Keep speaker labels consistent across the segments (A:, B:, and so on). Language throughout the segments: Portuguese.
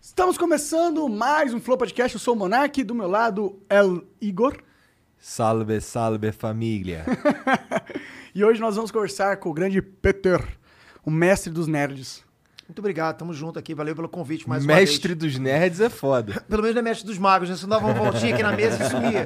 A: Estamos começando mais um Flow Podcast. Eu sou o Monark, do meu lado é o Igor.
B: Salve, salve família.
A: E hoje nós vamos conversar com o grande Peter, o mestre dos nerds.
C: Muito obrigado, tamo junto aqui. Valeu pelo convite mais
B: Mestre
C: uma
B: dos nerds é foda.
C: vez. Pelo menos não é mestre dos magos, né? Senão dava uma voltinha aqui na mesa e sumia.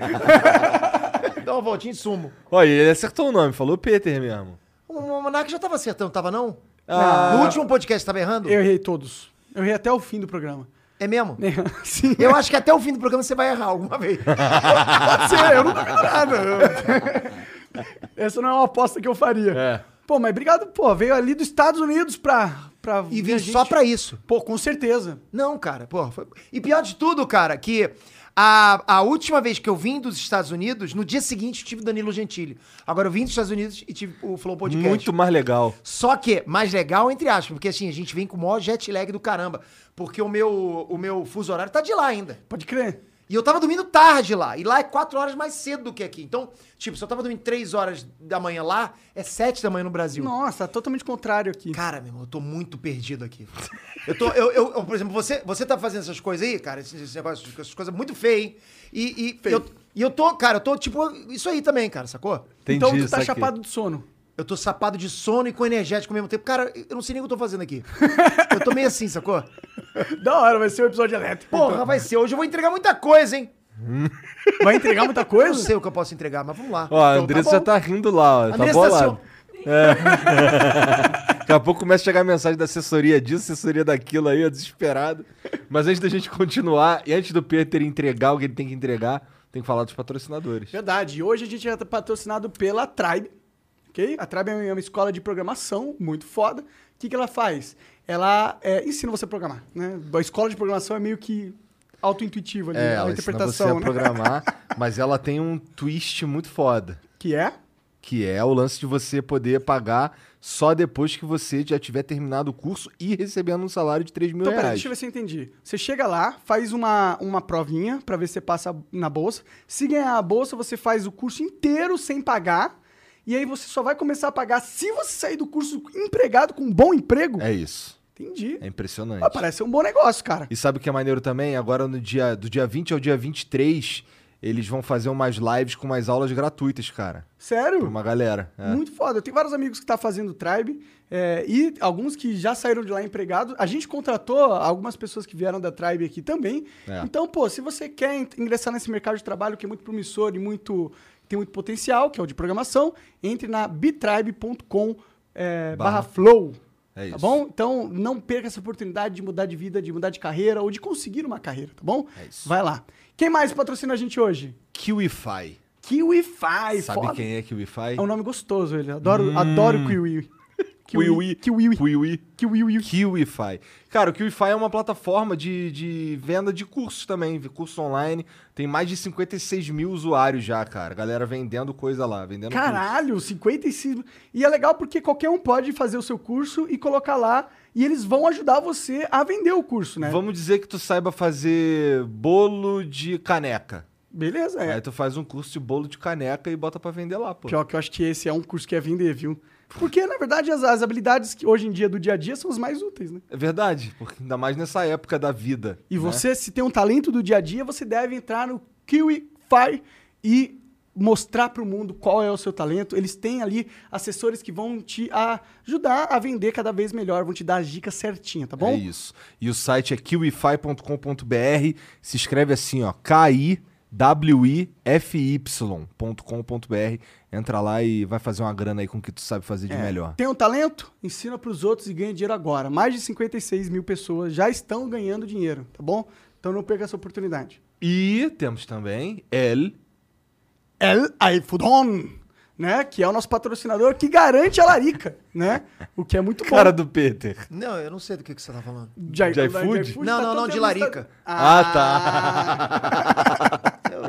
C: Dá uma voltinha e sumo.
B: Olha, ele acertou o nome, falou Peter mesmo.
C: O o Monark já tava acertando, tava não?
B: Ah.
C: No último podcast tava errando?
A: Eu errei todos. Eu errei até o fim do programa.
C: É mesmo?
A: Sim,
C: Eu acho que até o fim do programa você vai errar alguma vez.
A: pode ser, eu não tô vendo nada. Essa não é uma aposta que eu faria.
B: É.
A: Pô, mas obrigado, pô. Veio ali dos Estados Unidos pra, pra
C: E
A: a
C: vim
A: gente.
C: só pra isso.
A: Pô, com certeza.
C: Não, cara, porra. Foi... E pior de tudo, cara, que a, a última vez que eu vim dos Estados Unidos, no dia seguinte eu tive Danilo Gentili. Agora eu vim dos Estados Unidos e tive o Flow Podcast.
B: Muito mais legal.
C: Só que, mais legal, entre aspas, porque assim, a gente vem com o maior jet lag do caramba. Porque o meu, o meu fuso horário tá de lá ainda.
A: Pode crer.
C: E eu tava dormindo tarde lá. E lá é quatro horas mais cedo do que aqui. Então, tipo, se eu tava dormindo três horas da manhã lá, é sete da manhã no Brasil.
A: Nossa, totalmente contrário aqui.
C: Cara, meu irmão, eu tô muito perdido aqui. Eu tô, eu, eu- eu, por exemplo, você, você tá fazendo essas coisas aí, cara, esses, esses negócios, essas coisas muito feias, hein? E, e, eu, e eu tô, cara, eu tô tipo, isso aí também, cara, sacou?
B: Entendi
A: então tu
B: isso
A: tá
B: aqui.
A: chapado de sono.
C: Eu tô sapado de sono e com energético ao mesmo tempo. Cara, eu não sei nem o que eu tô fazendo aqui. Eu tô meio assim, sacou?
A: Da hora, vai ser um episódio elétrico.
B: Então.
C: Porra, vai ser. Hoje eu vou entregar muita coisa, hein?
A: então. Vai entregar muita
C: Eu não
A: coisa?
C: sei o que eu posso entregar, mas vamos lá.
B: é. Ó, a
C: Então,
B: Andressa
C: bom.
B: já tá rindo lá, ó. Tá
C: Andressa
B: bolado.
C: tá
B: É. Daqui a pouco começa a chegar mensagem da assessoria disso, assessoria daquilo aí, ó, desesperado. Mas antes da gente continuar, e antes do Peter entregar o que ele tem que entregar, tem que falar dos patrocinadores.
A: Verdade. E Hoje a gente é patrocinado pela Tribe, ok? A Tribe é uma escola de programação muito foda. O que, que ela faz? Ela é, ensina você a programar, né? A escola de programação é meio que auto-intuitiva ali,
B: É,
A: a
B: ela ensina você
A: interpretação,
B: a
A: né?
B: programar, mas ela tem um twist muito foda.
A: Que é?
B: Que é o lance de você poder pagar só depois que você já tiver terminado o curso e recebendo um salário de 3 mil
A: Então, peraí,
B: reais.
A: deixa eu ver se eu entendi. Você chega lá, faz uma, uma provinha pra ver se você passa na bolsa. Se ganhar a bolsa, você faz o curso inteiro sem pagar. E aí você só vai começar a pagar se você sair do curso empregado com um bom emprego.
B: É isso.
A: Entendi.
B: É impressionante.
A: Ah, parece ser um bom negócio, cara.
B: E sabe o que é maneiro também? Agora, no dia, do dia 20 ao dia 23, eles vão fazer umas lives com umas aulas gratuitas, cara.
A: Sério?
B: Pra uma galera. É.
A: Muito foda. Eu tenho vários amigos que tá fazendo Tribe é, e alguns que já saíram de lá empregados. A gente contratou algumas pessoas que vieram da Tribe aqui também.
B: É.
A: Então, pô, se você quer en- ingressar nesse mercado de trabalho que é muito promissor e muito tem muito potencial, que é o de programação, entre na bitribe.com é, barra
B: Barra.
A: flow.
B: É
A: Tá
B: isso.
A: bom? Então, não perca essa oportunidade de mudar de vida, de mudar de carreira ou de conseguir uma carreira, tá bom?
B: É isso.
A: Vai lá. Quem mais patrocina a gente hoje?
B: Kiwify.
A: KiwiFi,
B: sabe
A: foda.
B: quem é Kiwify?
A: É um nome gostoso, ele. Adoro, adoro kiwi.
B: Hum. Kiwi.
A: Kiwi.
B: Kiwi.
A: Kiwi.
B: Kiwify. Cara, o Kiwify é uma plataforma de, de venda de cursos também, de curso online. Tem mais de 56 mil usuários já, cara. Galera vendendo coisa lá, vendendo curso.
A: Caralho, 55. E é legal porque qualquer um pode fazer o seu curso e colocar lá. E eles vão ajudar você a vender o curso, né?
B: Vamos dizer que tu saiba fazer bolo de caneca.
A: Beleza,
B: Aí
A: é.
B: tu faz um curso de bolo de caneca e bota pra vender lá, pô.
A: Pior que eu acho que esse é um curso que é vender, viu? Porque, na verdade, as, as habilidades que hoje em dia do dia a dia são as mais úteis, né?
B: É verdade, porque ainda mais nessa época da vida.
A: E
B: né?
A: você, se tem um talento do dia a dia, você deve entrar no KiwiFi e mostrar para o mundo qual é o seu talento. Eles têm ali assessores que vão te ajudar a vender cada vez melhor, vão te dar as dicas certinhas, tá bom?
B: É isso. E o site é kiwify.com.br. Se escreve assim, ó. K-I-W-I-F-Y.com.br. Entra lá e vai fazer uma grana aí com o que tu sabe fazer de melhor.
A: Tem um talento? Ensina para os outros e ganha dinheiro agora. Mais de 56 mil pessoas já estão ganhando dinheiro, tá bom? Então não perca essa oportunidade.
B: E temos também El.
A: El Aifudon, né? Que é o nosso patrocinador que garante a larica, né? O que é muito bom.
B: Cara do Peter.
C: Não, eu não sei do que, que você tá falando.
A: de, tá
B: de iFood?
C: Não, não, não, de larica.
B: Ah, tá.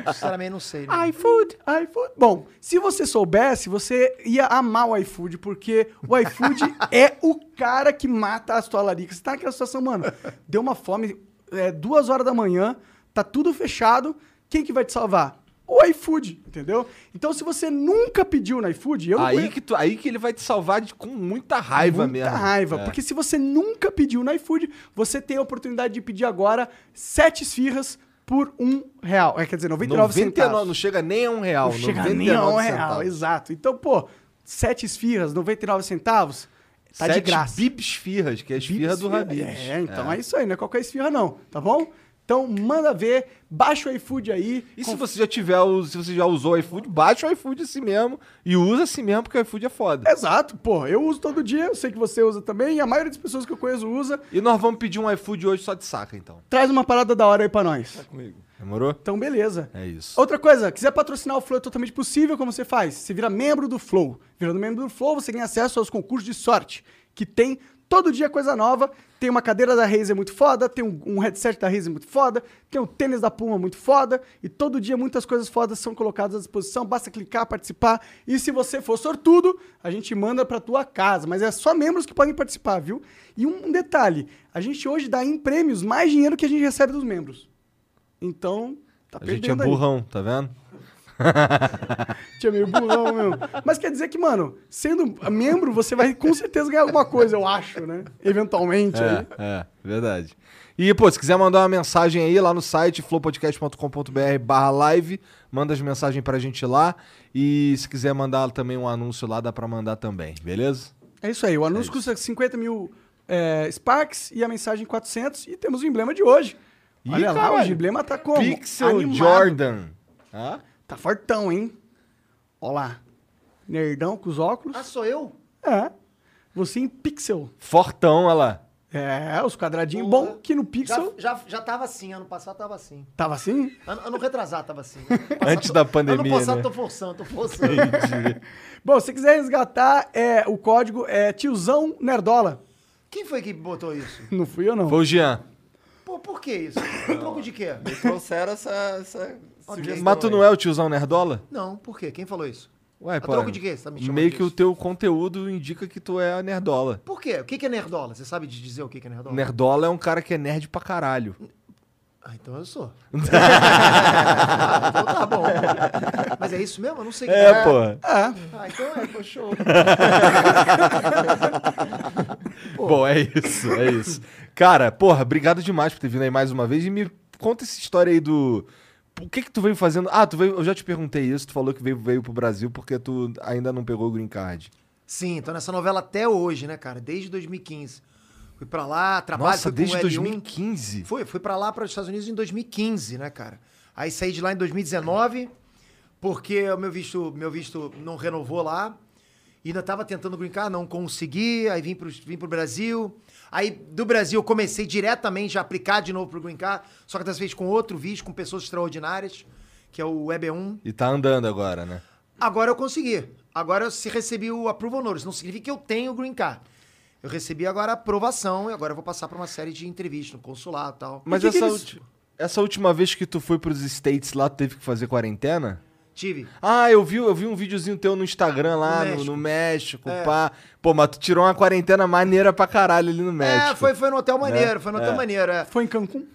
C: Eu sinceramente não sei. né?
A: iFood, iFood. Bom, se você soubesse, você ia amar o iFood, porque o iFood é o cara que mata as tuas laricas. Você tá naquela situação, mano, deu uma fome, é duas horas da manhã, tá tudo fechado, quem que vai te salvar? O iFood, entendeu? Então, se você nunca pediu no iFood, eu não
B: Aí
A: conheço-
B: que, tu, aí que ele vai te salvar de- com muita raiva
A: Muita
B: mesmo.
A: raiva.
B: É.
A: Porque se você nunca pediu no iFood, você tem a oportunidade de pedir agora sete esfirras por um real. É, quer dizer, 99 centavos.
B: não chega nem a um real.
A: Não chega nem a um
B: 99
A: real,
B: centavos.
A: exato. Então, pô, sete esfirras, 99 centavos, tá de
B: Sete
A: graça.
B: Bibs firras, que é a esfirra do Habibs.
A: É, então é. isso aí, não é qualquer esfirra não, tá bom? Então manda ver, baixa o iFood aí.
B: E se você já tiver, o- se você já usou o iFood, baixa o iFood assim mesmo e usa assim mesmo, porque o iFood é foda.
A: Exato, pô, eu uso todo dia, eu sei que você usa também, e a maioria das pessoas que eu conheço usa.
B: E nós vamos pedir um iFood hoje só de saca, então.
A: Traz uma parada da hora aí pra nós.
B: Demorou?
A: Então, beleza.
B: É isso.
A: Outra coisa, quiser patrocinar o Flow é totalmente possível, como você faz? Você vira membro do Flow. Virando membro do Flow, você ganha acesso aos concursos de sorte, que tem todo dia coisa nova. Tem uma cadeira da Razer muito foda, tem um, um headset da Razer muito foda, tem um tênis da Puma muito foda, e todo dia muitas coisas fodas são colocadas à disposição, basta clicar, participar, e se você for sortudo, a gente manda pra tua casa, mas é só membros que podem participar, viu? E um detalhe, a gente hoje dá em prêmios mais dinheiro que a gente recebe dos membros. Então, tá
B: a
A: perdendo
B: gente é
A: aí.
B: burrão, tá vendo?
A: Tinha meio burrão mesmo. Mas quer dizer que, mano, sendo membro, você vai com certeza ganhar alguma coisa, eu acho, né? Eventualmente. aí.
B: É, é, verdade. E, pô, se quiser mandar uma mensagem aí lá no site flowpodcast.com.br barra live, manda as mensagens pra gente lá. E se quiser mandar também um anúncio lá, dá pra mandar também, beleza?
A: É isso aí. O anúncio custa 50 mil é, Sparks e a mensagem 400. E temos o emblema de hoje.
B: Ih,
A: Olha lá,
B: caralho.
A: o emblema tá como?
B: Pixel
A: Animado.
B: Jordan. Ah?
A: Tá fortão, hein? Olha lá. Nerdão com os óculos.
C: Ah, sou eu?
A: É. Você em pixel.
B: Fortão, olha lá.
A: É, os quadradinhos
C: Porra.
A: bom que no
C: Já,
A: pixel
C: já, já tava assim, ano passado tava assim.
A: tava assim.
C: Ano, ano retrasado tava assim. Ano passado
B: Antes
C: tô-
B: da pandemia,
C: Ano passado
B: né? É
C: tô forçando, tô forçando.
A: Bom, se quiser resgatar, é, o código é tiozão nerdola.
C: Quem foi que botou isso?
A: Não fui eu, não.
B: Foi o Jean.
C: Pô, por que isso? Um pouco de quê?
D: Trouxeram essa. essa
C: Ok.
D: sugestão
B: Mas tu
D: aí.
B: não é o tiozão nerdola?
C: Não, por quê? Quem falou isso?
B: Ué,
C: A
B: pô.
C: troco de quê você tá me chamando
B: meio que
C: disso?
B: o teu conteúdo indica que tu é a nerdola.
C: Por quê? O que que é nerdola? Você sabe de dizer o que que é nerdola?
B: Nerdola é um cara que é nerd pra caralho.
C: Ah, então eu sou. então tá bom. Mas é isso mesmo? Eu não sei o que
B: É, pô.
C: Ah, então é, pô, show.
B: Bom, é isso, é isso. Cara, porra, obrigado demais por ter vindo aí mais uma vez. E me conta essa história aí do. O que que tu veio fazendo? Ah, tu veio, eu já te perguntei isso, tu falou que veio, veio pro Brasil porque tu ainda não pegou o green card.
C: Sim, tô nessa novela até hoje, né, cara? Desde 2015. Fui pra lá, trabalho
B: Nossa,
C: fui com
B: desde
C: o L1.
B: 2015.
C: Fui, fui pra lá, para os Estados Unidos em 2015, né, cara? Aí saí de lá em 2019, porque o meu visto, meu visto não renovou lá. E ainda tava tentando brincar, não consegui. Aí vim pro, vim pro Brasil. Aí do Brasil eu comecei diretamente a aplicar de novo pro Green Card, só que dessa vez com outro visto, com pessoas extraordinárias, que é o EB1.
B: E tá andando agora, né?
C: Agora eu consegui. Agora eu se recebi o approval notice. Não significa que eu tenho o green card. Eu recebi agora a aprovação e agora eu vou passar para uma série de entrevistas no consulado e tal.
B: Mas
A: que que
B: essa,
A: eles-
B: ulti- essa última vez que tu foi pros States lá, tu teve que fazer quarentena?
C: Tive.
B: Ah, eu vi, eu vi um videozinho teu no Instagram lá,
C: Ah, No
B: no,
C: México. É.
B: no México, pá. Pô, mas tu tirou uma quarentena maneira pra caralho ali no México.
C: É, foi, foi no hotel maneiro, foi no hotel maneiro. é.
A: Foi em Cancún?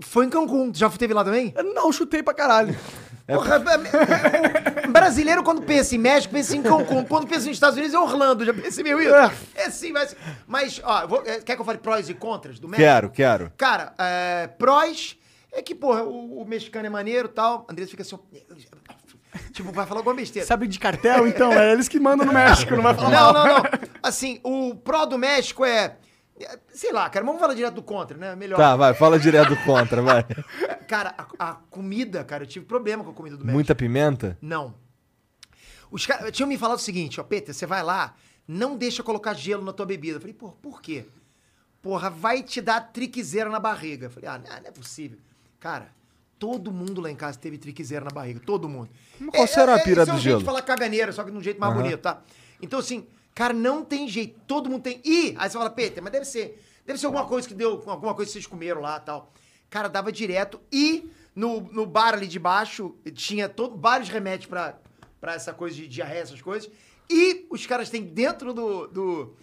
C: Foi em Cancún. Tu Já teve lá também?
A: Eu Não, chutei pra caralho.
C: Porra, é- brasileiro, quando pensa em México, pensa em Cancún. Quando pensa nos Estados Unidos, é Orlando. Já percebeu isso? É sim, mas. Mas, ó, eu vou- é, quer que eu fale prós e contras do México?
B: Quero, quero.
C: Cara, é, prós é que, porra, o, o mexicano é maneiro e tal. Andrés fica assim. ó, Tipo, vai falar alguma besteira.
A: Sabe de cartel, então? É eles que mandam no México, não vai falar
C: Não,
A: mal.
C: não, não. Assim, o pró do México é. é, Sei lá, cara, vamos falar direto do contra, né? Melhor.
B: Tá, vai, fala direto contra, vai.
C: Cara, a, a comida, cara, eu tive problema com a comida do México.
B: Muita pimenta?
C: Não. Os caras tinham me falado o seguinte, ó, Peter, você vai lá, não deixa colocar gelo na tua bebida. Eu falei, pô, por quê? Porra, vai te dar triquiseira na barriga. Eu falei, ah, não, não é possível. Cara, todo mundo lá em casa teve triquiseira na barriga, todo mundo.
B: qual será a pira
C: esse é
B: do
C: um jeito
B: gelo?
C: de falar caganeira, só que de um jeito mais bonito, tá? Então, assim, cara, não tem jeito, todo mundo tem. Ih, aí você fala, Peter, mas deve ser, deve ser alguma coisa que deu, alguma coisa que vocês comeram lá tal. Cara, dava direto e no, no bar ali de baixo tinha todo, vários remédios pra, pra essa coisa de diarreia, essas coisas. E os caras têm dentro do, do,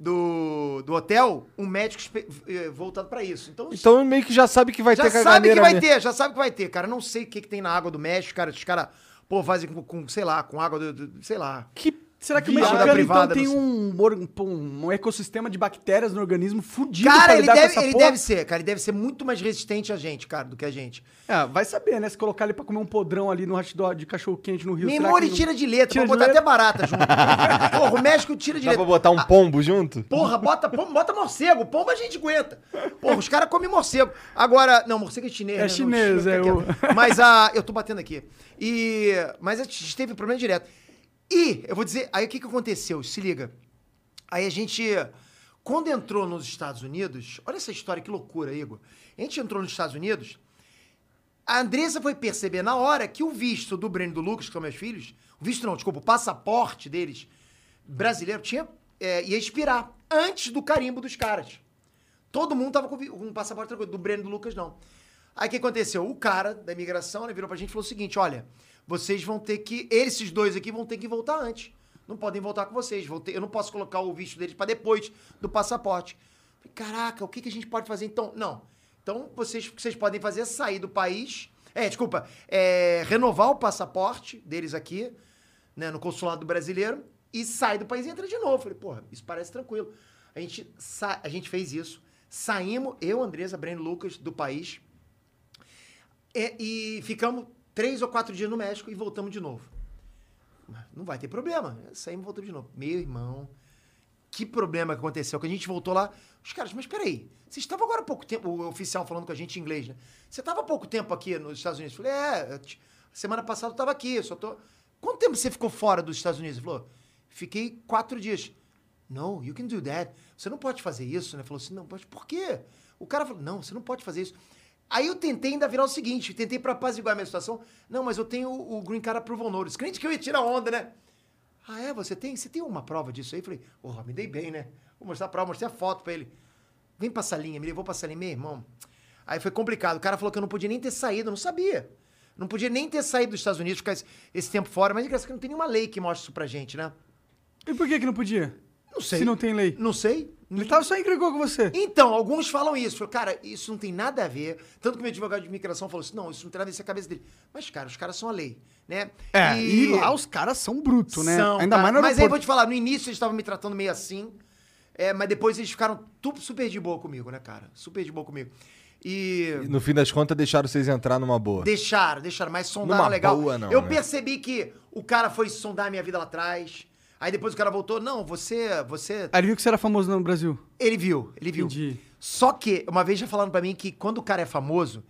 C: do, do hotel um médico espe- eh, voltado pra isso. Então,
B: Então meio que já sabe que vai
C: já
B: ter
C: sabe que
B: caganeira
C: vai
B: mesmo.
C: ter, já sabe que vai ter, cara. Não sei o que, que tem na água do México, cara. Os caras, pô, fazem com, com, sei lá, com água do, do- sei lá.
A: Que- será que o
C: Viada
A: mexicano, então,
C: privada,
A: tem
C: não sei.
A: um, or- pô, um ecossistema de bactérias no organismo fudido pra
C: Cara, ele
A: lidar com
C: deve,
A: essa
C: ele
A: porra?
C: deve ser, cara. Ele deve ser muito mais resistente a gente, cara, do que a gente.
A: É, vai saber, né? Se colocar ele pra comer um podrão ali no hot dog de cachorro-quente no Rio.
C: Meu
A: será
C: irmão,
A: que
C: ele
A: não-
C: tira de letra.
A: Tira
C: Tira
A: de
C: botar
A: letra?
C: até barata junto. Porra, o México tira de
B: Dá pra
C: letra.
B: botar um pombo junto?
C: Porra, bota, pombo, bota morcego. Pombo a gente aguenta. Porra, os caras comem morcego. Agora, não, morcego é chinês.
A: É
C: né? Não,
A: chinês,
C: fica
A: é o-
C: quieto. Mas a. Eu tô batendo aqui. E. Mas a gente teve problema direto. E, eu vou dizer, aí o que, que aconteceu? Se liga. Aí a gente. Quando entrou nos Estados Unidos, olha essa história, que loucura, Igor. A gente entrou nos Estados Unidos, a Andressa foi perceber na hora que o visto do Breno e do Lucas, que são meus filhos, o visto não, desculpa, o passaporte deles, brasileiro, tinha, é, ia expirar antes do carimbo dos caras. Todo mundo tava com vi- com um passaporte tranquilo, do Breno e do Lucas não. Aí o que aconteceu? O cara da imigração né, virou pra gente e falou o seguinte: olha, vocês vão ter que. Esses dois aqui vão ter que voltar antes. Não podem voltar com vocês. vão ter- eu não posso colocar o visto deles pra depois do passaporte. Falei, Caraca, o que, que a gente pode fazer então? Não. Então, vocês, o que vocês podem fazer é sair do país. É, desculpa. é, renovar o passaporte deles aqui, né, no consulado brasileiro, e sai do país e entra de novo. Falei, porra, isso parece tranquilo. A gente, sa- a gente fez isso. Saímos, eu, Andresa, Breno Lucas, do país. É, e ficamos três ou quatro dias no México e voltamos de novo. Não vai ter problema. Saímos e voltamos de novo. Meu irmão, que problema que aconteceu? Que a gente voltou lá. Os caras, mas peraí, vocês estavam agora há pouco tempo, o oficial falando com a gente em inglês, né? Você estava há pouco tempo aqui nos Estados Unidos? Eu falei, é, eu t- semana passada eu estava aqui, eu só tô. Quanto tempo você ficou fora dos Estados Unidos? Ele falou, fiquei quatro dias. No, you can do that. Você não pode fazer isso, né? Falou assim, não, mas por quê? O cara falou, não, você não pode fazer isso. Aí eu tentei ainda virar o seguinte, tentei para apaziguar a minha situação. Não, mas eu tenho o o Green Card Approval Notice. Crente que eu ia tirar onda, né? Ah, é? Você tem? Você tem uma prova disso aí? Falei, porra, me dei bem, né? Vou mostrar a prova, mostrei a foto pra ele. Vem pra salinha, me levou pra salinha, meu irmão. Aí foi complicado. O cara falou que eu não podia nem ter saído, eu não sabia. Não podia nem ter saído dos Estados Unidos, ficar esse, esse tempo fora. Mas é engraçado que não tem nenhuma lei que mostre isso pra gente, né?
A: E por que que não podia?
C: Não sei.
A: Se não tem lei.
C: Não sei.
A: Ele tava só encrencou com você.
C: Então, alguns falam isso. Falam, cara, isso não tem nada a ver. Tanto que meu advogado de imigração falou assim: não, isso não tem nada a ver com a cabeça dele. Mas, cara, os caras são a lei, né?
A: É, e, lá os caras são brutos, né?
C: São,
A: Ainda
C: cara.
A: mais no
C: Mas aí eu
A: aeroporto.
C: vou te falar, no início eles estavam me tratando meio assim, é, mas depois eles ficaram tu- super de boa comigo, né, cara? Super de boa comigo. E
B: No fim das contas, deixaram vocês entrar numa boa.
C: deixaram, deixaram, mas sondaram
B: Numa
C: legal.
B: boa, não,
C: eu
B: né?
C: percebi que o cara foi sondar a minha vida lá atrás. Aí depois o cara voltou, não, você, você...
A: Aí ele viu que você era famoso no Brasil.
C: Ele viu, ele viu.
A: Entendi.
C: Só que, uma vez já falando pra mim que quando o cara é famoso,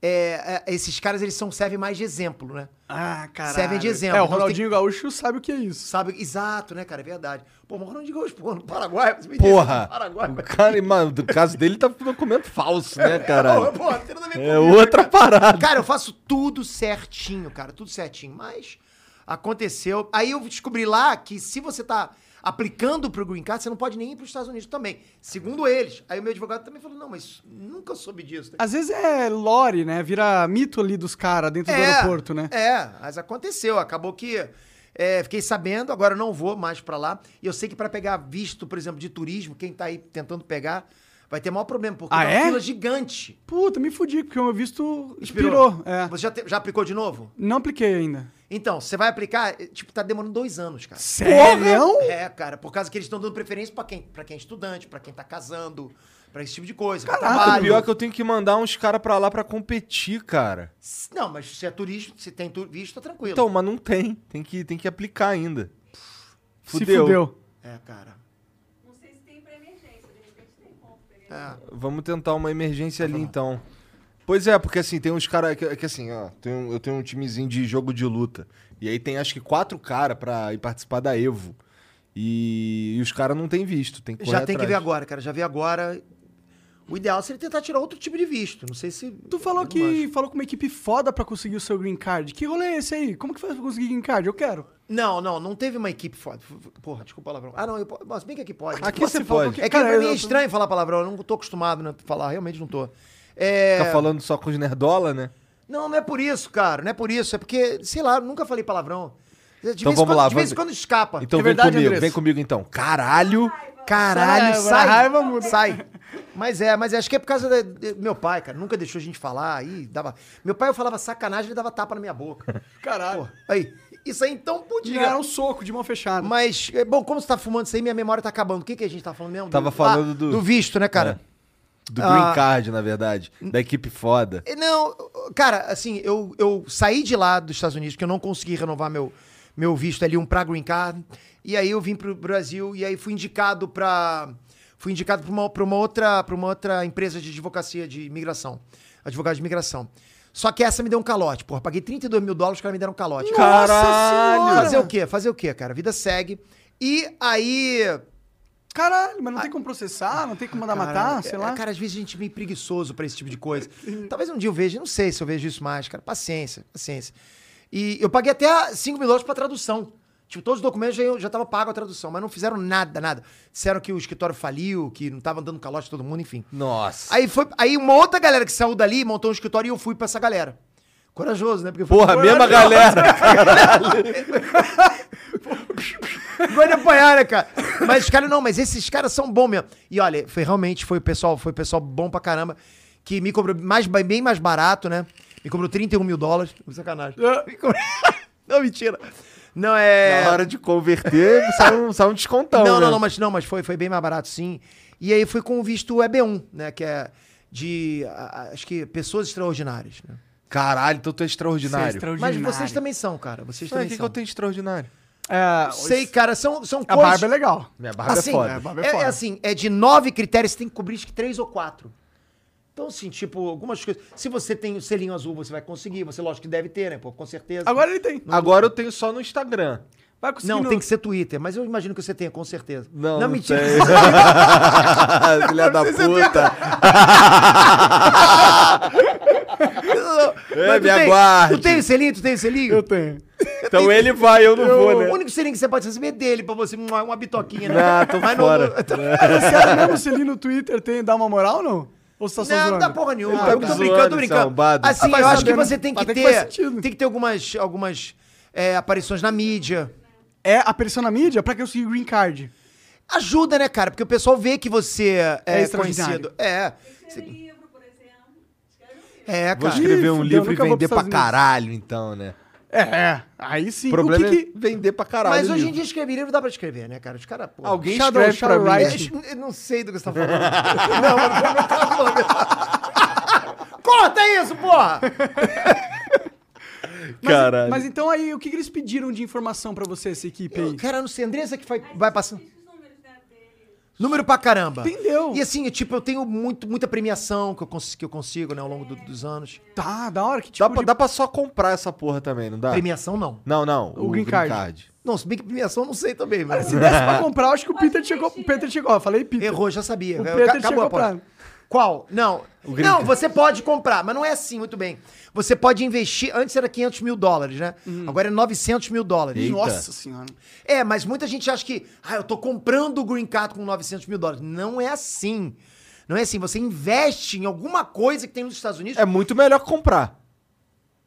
C: é, é, esses caras, eles são, servem mais de exemplo, né?
A: Ah, caralho.
C: Servem de exemplo.
A: É, o
C: Então tem
A: Ronaldinho Gaúcho sabe o que é isso.
C: Sabe, exato, né, cara? É verdade. Pô, mas Ronaldinho Gaúcho, pô, no Paraguai, você me
B: Porra!
C: disse, no Paraguai,
B: O cara, mano, do caso dele tá documento falso, né,
C: É,
B: caralho?
C: Pô, não tem nada a ver
B: É
C: comigo.
B: outra parada.
C: Cara, eu faço tudo certinho, cara, tudo certinho. Mas aconteceu. Aí eu descobri lá que se você tá aplicando pro Green Card, você não pode nem ir pros Estados Unidos também. Segundo eles. Aí o meu advogado também falou: não, mas nunca soube disso. né?
A: Às vezes é lore, né? Vira mito ali dos caras dentro do aeroporto, né?
C: É, mas aconteceu. Acabou que. é, fiquei sabendo, agora eu não vou mais pra lá. E eu sei que pra pegar visto, por exemplo, de turismo, quem tá aí tentando pegar, vai ter maior problema, porque
A: Ah,
C: é
A: é?
C: uma fila gigante.
A: Puta, me fudi, porque o meu visto expirou. É.
C: Você já, te- já aplicou de novo?
A: Não apliquei ainda.
C: Então, você vai aplicar, eh, tipo, tá demorando dois anos, cara.
A: Sério?
C: É, cara, por causa que eles estão dando preferência pra quem, pra quem é estudante, pra quem tá casando, pra pra esse tipo de coisa.
B: Ah,
C: pra
B: o
C: trabalho.
B: pior é que eu tenho que mandar uns caras pra lá pra competir, cara.
C: Não, mas se é turista, se tem turista, tá tranquilo.
B: Então, mas não tem. Tem que, tem que aplicar ainda.
A: Se fudeu.
C: É, cara.
E: Não sei se tem pra emergência, de repente tem ponto pra emergência.
C: É.
B: Vamos tentar uma emergência
C: Tá
B: ali, então. Pois é, porque assim, tem uns caras. Que, que assim, ó, tem um- eu tenho um timezinho de jogo de luta. E aí tem acho que quatro caras pra ir participar da Evo. E, e os caras não têm visto. Tem que
C: Já
B: correr
C: tem que
B: atrás.
C: ver agora, cara. Já vi agora. O ideal seria tentar tirar outro tipo de visto. Não sei se.
A: Tu
C: eu
A: falou
C: não
A: que
C: acho.
A: falou com uma equipe foda pra conseguir o seu green card. Que rolê é esse aí? Como que faz pra conseguir green card? Eu quero.
C: Não, não, não teve uma equipe foda. Porra, desculpa o palavrão. Ah, não, eu... po- mas bem que aqui pode.
B: Aqui
C: Pô,
B: você
A: falou
B: pode.
C: É que
A: Cara,
C: pra mim é
A: eu-
C: estranho falar palavrão. Eu não tô acostumado né, a falar, realmente não tô. É...
B: Fica falando só com os nerdola, né?
C: Não, não é por isso, cara. Não é por isso. É porque, sei lá, eu nunca falei palavrão. De
B: Então
C: vez em
B: vamos
C: quando,
B: lá,
C: De vez em
B: vamos-
C: quando escapa.
B: Então
A: É
B: vem
A: verdade,
B: comigo,
A: Andressa?
B: vem comigo então. Caralho!
C: Caralho,
A: Sai,
C: sai.
A: a raiva muda.
C: Sai. Mas é, mas é, acho que é por causa da- de- meu pai, cara. Nunca deixou a gente falar. Aí dava. Meu pai eu falava sacanagem, ele dava tapa na minha boca.
A: Caralho.
C: Pô, aí. Isso aí então
A: Não,
C: podia.
A: Era um soco de mão fechada.
C: Mas, é, bom, como você tá fumando isso aí, minha memória tá acabando. O que, que a gente tá falando mesmo?
B: Tava
C: Ah,
B: falando do- É.
C: Do visto, né, cara?
B: Do
C: Ah.
B: Green Card, na verdade. Da equipe foda.
C: Eh, Não, cara, assim, eu, eu saí de lá dos Estados Unidos, porque eu não consegui renovar meu, meu visto ali, um pra green card. E aí eu vim pro Brasil e aí fui indicado pra. Fui indicado pra uma, pra uma outra, pra uma outra empresa de advocacia de imigração. Advogado de imigração. Só que essa me deu um calote, porra. Paguei 32 mil dólares, os caras me deram um calote.
B: Caralho!
C: Fazer o quê? Fazer o quê, cara? A vida segue. E aí.
A: Caralho, mas não tem como processar, não tem como mandar
C: Ah. Cara,
A: matar,
C: é-
A: sei lá. Uhum.
C: Cara, às vezes a gente é meio preguiçoso pra esse tipo de coisa. Talvez um dia eu veja, não sei se eu vejo isso mais, cara. Paciência, paciência. E eu paguei até 5 mil dólares pra tradução. Tipo, todos os documentos já, já tava pago a tradução, mas não fizeram nada, nada. Disseram que o escritório faliu, que não tava dando calote a todo mundo, enfim.
B: Nossa.
C: Aí foi. Aí uma outra galera que saiu dali montou um escritório e eu fui pra essa galera. Corajoso, né? Porque eu fui-
B: Porra, a mesma galera.
C: Vai apanhar, né, cara? Mas os caras não, mas esses caras são bons mesmo. E olha, foi realmente, foi o pessoal, foi o pessoal bom pra caramba, que me cobrou mais, ba- bem mais barato, né? Me cobrou 31 mil dólares. Sacanagem. Me cobrou- Não, mentira. Não, é.
B: É. Na hora de converter, sai um, sai um descontão.
C: Não,
B: né?
C: não, não, mas não, mas foi, foi bem mais barato, sim. E aí foi com o visto EB1, né? Que é de. a- a- Acho que pessoas extraordinárias. né?
B: Caralho, então tu é extraordinário.
C: Mas vocês também são, cara. Vocês
B: Ué, o
C: também
B: que, que
C: são.
B: eu tenho de extraordinário?
A: É,
C: Sei, cara, são, são
A: A
C: coisas.
A: barba é legal.
B: Minha barba
C: assim,
B: é foda.
A: é, barba
C: é,
A: foda.
C: é assim, é de nove critérios, você tem que cobrir acho que três ou quatro. Então, assim, tipo, algumas coisas. Se você tem o selinho azul, você vai conseguir. Você, lógico que deve ter, né? Pô, com certeza.
A: Agora ele tem.
B: Agora eu tenho só no Instagram.
A: Vai conseguir.
C: Não,
A: no-
C: tem que ser Twitter, mas eu imagino que você tenha, com certeza.
B: Não, não
C: mentira.
B: tem. Filha da puta. É,
C: Mas tu
B: me
C: tem-
B: aguarde.
C: Tu tem o selinho? Tu tem o selinho?
A: Eu tenho.
B: Então ele vai, eu não vou,
C: O
B: né?
C: único selinho que você pode receber é dele, pra você, uma, uma bitoquinha, né?
B: Ah, tô
C: Mas não-
B: fora.
A: Esse cara mesmo se ali no Twitter tem, dá uma moral ou não? Ou você tá só
C: Não, não
A: zoando?
C: dá porra nenhuma.
B: Ele tá
C: eu tô
B: zoando,
C: brincando, tô brincando.
B: sambado. tá
C: Assim,
A: Ah,
C: eu
A: mas
C: acho que
A: sabendo-
C: você tem que
A: até que faz
C: ter.
A: sentido.
C: Tem que ter algumas, algumas é, aparições na mídia.
A: É apareceu na mídia pra conseguir green card.
C: Ajuda, né, cara? Porque o pessoal vê que você é,
A: É extraordinário.
C: conhecido. É.
E: Escreve livro, por exemplo. Escreve um livro.
C: É,
B: Vou
C: cara.
B: escrever um
A: Ih,
B: livro e
A: fudeu, nunca vou
B: vender
A: pros
B: pra
A: Estados Unidos.
B: caralho, então, né?
A: É, é. Aí sim.
B: O problema
A: o que que...
B: é vender pra caralho.
C: Mas
B: o
C: hoje em
B: livro.
C: dia escrever livro dá pra escrever, né, cara? Os caras, pô.
B: Alguém
A: Shadow-
B: escreve pra
A: Shadow
B: mim.
A: Wright.
C: É, eu não sei do que você tá falando. não, eu não tava falando. Corta isso, porra!
A: Mas,
B: Caralho.
A: Mas então aí, o que, que eles pediram de informação pra você, essa equipe aí?
C: Cara, eu não sei, Andressa que vai, vai passando.
E: Diz os números né, dele.
C: Número pra caramba.
A: Entendeu.
C: E assim, tipo, eu tenho muito, muita premiação que eu, cons- que eu consigo, né, ao longo do- dos anos.
A: Tá, da hora. Que tipo
B: Dá, pra,
A: de...
B: dá pra só comprar essa porra também, não dá?
C: Premiação, não.
B: Não, não.
A: O green card.
C: Não, se bem que premiação, eu não sei também,
A: Cara,
C: mas...
A: se desse pra comprar, eu acho que o Peter chegou... O Peter chegou... Ó, falei Peter.
C: Errou, já sabia.
A: O
C: Ca-
A: Peter chegou
C: a porta.
A: pra-
C: Qual? Não.
B: Green
C: Não,
B: Card.
C: você pode comprar, mas não é assim, muito bem. Você pode investir. Antes era 500 mil dólares, né? Agora é 900 mil dólares.
B: Eita.
A: Nossa senhora.
C: É, mas muita gente acha que, ah, eu tô comprando o Green Card com 900 mil dólares. Não é assim. Não é assim. Você investe em alguma coisa que tem nos Estados Unidos.
B: É muito melhor comprar.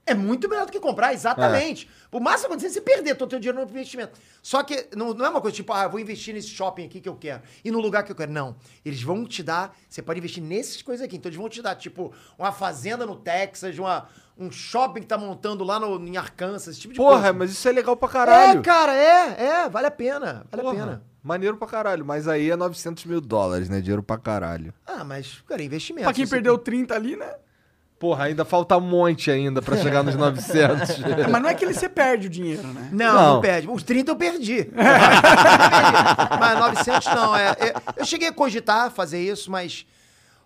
C: É muito melhor do que comprar, exatamente. O máximo que acontece é você perder todo o teu dinheiro no investimento. Só que não, não é uma coisa tipo, ah, eu vou investir nesse shopping aqui que eu quero e no lugar que eu quero. Não. Eles vão te dar, você pode investir nessas coisas aqui. Então eles vão te dar, tipo, uma fazenda no Texas, uma, um shopping que tá montando lá no, em Arkansas, esse tipo de
B: Porra,
C: coisa.
B: mas isso é legal pra caralho.
C: É, cara, é, é, vale a pena, vale a
B: Porra,
C: pena.
B: Maneiro pra caralho, mas aí é 900 mil dólares, né? Dinheiro pra caralho.
C: Ah, mas, cara, é investimento.
A: Pra quem
C: Você
A: perdeu 30 ali, né?
B: Porra, ainda falta um monte ainda pra chegar nos 900.
A: É, Mas não é que ele você perde o dinheiro, né?
C: Não,
B: Não.
C: não, perde. Os 30 eu perdi. Mas 900 não. É, é- eu cheguei a cogitar fazer isso, mas.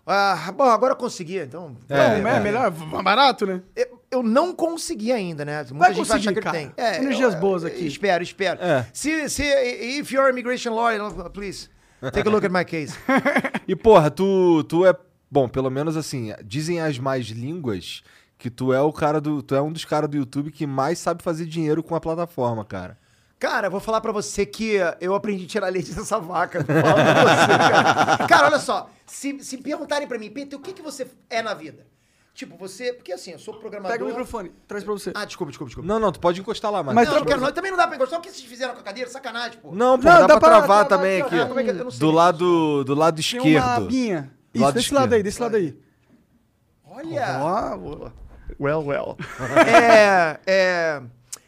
C: ah, bom, agora eu consegui, então.
B: É,
A: não, é,
B: é.
A: melhor, v- barato, né?
C: Eu, eu não consegui ainda, né? Muita
A: Vai
C: achar
A: conseguir,
C: que eu
A: cara.
C: tenho. É,
A: Energias
C: eu-
A: boas aqui.
C: Espero, espero.
B: É.
C: Se, se, if you're immigration lawyer, please, take a look at my case.
B: E porra, tu, tu é. Bom, pelo menos assim, dizem as mais línguas que tu é o cara do. Tu é um dos caras do YouTube que mais sabe fazer dinheiro com a plataforma, cara.
C: Cara, eu vou falar pra você que eu aprendi a tirar leite dessa vaca. Eu falo pra você, cara. Cara, olha só. Se, se perguntarem pra mim, Peter, o que, que você é na vida? Tipo, você. Porque assim, eu sou programador.
A: Pega o microfone, traz pra você.
C: Ah, desculpa, desculpa, desculpa.
B: Não, não, tu pode encostar lá, mas.
A: Mas
C: não,
A: tá-
C: não quero, não. Também não dá pra encostar. O que vocês fizeram com a cadeira? Sacanagem, pô.
B: Não, pô,
A: Não,
B: dá, pra travar também
A: travar,
B: aqui.
C: Ah, como é que é? Eu não sei
B: do
C: isso.
B: lado, do lado
A: Tem
B: esquerdo.
A: uma abinha.
B: Do
A: Isso,
B: lado
A: desse lado aí,
B: esquerdo.
A: desse lado aí.
C: Olha.
A: Ó, boa.
C: Well, well. é, é.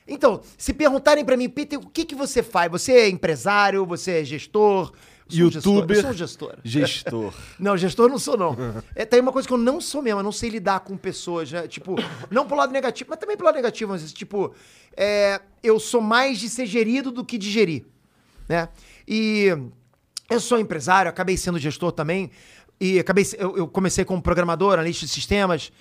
C: Então, se perguntarem pra mim, Peter, o que, que você faz? Você é empresário? Você é gestor? Eu sou um gestor,
B: Youtuber.
C: Eu sou um gestor.
B: Gestor.
C: Não, gestor não sou, não. É, tem uma coisa que eu não sou mesmo, eu não sei lidar com pessoas, né? Tipo, não pro lado negativo, mas também pro lado negativo, mas tipo, é, eu sou mais de ser gerido do que de gerir, né? E eu sou empresário, acabei sendo gestor também, e acabei, se- eu, eu comecei como programador, analista de sistemas,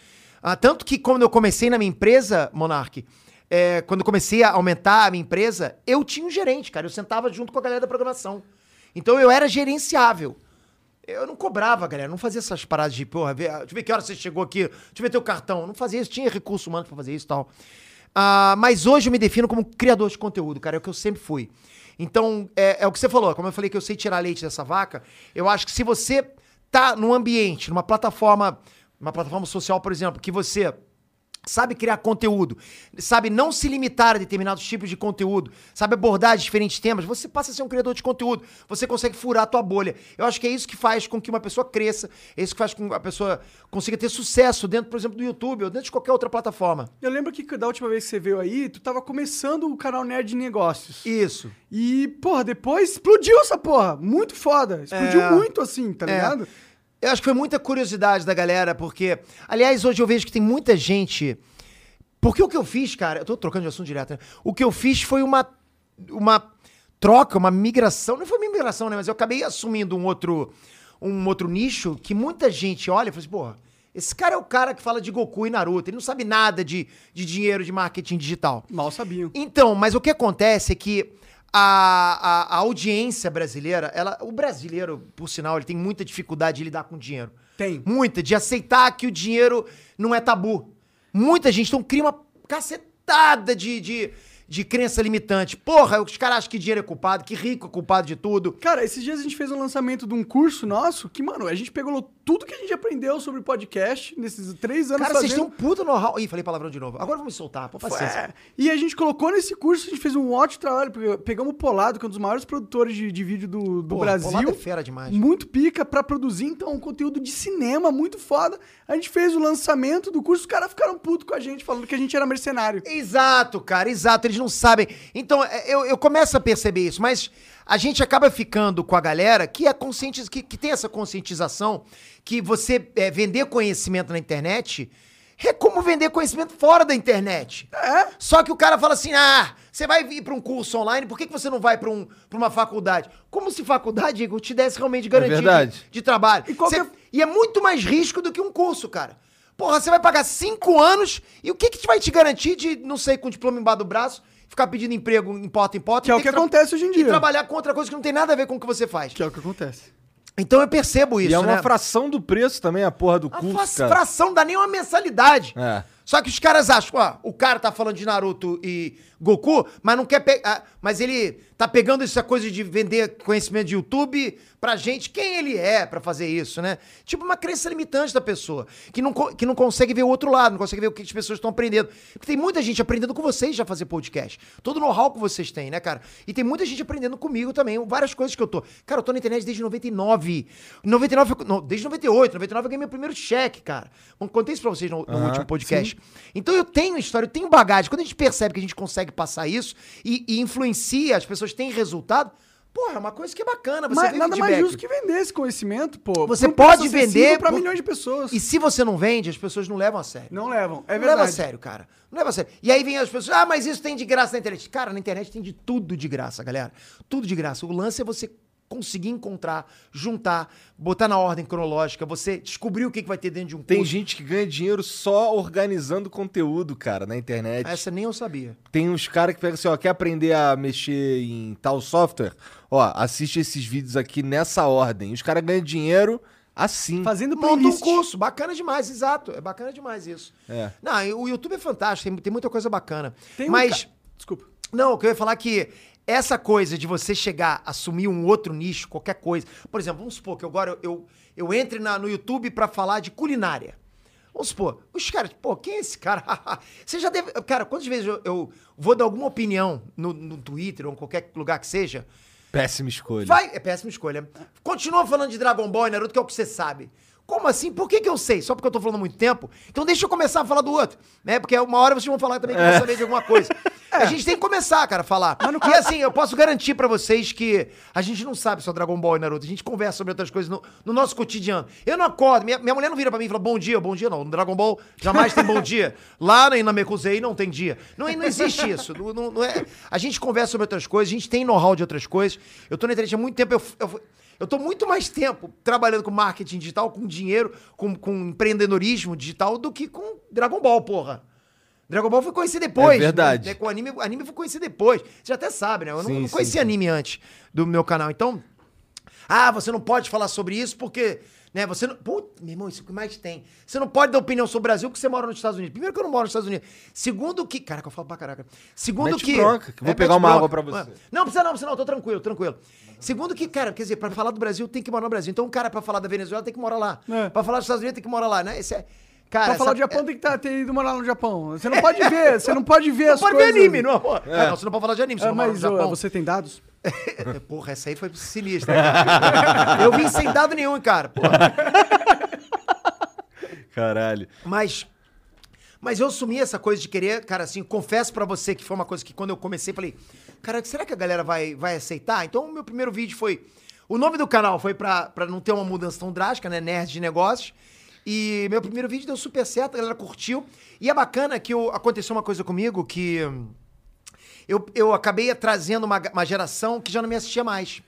C: Ah, tanto que quando eu comecei na minha empresa, Monark, é, quando eu comecei a aumentar a minha empresa, eu tinha um gerente, cara, eu sentava junto com a galera da programação. Então eu era gerenciável. Eu não cobrava, galera. Não fazia essas paradas de, porra, vê, deixa eu ver que hora você chegou aqui, deixa eu ver teu cartão. Não fazia isso, tinha recurso humano pra fazer isso e tal. Ah, mas hoje eu me defino como criador de conteúdo, cara. É o que eu sempre fui. Então, é, é o que você falou. Como eu falei que eu sei tirar leite dessa vaca, eu acho que se você tá num ambiente, numa plataforma, uma plataforma social, por exemplo, que você sabe criar conteúdo, sabe não se limitar a determinados tipos de conteúdo, sabe abordar diferentes temas, você passa a ser um criador de conteúdo, você consegue furar a tua bolha. Eu acho que é isso que faz com que uma pessoa cresça, é isso que faz com que a pessoa consiga ter sucesso dentro, por exemplo, do YouTube ou dentro de qualquer outra plataforma.
A: Eu lembro que da última vez que você veio aí, tu tava começando o canal Nerd de Negócios.
C: Isso.
A: E, porra, depois explodiu essa porra. Muito foda. Explodiu
C: É.
A: muito assim, tá
C: É.
A: ligado?
C: Eu acho que foi muita curiosidade da galera, porque. Aliás, hoje eu vejo que tem muita gente. Porque o que eu fiz, cara. Eu tô trocando de assunto direto, né? O que eu fiz foi uma. Uma troca, uma migração. Não foi uma migração, né? Mas eu acabei assumindo um outro. Um outro nicho que muita gente olha e fala assim, porra. Esse cara é o cara que fala de Goku e Naruto. Ele não sabe nada de, de dinheiro, de marketing digital.
A: Mal sabiam.
C: Então, mas o que acontece é que a, a- a audiência brasileira, ela, o brasileiro, por sinal, ele tem muita dificuldade de lidar com dinheiro.
A: Tem.
C: Muita, de aceitar que o dinheiro não é tabu. Muita gente, então cria uma cacetada de, de, de crença limitante. Porra, os caras acham que dinheiro é culpado, que rico é culpado de tudo.
A: Cara, esses dias a gente fez um lançamento de um curso nosso que, mano, a gente pegou tudo que a gente aprendeu sobre podcast nesses três anos
C: Cara,
A: fazendo.
C: vocês têm um puta know-how. Ih, falei palavrão de novo. Agora eu vou me soltar, pô, paciência.
A: É, E a gente colocou nesse curso, a gente fez um ótimo trabalho. porque Pegamos o Polado, que é um dos maiores produtores de, de vídeo do, do
C: Pô,
A: Brasil.
C: Polado é fera demais.
A: Muito pica pra produzir, então, um conteúdo de cinema muito foda. A gente fez o lançamento do curso, os caras ficaram putos com a gente, falando que a gente era mercenário.
C: Exato, cara, exato. Eles não sabem. Então, é, eu, eu começo a perceber isso, mas a gente acaba ficando com a galera que é consciente, que, que tem essa conscientização que você é, vender conhecimento na internet é como vender conhecimento fora da internet.
A: É?
C: Só que o cara fala assim: ah, você vai vir pra um curso online, por que, que você não vai pra um, pra uma faculdade? Como se faculdade, Igor, te desse realmente garantia
B: verdade.
C: de, de trabalho.
A: E qual que
C: Cê-
A: é-
C: e é muito mais risco do que um curso, cara. Porra, você vai pagar cinco anos e o que, que vai te garantir de, não sei, com o diploma embaixo do braço, ficar pedindo emprego em porta em porta?
A: Que é o
C: e ter
A: que
C: tra-
A: acontece hoje em dia.
C: E trabalhar com outra coisa que não tem nada a ver com o que você faz.
A: Que é o que acontece.
C: Então eu percebo isso,
B: e é uma
C: né?
B: fração do preço também, a porra do
C: A
B: curso,
C: fra-
B: cara.
C: fração não dá nem uma mensalidade.
B: É.
C: Só que os caras acham, ó, o cara tá falando de Naruto e Goku, mas não quer pegar. Mas ele tá pegando essa coisa de vender conhecimento de YouTube pra gente, quem ele é pra fazer isso, né? Tipo uma crença limitante da pessoa, que não, co- que não consegue ver o outro lado, não consegue ver o que as pessoas estão aprendendo. Porque tem muita gente aprendendo com vocês já fazer podcast. Todo o know-how que vocês têm, né, cara? E tem muita gente aprendendo comigo também, várias coisas que eu tô. Cara, eu tô na internet desde 99. 99, eu- não, desde 98, 99 eu ganhei meu primeiro cheque, cara. Bom, contei isso pra vocês no, no
B: Aham,
C: último podcast. Então eu tenho história, eu tenho bagagem. Quando a gente percebe que a gente consegue passar isso e, e influencia, as pessoas têm resultado, Porra, é uma coisa que é bacana. Você
A: Mas
C: vê o
A: nada mais
C: feedback.
A: justo que um vender esse conhecimento, pô.
C: Você
A: Não precisa
C: pode
A: ser
C: vender
A: símbolo pra
C: por-
A: milhões de pessoas.
C: E se você não vende, as pessoas não levam a sério.
A: Não levam. É
C: não leva a
A: verdade.
C: sério, cara. Não leva a sério. E aí vem as pessoas, ah, mas isso tem de graça na internet. Cara, na internet tem de tudo de graça, galera. Tudo de graça. O lance é você conseguir encontrar, juntar, botar na ordem cronológica, você descobrir o que que vai ter dentro de um
B: Tem
C: curso.
B: gente que ganha dinheiro só organizando conteúdo, cara, na internet.
C: Ah, Essa nem eu sabia.
B: Tem uns caras que pegam assim, ó, quer aprender a mexer em tal software? Ó, assiste esses vídeos aqui nessa ordem. Os caras ganham dinheiro assim.
A: Fazendo
C: Monta um
A: playlist.
C: curso. Bacana demais, exato. É bacana demais isso.
B: É.
C: Não, e o YouTube é fantástico, tem, tem muita coisa bacana.
A: Tem um
C: mas...
A: ca- Desculpa.
C: Não, o que eu ia falar é que essa coisa de você chegar, assumir um outro nicho, qualquer coisa. Por exemplo, vamos supor que agora eu, eu, eu entre na- no YouTube pra falar de culinária. Vamos supor, os caras, pô, quem é esse cara? você já deve. Cara, quantas vezes eu, eu vou dar alguma opinião no, no Twitter ou em qualquer lugar que seja?
B: Péssima escolha.
C: Vai, é péssima escolha. Continua falando de Dragon Ball e Naruto, que é o que você sabe. Como assim? Por que, que eu sei? Só porque eu tô falando há muito tempo? Então deixa eu começar a falar do outro, né? Porque uma hora vocês vão falar também que eu saber de alguma coisa. A gente tem que começar, cara, a falar. E assim, eu posso garantir pra vocês que a gente não sabe só Dragon Ball e Naruto. A gente conversa sobre outras coisas no, no nosso cotidiano. Eu não acordo, minha, minha mulher não vira pra mim e fala bom dia, bom dia não. No Dragon Ball jamais tem bom dia. Lá na Inamekusei não tem dia. Não, não existe isso. Não, não- não é. A gente conversa sobre outras coisas, a gente tem know-how de outras coisas. Eu tô na internet há muito tempo, eu, f- eu, f- eu tô muito mais tempo trabalhando com marketing digital, com dinheiro, com, com empreendedorismo digital do que com Dragon Ball, porra. Dragon Ball foi conhecer depois.
B: É verdade.
C: né? Com anime, anime foi conhecer depois. Você até sabe, né? Eu
B: Sim,
C: não, não
B: sim,
C: conhecia
B: sim.
C: anime antes do meu canal. Então, ah, você não pode falar sobre isso porque, né, você não... Pô, meu irmão, isso é o que mais tem. Você não pode dar opinião sobre o Brasil porque você mora nos Estados Unidos. Primeiro que eu não moro nos Estados Unidos. Segundo que... Caraca, eu falo pra caraca. Segundo
B: Mete
C: que... É,
B: bronca, que eu vou pegar
C: mete
B: uma água pra você.
C: Não, precisa não, precisa não, tô tranquilo, tranquilo. Segundo que, cara, quer dizer, pra falar do Brasil tem que morar no Brasil. Então, um cara, pra falar da Venezuela tem que morar lá.
A: É.
C: Pra falar dos Estados Unidos tem que morar lá, né? Esse é... Cara,
A: pra falar
C: essa- é,
A: do Japão, tem que tá- ter ido morar no Japão. Você não pode ver, você não pode ver
C: Não
A: as
C: pode
A: coisas.
C: ver anime, não,
B: É.
C: pô. Ah, não, você não pode falar de anime, você
A: É,
C: não mora no
A: mas ó,
C: Japão. É,
A: você tem dados?
C: Porra, essa aí foi sinistra. cara. eu vim sem dado nenhum, cara. Porra.
B: Caralho.
C: Mas, mas eu assumi essa coisa de querer, cara, assim, confesso pra você que foi uma coisa que quando eu comecei, falei, cara, será que a galera vai, vai aceitar? Então, o meu primeiro vídeo foi. O nome do canal foi pra, pra não ter uma mudança tão drástica, né? Nerd de Negócios. E meu primeiro vídeo deu super certo, a galera curtiu. E é bacana que eu- aconteceu uma coisa comigo que. hum, eu, eu acabei trazendo uma, ga- uma geração que já não me assistia mais.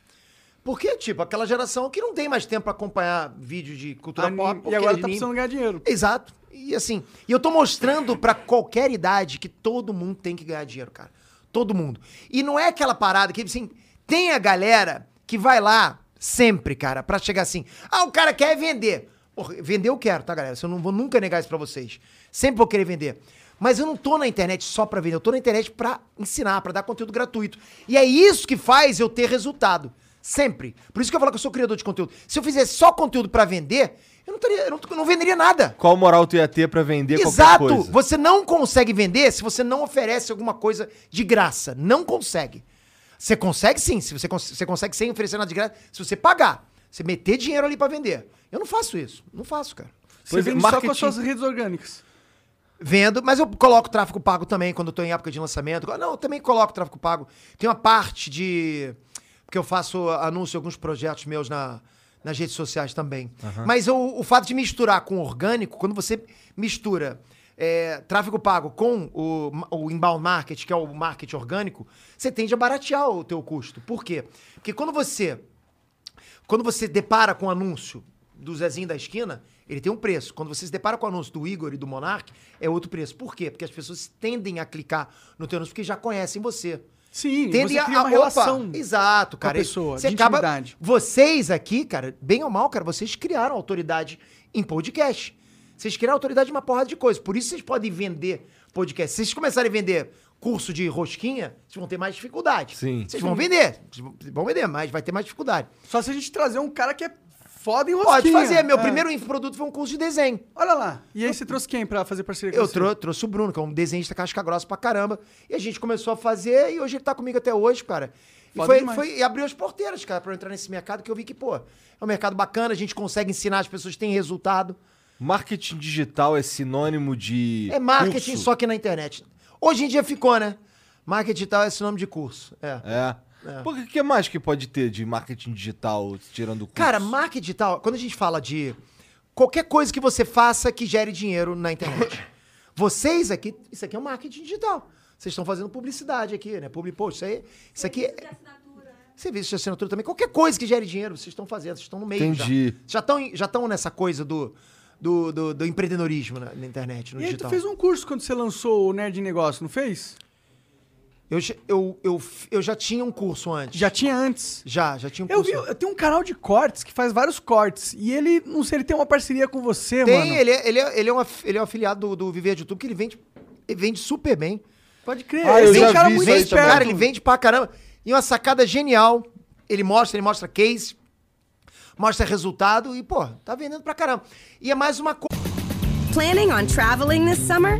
C: Porque, tipo, aquela geração que não tem mais tempo pra acompanhar vídeo de cultura
A: Anime.
C: pop.
A: e agora tá
C: anime.
A: precisando ganhar dinheiro.
C: Exato. E assim, e eu tô mostrando pra qualquer idade que todo mundo tem que ganhar dinheiro, cara. Todo mundo. E não é aquela parada que, assim, tem a galera que vai lá sempre, cara, pra chegar assim. Ah, o cara quer vender. Porra, vender eu quero, tá, galera? Isso Eu não vou nunca negar isso pra vocês. Sempre vou querer vender. Mas eu não tô na internet só pra vender, eu tô na internet pra ensinar, pra dar conteúdo gratuito. E é isso que faz eu ter resultado. Sempre. Por isso que eu falo que eu sou criador de conteúdo. Se eu fizesse só conteúdo pra vender, eu não, teria, eu não, eu não venderia nada.
B: Qual moral tu ia ter pra vender qualquer
C: Exato!
B: coisa?
C: Você não consegue vender se você não oferece alguma coisa de graça. Não consegue. Você consegue sim, se você, cons- você consegue sem oferecer nada de graça, se você pagar. Você meter dinheiro ali pra vender. Eu não faço isso. Não faço, cara.
A: Você
B: Pois é,
A: vende só com as
B: marketing.
A: suas redes orgânicas.
C: Vendo, mas eu coloco tráfego pago também quando eu tô em época de lançamento. Ah, Não, eu também coloco tráfego pago. Tem uma parte de. Porque eu faço anúncio em alguns projetos meus na, nas redes sociais também. Mas eu- o fato de misturar com orgânico, quando você mistura é, tráfego pago com o, ma- o inbound market, que é o marketing orgânico, você tende a baratear o teu custo. Por quê? Porque quando você quando você depara com o anúncio do Zezinho da esquina, ele tem um preço. Quando você se depara com o anúncio do Igor e do Monark, é outro preço. Por quê? Porque as pessoas tendem a clicar no teu anúncio porque já conhecem você.
A: Sim,
C: Tendem
A: você cria uma
C: opa,
A: relação.
C: Exato, cara.
A: com a pessoa,
C: você
A: de
C: acaba,
A: intimidade.
C: Vocês aqui, cara, bem ou mal, cara, vocês criaram autoridade em podcast. Vocês criaram autoridade em uma porrada de coisa. Por isso vocês podem vender podcast. Se vocês começarem a vender curso de rosquinha, vocês vão ter mais dificuldade.
B: Sim.
C: Vocês vão vender. Vocês vão- vão vender, mas vai ter mais dificuldade.
A: Só se a gente trazer um cara que é foda em rosquinha.
C: Pode fazer. Meu
A: É.
C: primeiro infoproduto foi um curso de desenho.
A: Olha lá. E aí você trouxe quem pra fazer parceria com
C: Eu
A: você?
C: trou- trouxe o Bruno, que é um desenhista casca grossa pra caramba. E a gente começou a fazer e hoje ele tá comigo até hoje, cara. E,
A: Foda
C: foi,
A: demais.
C: foi- e abriu as porteiras, cara, pra eu entrar nesse mercado que eu vi que, pô, é um mercado bacana, a gente consegue ensinar, as pessoas têm resultado.
B: Marketing digital é sinônimo de.
C: É marketing
B: curso.
C: só que na internet. Hoje em dia ficou, né? Marketing digital é esse nome de curso. É.
B: É. Porque o que mais que pode ter de marketing digital tirando o curso?
C: Cara, marketing digital, quando a gente fala de qualquer coisa que você faça que gere dinheiro na internet. Vocês aqui, isso aqui é um marketing digital. Vocês estão fazendo publicidade aqui, né? Public post, isso aí, isso aqui
E: De
C: é
E: assinatura, né?
C: serviço de assinatura também. Qualquer coisa que gere dinheiro, vocês estão fazendo, vocês estão no meio
B: Entendi.
C: já. Já estão em- já estão nessa coisa do do, do, do empreendedorismo na, na internet, no
A: E aí, tu
C: digital.
A: fez um curso quando você lançou o Nerd em Negócio, não fez?
C: eu, já- eu, eu, f- eu já tinha um curso antes.
A: Já tinha antes.
C: Já, já tinha um
A: Eu
C: curso.
A: vi, eu tenho um canal de cortes que faz vários cortes. E ele, não sei, ele tem uma parceria com você,
C: Tem,
A: mano.
C: ele é, ele, é, ele, é um, af- ele é um afiliado do, do Viver de YouTube, que ele vende, ele vende super bem.
A: Pode crer.
B: Ah,
A: Ele
B: eu
A: é
B: já
A: um cara
B: vi
A: muito
B: isso aí
C: vende,
B: também.
A: esperto.
C: cara, ele vende pra caramba. E uma sacada genial. Ele mostra, ele mostra case, mostra resultado e, pô, tá vendendo pra caramba. E é mais uma coisa.
F: Planning on traveling this summer?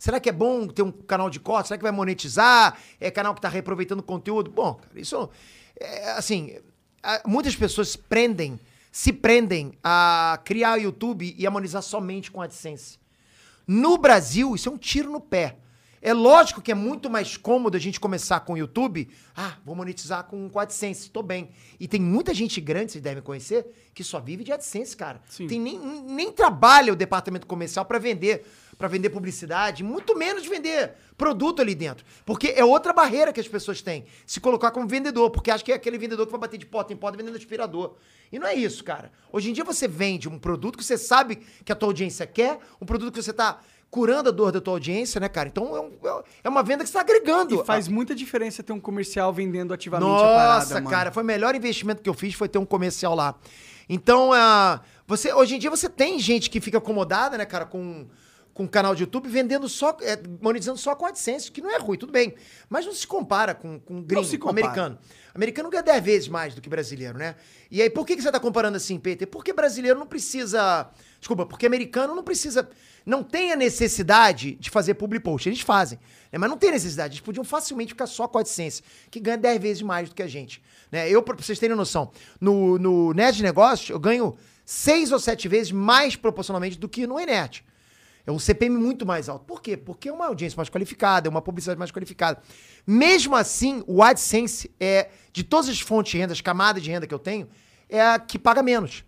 C: será que é bom ter um canal de corte? Será que vai monetizar? É canal que tá reaproveitando conteúdo? Bom, cara, isso. é, assim, a- muitas pessoas se prendem, se prendem a criar YouTube e a monetizar somente com AdSense. No Brasil, isso é um tiro no pé. É lógico que é muito mais cômodo a gente começar com o YouTube. Ah, vou monetizar com com AdSense, tô bem. E tem muita gente grande, vocês devem conhecer, que só vive de AdSense, cara.
A: Sim.
C: Tem nem, nem trabalha o departamento comercial para vender, para vender publicidade, muito menos vender produto ali dentro. Porque é outra barreira que as pessoas têm, se colocar como vendedor, porque acha que é aquele vendedor que vai bater de porta em porta vendendo aspirador. E não é isso, cara. Hoje em dia você vende um produto que você sabe que a tua audiência quer, um produto que você tá curando a dor da tua audiência, né, cara? Então é, um- é uma venda que você tá agregando.
A: E faz muita diferença ter um comercial vendendo ativamente
C: Nossa,
A: a parada, mano.
C: cara, foi o melhor investimento que eu fiz foi ter um comercial lá. Então, ah, você hoje em dia você tem gente que fica acomodada, né, cara, com com canal de YouTube vendendo só, é, monetizando só com AdSense, que não é ruim, tudo bem. Mas não se compara com, com gringo,
A: se
C: com
A: compara.
C: americano. Americano ganha 10 vezes mais do que brasileiro, né? E aí, por que, que você tá comparando assim, Peter? Porque brasileiro não precisa. Desculpa, porque americano não precisa. Não tem a necessidade de fazer public post. Eles fazem, né? mas não tem necessidade. Eles podiam facilmente ficar só com a AdSense, que ganha 10 vezes mais do que a gente. Né? Eu, pra vocês terem noção, no, no Net de Negócios, eu ganho 6 ou 7 vezes mais proporcionalmente do que no Enet. É um CPM muito mais alto. Por quê? Porque é uma audiência mais qualificada, é uma publicidade mais qualificada. Mesmo assim, o AdSense é, de todas as fontes de renda, as camadas de renda que eu tenho, é a que paga menos.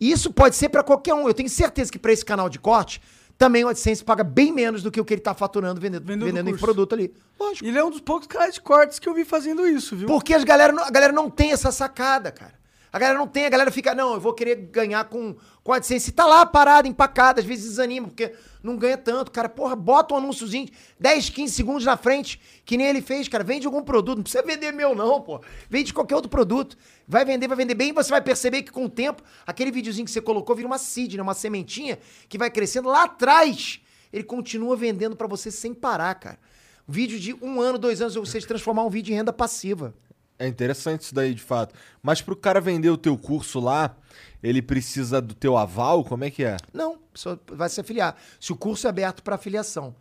C: E isso pode ser para qualquer um. Eu tenho certeza que para esse canal de corte, também o AdSense paga bem menos do que o que ele tá faturando vendendo,
A: Vendendo
C: vendendo, em
A: curso.
C: produto ali. Lógico.
A: E Ele é um dos poucos caras de cortes que eu vi fazendo isso, viu?
C: Porque as galera, não- a galera não tem essa sacada, cara. A galera não tem, a galera fica, não, eu vou querer ganhar com, com a AdSense. E tá lá parada, empacada, às vezes desanima, porque não ganha tanto, cara. Porra, bota um anúnciozinho 10, 15 segundos na frente, que nem ele fez, cara. Vende algum produto, não precisa vender meu, não, pô. Vende qualquer outro produto. Vai vender, vai vender bem, e você vai perceber que com o tempo, aquele videozinho que você colocou vira uma seed, né? Uma sementinha que vai crescendo lá atrás. Ele continua vendendo pra você sem parar, cara. Vídeo de um ano, dois anos, você transformar um vídeo em renda passiva.
B: É interessante isso daí, de fato. Mas pro cara vender o teu curso lá, ele precisa do teu aval? Como é que é?
C: Não, a pessoa vai se afiliar. Se o curso é aberto para afiliação.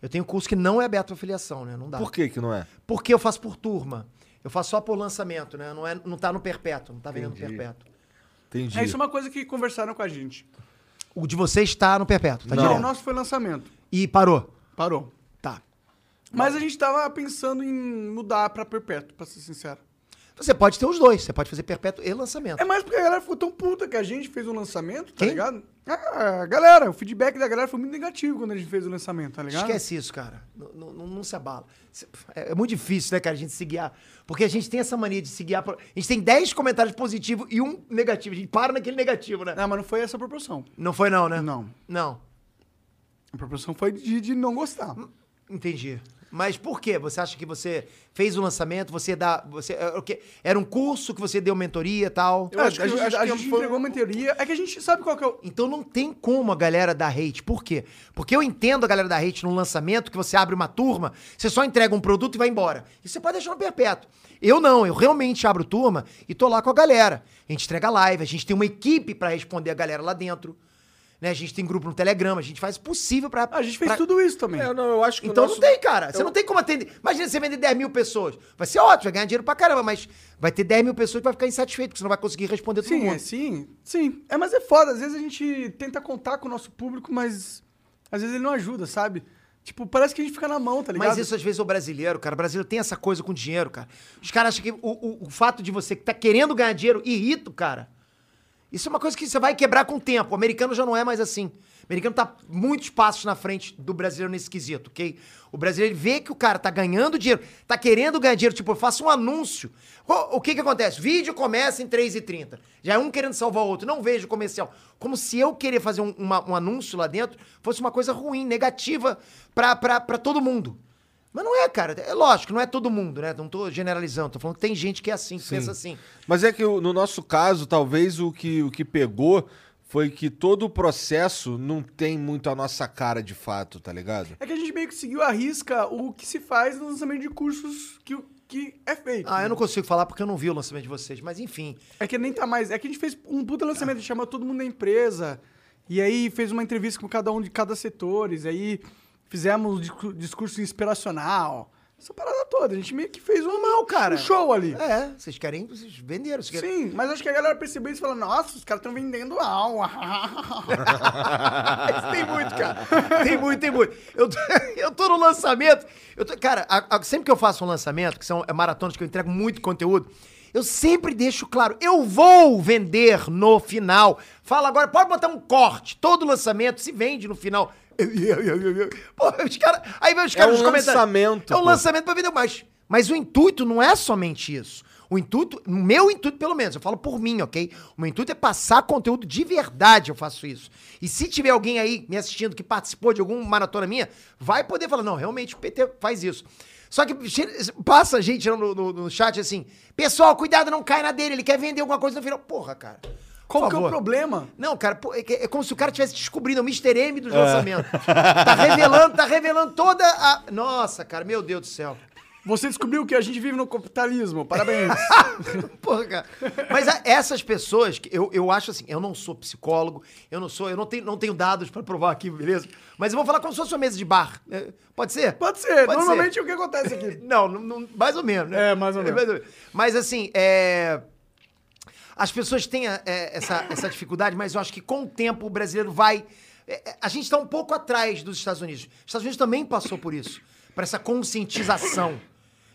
C: Eu tenho curso que não é aberto para afiliação, né? Não dá.
B: Por que que não é?
C: Porque eu faço por turma. Eu faço só por lançamento, né? Não, é, não tá no perpétuo, não tá vendendo
B: Entendi.
C: perpétuo.
B: Entendi.
A: É isso é uma coisa que conversaram com a gente.
C: O de vocês tá no perpétuo, tá
B: Não.
A: Não,
C: direto.
A: o nosso foi lançamento.
C: E parou.
A: Parou.
C: Tá.
A: Mas a gente tava pensando em mudar pra perpétuo, pra ser sincero.
C: Você pode ter os dois, você pode fazer perpétuo e lançamento.
A: É mais porque a galera ficou tão puta que a gente fez um lançamento, tá
C: Quem?
A: ligado? Ah, a galera, o feedback da galera foi muito negativo quando a gente fez o lançamento, tá ligado?
C: Esquece isso, cara. Não, não- não- não se abala. Se- É, é muito difícil, né, cara, a gente se guiar. Porque a gente tem essa mania de se guiar. Por... A gente tem 10 comentários positivos e um negativo. A gente para naquele negativo, né?
A: Ah, mas não foi essa a proporção.
C: Não foi, não, né?
A: Não.
C: Não.
A: A proporção foi de, de não gostar.
C: Entendi. Mas por quê? Você acha que você fez o lançamento, você dá. Você, é, o quê? era um curso que você deu mentoria e tal?
A: Eu acho que É, a, gente- a gente entregou uma teoria. É que a gente sabe qual que é o.
C: Então não tem como a galera dar hate. Por quê? Porque eu entendo a galera dar hate num lançamento, que você abre uma turma, você só entrega um produto e vai embora. E você pode deixar no perpétuo. Eu não, eu realmente abro turma e tô lá com a galera. A gente entrega live, a gente tem uma equipe pra responder a galera lá dentro. Né? A gente tem grupo no Telegram, a gente faz o possível pra.
A: Ah, A gente fez
C: pra-
A: tudo isso também.
B: É, não, eu acho que o
C: Então
B: nosso-
C: não tem, cara. Você não tem como atender. Imagina você vender 10 mil pessoas. Vai ser ótimo, vai ganhar dinheiro pra caramba, mas vai ter 10 mil pessoas que vai ficar insatisfeito, porque você não vai conseguir responder todo
A: Sim,
C: mundo.
A: é, sim, sim. É, mas é foda. Às vezes a gente tenta contar com o nosso público, mas às vezes ele não ajuda, sabe? Tipo, parece que a gente fica na mão, tá ligado?
C: Mas isso às vezes é o brasileiro, cara. O brasileiro tem essa coisa com dinheiro, cara. Os caras acham que o, o- o fato de você que tá querendo ganhar dinheiro irrita o cara. Isso é uma coisa que você vai quebrar com o tempo. O americano já não é mais assim. O americano tá muitos passos na frente do brasileiro nesse quesito, ok? O brasileiro ele vê que o cara tá ganhando dinheiro, tá querendo ganhar dinheiro. Tipo, eu faço um anúncio. O, o que que acontece? Vídeo começa em 3h30. Já é um querendo salvar o outro. Não vejo comercial. Como se eu querer fazer um, uma- um anúncio lá dentro fosse uma coisa ruim, negativa pra, pra, pra todo mundo. Mas não é, cara. É lógico, não é todo mundo, né? Não tô generalizando. Tô falando que tem gente que é assim, que pensa assim.
B: Mas é que o- no nosso caso, talvez o que, o que pegou foi que todo o processo não tem muito a nossa cara de fato, tá ligado?
A: É que a gente meio que seguiu a risca o que se faz no lançamento de cursos que, o- que é feito.
C: Ah, eu não consigo falar porque eu não vi o lançamento de vocês. Mas enfim,
A: É que nem tá mais. É que a gente fez um puta lançamento, a gente chamou todo mundo da empresa. E aí fez uma entrevista com cada um de cada setores. Aí fizemos discu- discurso inspiracional. Essa parada toda. A gente meio que fez um mal,
C: cara.
A: Um show ali.
C: é, vocês querem, vocês venderam. Vocês querem...
A: Sim, mas acho que a galera percebeu isso e falou: nossa, os caras estão vendendo alma.
C: Isso tem muito, cara. Tem muito, tem muito. Eu tô, eu tô no lançamento. Eu tô- cara, a- a- sempre que eu faço um lançamento, que são é, maratonas que eu entrego muito conteúdo, eu sempre deixo claro, eu vou vender no final. Fala agora, pode botar um corte. Todo lançamento se vende no final. Eu- eu- eu- eu- eu. Pô, os cara, aí vem os caras
B: um
C: nos comentários.
B: lançamento,
C: É um
B: pô.
C: lançamento pra vender mais. Mas o intuito não é somente isso. O intuito, o meu intuito pelo menos, eu falo por mim, ok? O meu intuito é passar conteúdo de verdade, eu faço isso. E se tiver alguém aí me assistindo que participou de alguma maratona minha, vai poder falar, não, realmente o PT faz isso. Só que che- passa gente lá no, no- no chat assim, pessoal, cuidado, não cai na dele, ele quer vender alguma coisa no final. Porra, cara.
A: Qual
C: por
A: que é o
C: favor.
A: problema?
C: Não, cara, pô, é, que- é como se o cara tivesse descobrindo o Mr. M
A: É.
C: dos lançamentos. Tá revelando, tá revelando toda a. Nossa, cara, meu Deus do céu.
A: Você descobriu que a gente vive no capitalismo. Parabéns.
C: Porra, cara. Mas a- essas pessoas, que eu, eu acho assim, eu não sou psicólogo, eu não sou, eu não tenho, não tenho dados pra provar aqui, beleza? Mas eu vou falar como se fosse uma mesa de bar. né? Pode ser?
A: Pode ser. Normalmente é o que acontece aqui?
C: Não, não- não- mais ou menos, né?
A: É, mais ou menos.
C: Mas assim, é, as pessoas têm é, essa, essa dificuldade, mas eu acho que com o tempo o brasileiro vai. é, é, A gente está um pouco atrás dos Estados Unidos. Os Estados Unidos também passou por isso por essa conscientização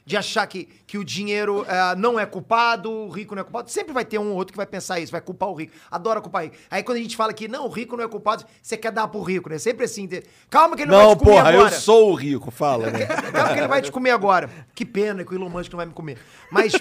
C: de achar que, que o dinheiro é, não é culpado, o rico não é culpado. Sempre vai ter um ou outro que vai pensar isso, vai culpar o rico. Adora culpar o rico. Aí quando a gente fala que não, o rico não é culpado, você quer dar pro rico, né? Sempre assim. de- Calma que ele não, vai
B: Não,
C: te comer
B: porra, eu
C: agora.
B: sou o rico, fala, né?
C: Claro que ele vai te comer agora. Que pena que o Elon Musk não vai me comer. Mas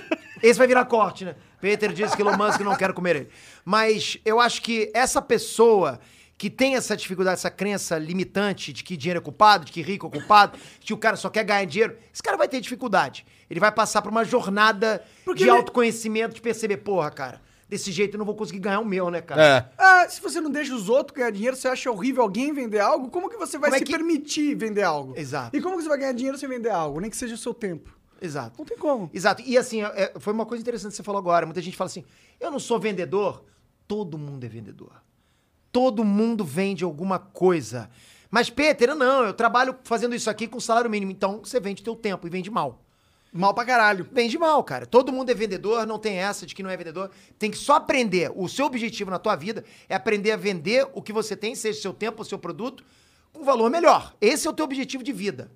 C: esse vai virar corte, né? Peter disse que Elon Musk não quer comer ele. Mas eu acho que essa pessoa que tem essa dificuldade, essa crença limitante de que dinheiro é culpado, de que rico é culpado, de que o cara só quer ganhar dinheiro, esse cara vai ter dificuldade. Ele vai passar por uma jornada
A: Porque
C: de
A: ele- é-
C: autoconhecimento, de perceber, porra, cara, desse jeito eu não vou conseguir ganhar o meu, né, cara?
B: É.
A: Ah, se você não deixa os outros ganhar dinheiro, você acha horrível alguém vender algo, como que você vai
C: Como é
A: se
C: que-
A: permitir vender algo?
C: Exato.
A: E como que você vai ganhar dinheiro sem vender algo, nem que seja o seu tempo?
C: Exato.
A: Não tem como.
C: Exato. E assim, é- é- foi uma coisa interessante que você falou agora. Muita gente fala assim: eu não sou vendedor. Todo mundo é vendedor. Todo mundo vende alguma coisa. Mas, Peter, eu não, eu trabalho fazendo isso aqui com salário mínimo. Então, você vende teu tempo e vende mal.
A: Mal pra caralho.
C: Vende mal, cara. Todo mundo é vendedor, não tem essa de que não é vendedor. Tem que só aprender. O seu objetivo na tua vida é aprender a vender o que você tem, seja seu tempo ou seu produto, com valor melhor. Esse é o teu objetivo de vida.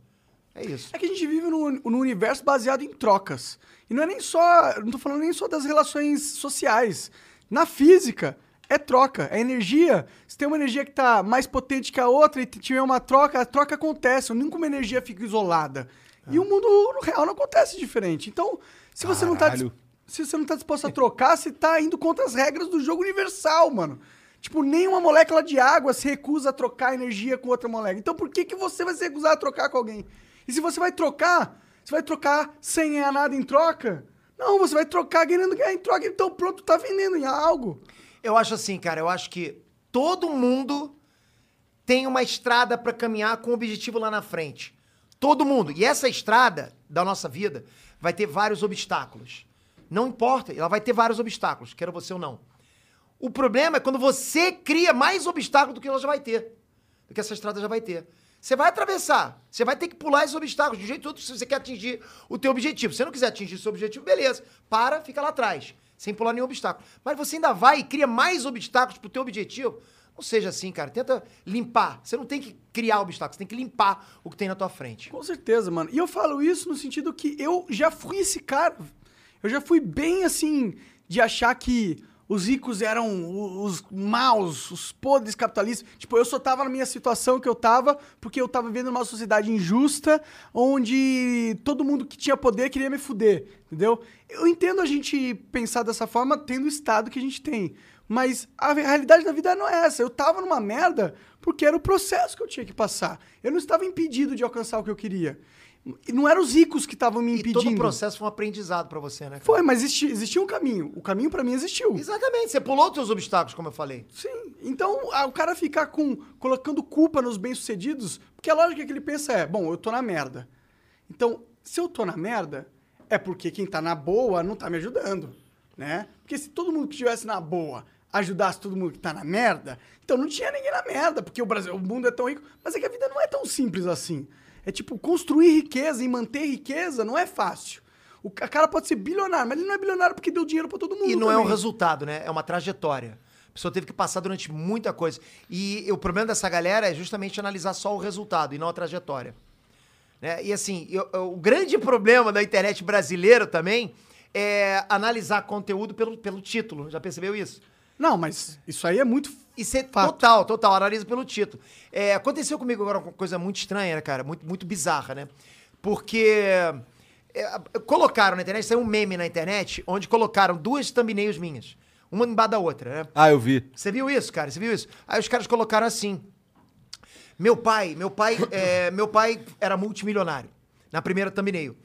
C: É isso.
A: É que a gente vive num, num universo baseado em trocas. E não é nem só. eu Não tô falando nem só das relações sociais. Na física, é troca, é energia. Se tem uma energia que tá mais potente que a outra e t- tiver uma troca, a troca acontece. Nunca uma energia fica isolada. E o mundo no real não acontece diferente. Então, se você não tá. dis-
B: Caralho.
A: Se você não tá disposto a trocar, você tá indo contra as regras do jogo universal, mano. Tipo, nenhuma molécula de água se recusa a trocar energia com outra molécula. Então por que, que você vai se recusar a trocar com alguém? E se você vai trocar, você vai trocar sem ganhar nada em troca? Não, você vai trocar ganhando ganhar em troca, então pronto, tá vendendo em algo.
C: Eu acho assim, cara, eu acho que todo mundo tem uma estrada pra caminhar com um objetivo lá na frente. Todo mundo. E essa estrada da nossa vida vai ter vários obstáculos. Não importa, ela vai ter vários obstáculos, quero você ou não. O problema é quando você cria mais obstáculo do que ela já vai ter. Do que essa estrada já vai ter. Você vai atravessar. Você vai ter que pular esses obstáculos de um jeito ou outro se você quer atingir o teu objetivo. Se você não quiser atingir seu objetivo, beleza. Para, fica lá atrás. Sem pular nenhum obstáculo. Mas você ainda vai e cria mais obstáculos pro teu objetivo. Não seja assim, cara. Tenta limpar. Você não tem que criar obstáculos. Você tem que limpar o que tem na tua frente.
A: Com certeza, mano. E eu falo isso no sentido que eu já fui esse cara. Eu já fui bem assim, de achar que os ricos eram o- os maus, os podres capitalistas. Tipo, eu só tava na minha situação que eu tava, porque eu tava vivendo numa sociedade injusta, onde todo mundo que tinha poder queria me fuder, entendeu? Eu entendo a gente pensar dessa forma tendo o estado que a gente tem. Mas a ve- realidade da vida não é essa. Eu tava numa merda porque era o processo que eu tinha que passar. Eu não estava impedido de alcançar o que eu queria. E Não eram os ricos que estavam me
C: E
A: impedindo.
C: todo o processo foi um aprendizado pra você, né? cara?
A: Foi, mas existi- existia um caminho. O caminho pra mim existiu.
C: Exatamente. Você pulou os teus obstáculos, como eu falei.
A: Sim. Então, a- o cara ficar com colocando culpa nos bem-sucedidos, porque a lógica que ele pensa é, bom, eu tô na merda. Então, se eu tô na merda, é porque quem tá na boa não tá me ajudando, né? Porque se todo mundo que estivesse na boa ajudasse todo mundo que tá na merda, então não tinha ninguém na merda, porque o Brasil, o mundo é tão rico, mas é que a vida não é tão simples assim. É tipo construir riqueza e manter riqueza não é fácil. O ca- cara pode ser bilionário, mas ele não é bilionário porque deu dinheiro pra todo mundo.
C: E não é um
A: também.
C: resultado, né? É uma trajetória. A pessoa teve que passar durante muita coisa. E o problema dessa galera é justamente analisar só o resultado e não a trajetória. né? E assim, eu- eu- o grande problema da internet brasileira também é analisar conteúdo pelo, pelo título. Já percebeu isso?
A: Não, mas isso aí é muito
C: Isso é
A: Fato.
C: total, total. Analisa pelo título. É, aconteceu comigo agora uma coisa muito estranha, né, cara? Muito, muito bizarra, né? Porque é, a- colocaram na internet, saiu um meme na internet, onde colocaram duas thumbnails minhas. Uma embaixo da outra, né?
B: Ah, eu vi.
C: Você viu isso, cara? Você viu isso? Aí os caras colocaram assim. Meu pai, meu pai, é, meu pai era multimilionário. Na primeira thumbnail.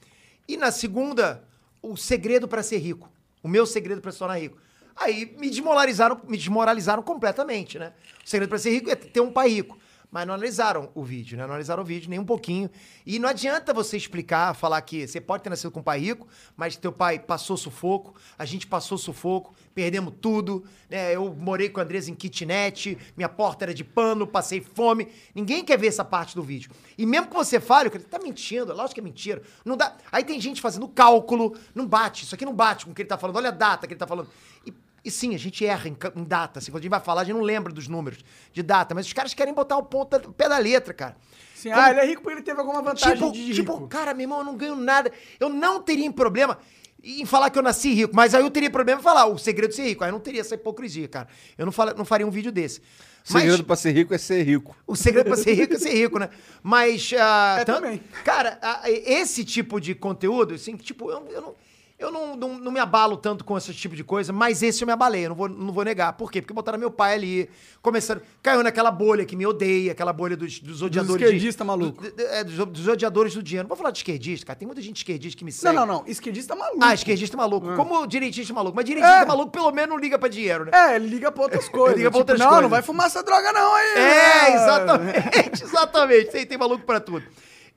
C: E na segunda, o segredo pra ser rico. O meu segredo pra se tornar rico. Aí me desmoralizaram, me desmoralizaram completamente, né? O segredo pra ser rico é ter um pai rico. Mas não analisaram o vídeo, né? Não analisaram o vídeo nem um pouquinho. E não adianta você explicar, falar que você pode ter nascido com um pai rico, mas teu pai passou sufoco, a gente passou sufoco, perdemos tudo, né? Eu morei com a Andresa em kitnet, minha porta era de pano, passei fome. Ninguém quer ver essa parte do vídeo. E mesmo que você fale, ele tá mentindo, é lógico que é mentira. Não dá. Aí tem gente fazendo cálculo, não bate, isso aqui não bate com o que ele tá falando. Olha a data que ele tá falando. E e sim, a gente erra em, ca- em data. Assim, quando a gente vai falar, a gente não lembra dos números de data. Mas os caras querem botar o ponto da- o pé da letra, cara.
A: Sim,
C: Como-
A: ah, ele é rico porque ele teve alguma vantagem
C: tipo,
A: de
C: tipo,
A: rico.
C: cara, meu irmão, eu não ganho nada. Eu não teria problema em falar que eu nasci rico. Mas aí eu teria problema em falar o segredo de ser rico. Aí eu não teria essa hipocrisia, cara. Eu não, fala- não faria um vídeo desse.
B: O segredo pra ser rico é ser rico.
C: O segredo pra ser rico é ser rico, né? Mas. ah,
A: É,
C: tan-
A: também.
C: Cara, ah, esse tipo de conteúdo, assim, que, tipo, eu, eu não. Eu não, não, não me abalo tanto com esse tipo de coisa, mas esse eu me abalei, eu não vou, não vou negar. Por quê? Porque botaram meu pai ali, começaram. Caiu naquela bolha que me odeia, aquela bolha dos, dos odiadores. de-
A: esquerdista maluco.
C: do- do- é, dos, dos odiadores do dinheiro. Não vou falar de esquerdista, cara. Tem muita gente esquerdista que me
A: Não,
C: segue.
A: não, não. Esquerdista é maluco.
C: Ah, esquerdista é maluco. Como direitista é maluco. Mas direitista
A: É.
C: maluco, pelo menos, não liga pra dinheiro, né?
A: É, ele liga pra outras coisas.
C: Liga pra
A: Tipo,
C: outras
A: não,
C: coisas.
A: não vai fumar essa droga não aí. né?
C: É, exatamente, exatamente. Tem, tem maluco pra tudo.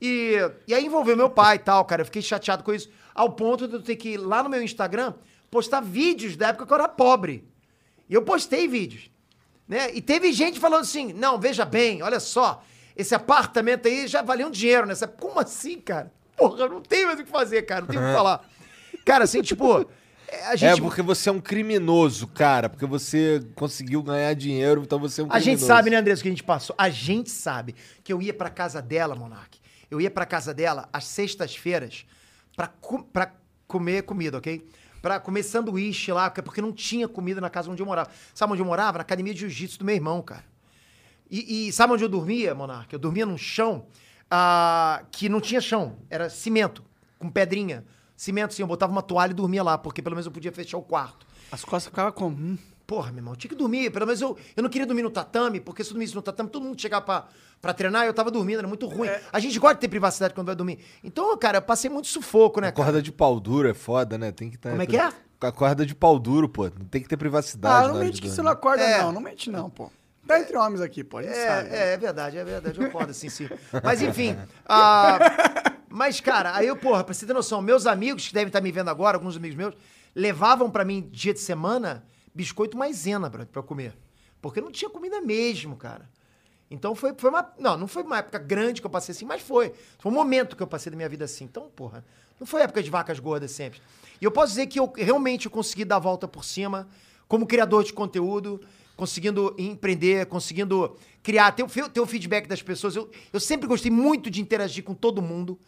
C: E, e aí envolveu meu pai e tal, cara. Eu fiquei chateado com isso. Ao ponto de eu ter que ir lá no meu Instagram postar vídeos da época que eu era pobre. E eu postei vídeos. Né? E teve gente falando assim: não, veja bem, olha só, esse apartamento aí já valia um dinheiro nessa. Como assim, cara? Porra, eu não tenho mais o que fazer, cara. Não tenho o que falar. Cara, assim, tipo. é, A gente,
B: É porque você é um criminoso, cara. Porque você conseguiu ganhar dinheiro, então você é um
C: A
B: criminoso.
C: gente sabe, né, Andressa, o que a gente passou. A gente sabe que eu ia pra casa dela, Monark. Eu ia pra casa dela às sextas-feiras pra, co- pra comer comida, ok? Pra comer sanduíche lá, porque não tinha comida na casa onde eu morava. Sabe onde eu morava? Na academia de jiu-jitsu do meu irmão, cara. E, e sabe onde eu dormia, Monark? Eu dormia num chão ah, que não tinha chão, era cimento, com pedrinha. Cimento, assim, eu botava uma toalha e dormia lá, porque pelo menos eu podia fechar o quarto.
A: As costas ficavam como? Hum,
C: Porra, meu irmão, tinha que dormir. Pelo menos eu, eu não queria dormir no tatame, porque se eu dormisse no tatame, todo mundo chegava pra, pra treinar e eu tava dormindo, era muito ruim. A gente gosta de ter privacidade quando vai dormir. Então, cara, eu passei muito sufoco, né,
B: A
C: cara?
B: corda de pau duro é foda, né? Tem que tá,
C: Como é que é?
B: Com a corda de pau duro, pô. Não tem que ter privacidade.
A: Ah, não
B: na hora
A: mente
B: de né?
A: que você não
B: dormir.
A: acorda,
C: É.
A: não. Não mente, não, pô. Tá entre homens aqui, pô. A gente sabe. né?
C: É, é, é verdade, é verdade. Eu acordo assim, sim. Mas enfim. ah, mas, cara, aí eu, porra, pra você ter noção, meus amigos que devem estar me vendo agora, alguns amigos meus, levavam pra mim dia de semana biscoito maisena pra, pra eu comer. Porque não tinha comida mesmo, cara. Então foi, foi uma. Não, não foi uma época grande que eu passei assim, mas foi. Foi um momento que eu passei da minha vida assim. Então, porra, não foi época de vacas gordas sempre. E eu posso dizer que eu realmente consegui dar a volta por cima como criador de conteúdo, conseguindo empreender, conseguindo criar, ter, o fe- ter o feedback das pessoas. Eu, eu sempre gostei muito de interagir com todo mundo.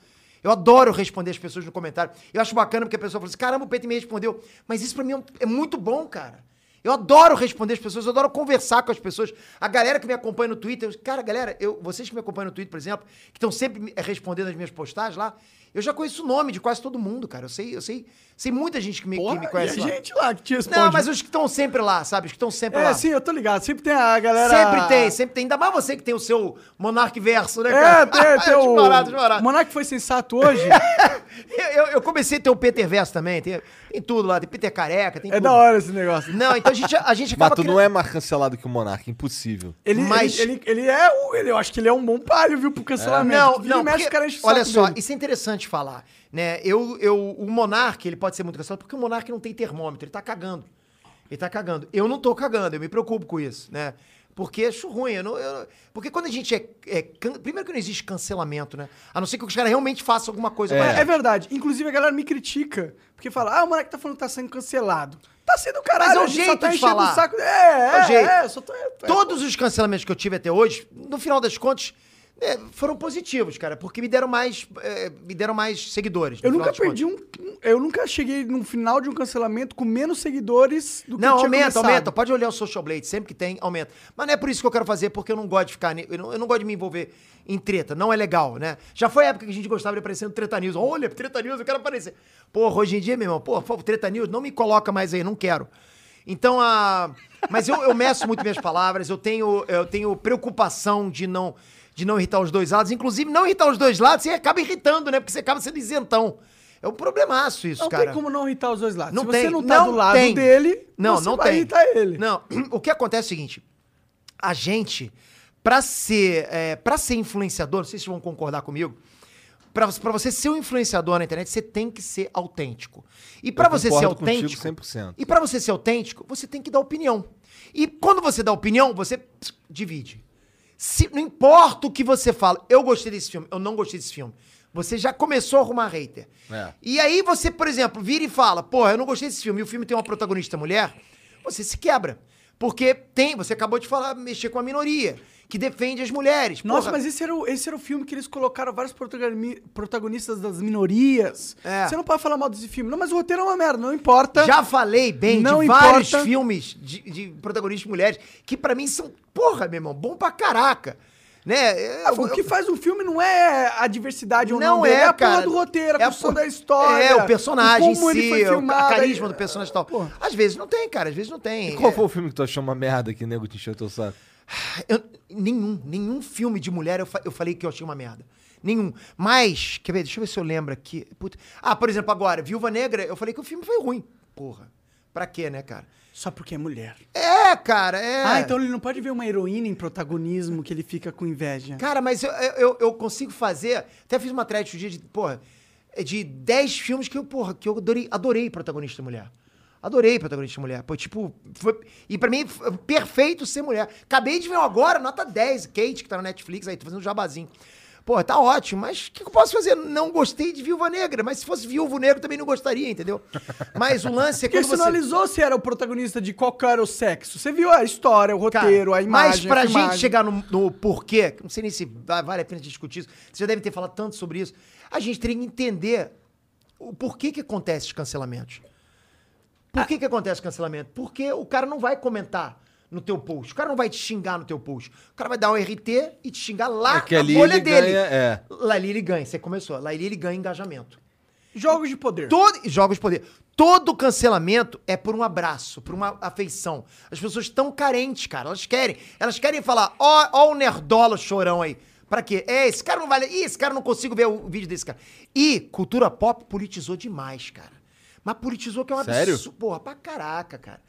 C: Eu adoro responder as pessoas no comentário. Eu acho bacana porque a pessoa fala assim: caramba, o Peter me respondeu. Mas isso pra mim é um- é muito bom, cara. Eu adoro responder as pessoas, eu adoro conversar com as pessoas. A galera que me acompanha no Twitter, eu- cara, galera, eu, vocês que me acompanham no Twitter, por exemplo, que estão sempre me- eh, respondendo as minhas postagens lá, eu já conheço o nome de quase todo mundo, cara. Eu sei, eu sei, sei muita gente que me, que
A: Porra,
C: me
A: e
C: conhece
A: a
C: lá.
A: gente lá que te responde.
C: Não, mas os que estão sempre lá, sabe? Os que estão sempre
A: É,
C: lá.
A: sim, eu tô ligado. Sempre tem a galera...
C: Sempre tem, sempre tem. Ainda mais você que tem o seu Monark Verso, né,
A: É,
C: cara?
A: tem, tem o...
C: Desmarado, desmarado.
A: Monark foi sensato hoje.
C: Eu, eu, eu comecei a ter o Peter Verso também. Tem, tem tudo lá. Tem Peter Careca, tem
A: é
C: tudo.
A: da hora esse negócio.
C: Não, então a gente, a gente
B: Mas
C: acaba
B: tu
C: criando-
B: não é mais cancelado que o Monarca, impossível.
A: Ele,
C: Mas-
A: ele, ele, ele é o... Ele, eu acho que ele é um bom palho, viu, pro cancelamento.
C: É. Não,
A: Vira e
C: não,
A: mexe,
C: porque-
A: o cara enche o
C: olha
A: saco
C: só,
A: dele.
C: isso é interessante falar, né? Eu, eu, o Monark, ele pode ser muito cancelado, porque o Monark não tem termômetro, ele tá cagando. Ele tá cagando. Eu não tô cagando, eu me preocupo com isso, né? Porque é ruim, eu não, eu- porque quando a gente é, é can- Primeiro que não existe cancelamento, né? A não ser que os caras realmente façam alguma coisa. com a
A: É.
C: gente.
A: é verdade. Inclusive, a galera me critica. Porque fala, ah, o moleque tá falando que tá sendo cancelado. Tá sendo caralho,
C: Mas é o
A: a gente só
C: jeito
A: tá
C: de
A: enchendo
C: falar.
A: o saco. É,
C: É
A: é,
C: o jeito.
A: é, só tô... é, é.
C: Todos os cancelamentos que eu tive até hoje, no final das contas, né, foram positivos, cara, porque me deram mais, eh, me deram mais seguidores. no
A: Eu
C: final
A: nunca
C: das contas.
A: perdi um. um- Eu nunca cheguei num final de um cancelamento com menos seguidores do que
C: Não,
A: tinha
C: aumenta,
A: começado.
C: aumenta. Pode olhar o Social Blade, sempre que tem, aumenta. Mas não é por isso que eu quero fazer, porque eu não gosto de ficar. ne- Eu não, eu não gosto de me envolver em treta. Não é legal, né? Já foi a época que a gente gostava de aparecer no Treta News. Olha, Treta News, eu quero aparecer. Porra, hoje em dia, meu irmão, porra, por favor, Treta News, não me coloca mais aí, não quero. Então, a. Mas eu, eu meço muito minhas palavras, eu tenho, eu tenho preocupação de não, de não irritar os dois lados. Inclusive, não irritar os dois lados, você acaba irritando, né? Porque você acaba sendo isentão. É um problemaço isso,
A: Não
C: cara.
A: tem como não irritar os dois lados.
C: Não
A: Se
C: tem.
A: você não tá do lado
C: tem.
A: dele,
C: não,
A: você
C: não
A: vai
C: tem.
A: irritar ele.
C: Não, o que acontece é o seguinte: a gente, pra ser, é, pra ser influenciador, não sei se vocês vão concordar comigo. Pra, você- pra você ser um influenciador na internet, você tem que ser autêntico. E pra você ser
B: concordo contigo
C: autêntico,
B: 100%.
C: e pra você ser autêntico, você tem que dar opinião. E quando você dá opinião, você pss, divide. Se- não importa o que você fala, eu gostei desse filme, eu não gostei desse filme. Você já começou a arrumar hater.
B: É.
C: E aí você, por exemplo, vira e fala, porra, eu não gostei desse filme, e o filme tem uma protagonista mulher, você se quebra. Porque tem, você acabou de falar, mexer com a minoria, que defende as mulheres.
A: Nossa,
C: porra.
A: mas esse era, o, esse era o filme que eles colocaram vários protagoni- protagonistas das minorias.
C: É.
A: Você não pode falar mal desse filme. Não, mas o roteiro é uma merda, não importa.
C: Já falei bem
A: Não
C: de vários
A: importa.
C: filmes de, de protagonistas mulheres que pra mim são, porra, meu irmão, bom pra caraca. Né?
A: Ah,
C: Eu-
A: o
C: eu-
A: que faz um filme não é a diversidade ou não,
C: Não
A: dele,
C: é,
A: é a
C: cara.
A: porra do roteiro, a
C: É a
A: construção
C: porra-
A: da história.
C: É, o personagem
A: o como
C: em si,
A: ele foi
C: o
A: filmado.
C: carisma
A: aí- ah,
C: do personagem e tal.
A: Porra.
C: Às vezes não tem, cara, às vezes não tem.
B: E qual
C: É,
B: foi o filme que tu achou uma merda que o nego te encheu teu saco?
C: eu- nenhum, nenhum filme de mulher eu, fa- eu falei que eu achei uma merda. Nenhum. Mas, quer ver, deixa eu ver se eu lembro aqui. Puta. Ah, por exemplo, agora, Viúva Negra, eu falei que o filme foi ruim. Porra. Pra quê, né, cara?
A: Só porque é mulher.
C: É, cara, é.
A: Ah, então ele não pode ver uma heroína em protagonismo que ele fica com inveja.
C: Cara, mas eu, eu, eu consigo fazer. Até fiz uma thread outro dia de, porra, de 10 filmes que eu, porra, que eu adorei, adorei protagonista mulher. Adorei protagonista mulher. Pô, tipo, foi- e pra mim, foi perfeito ser mulher. Acabei de ver um agora, nota 10, Kate, que tá na Netflix, aí tô fazendo um jabazinho. Pô, tá ótimo, mas o que eu posso fazer? Não gostei de Viúva Negra, mas se fosse Viúvo Negro também não gostaria, entendeu? Mas o lance é
A: Porque
C: quando
A: você
C: você...
A: não analisou se era o protagonista de qual que era o sexo. Você viu a história, o
C: Cara,
A: roteiro, a imagem.
C: Mas pra
A: a filmagem.
C: gente chegar no, no porquê, que não sei nem se va- vale a pena discutir isso, você já deve ter falado tanto sobre isso. A gente teria que entender o porquê que acontece os cancelamentos. Por que, que acontece o cancelamento? Porque o cara não vai comentar no teu post. O cara não vai te xingar no teu post. O cara vai dar um RT e te xingar lá
B: É que
C: na
B: ali
C: bolha
B: ele
C: dele.
B: ganha- é.
C: Lá ali ele ganha. Você começou. Lá ali ele ganha engajamento.
A: Jogos de poder.
C: Todo, jogos de poder. Todo cancelamento é por um abraço, por uma afeição. As pessoas estão carentes, cara. Elas querem. Elas querem falar, ó, ó o nerdola chorão aí. Pra quê? É, esse cara não vale. Ih, esse cara eu não consigo ver o vídeo desse cara. E cultura pop politizou demais, cara. Mas politizou que é um
B: Sério?
C: absurdo. Porra, pra caraca, cara.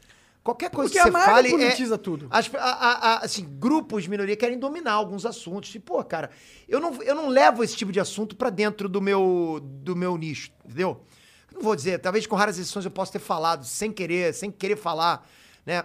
C: Qualquer coisa
A: Porque
C: que
A: a
C: você
A: Marvel
C: fale. é-
A: politiza tudo.
C: as- a- a- a- assim, grupos, minoria, querem dominar alguns assuntos. E, pô, cara, eu não, eu não levo esse tipo de assunto pra dentro do meu, do meu nicho, entendeu? Não vou dizer, talvez com raras exceções eu possa ter falado, sem querer, sem querer falar, né?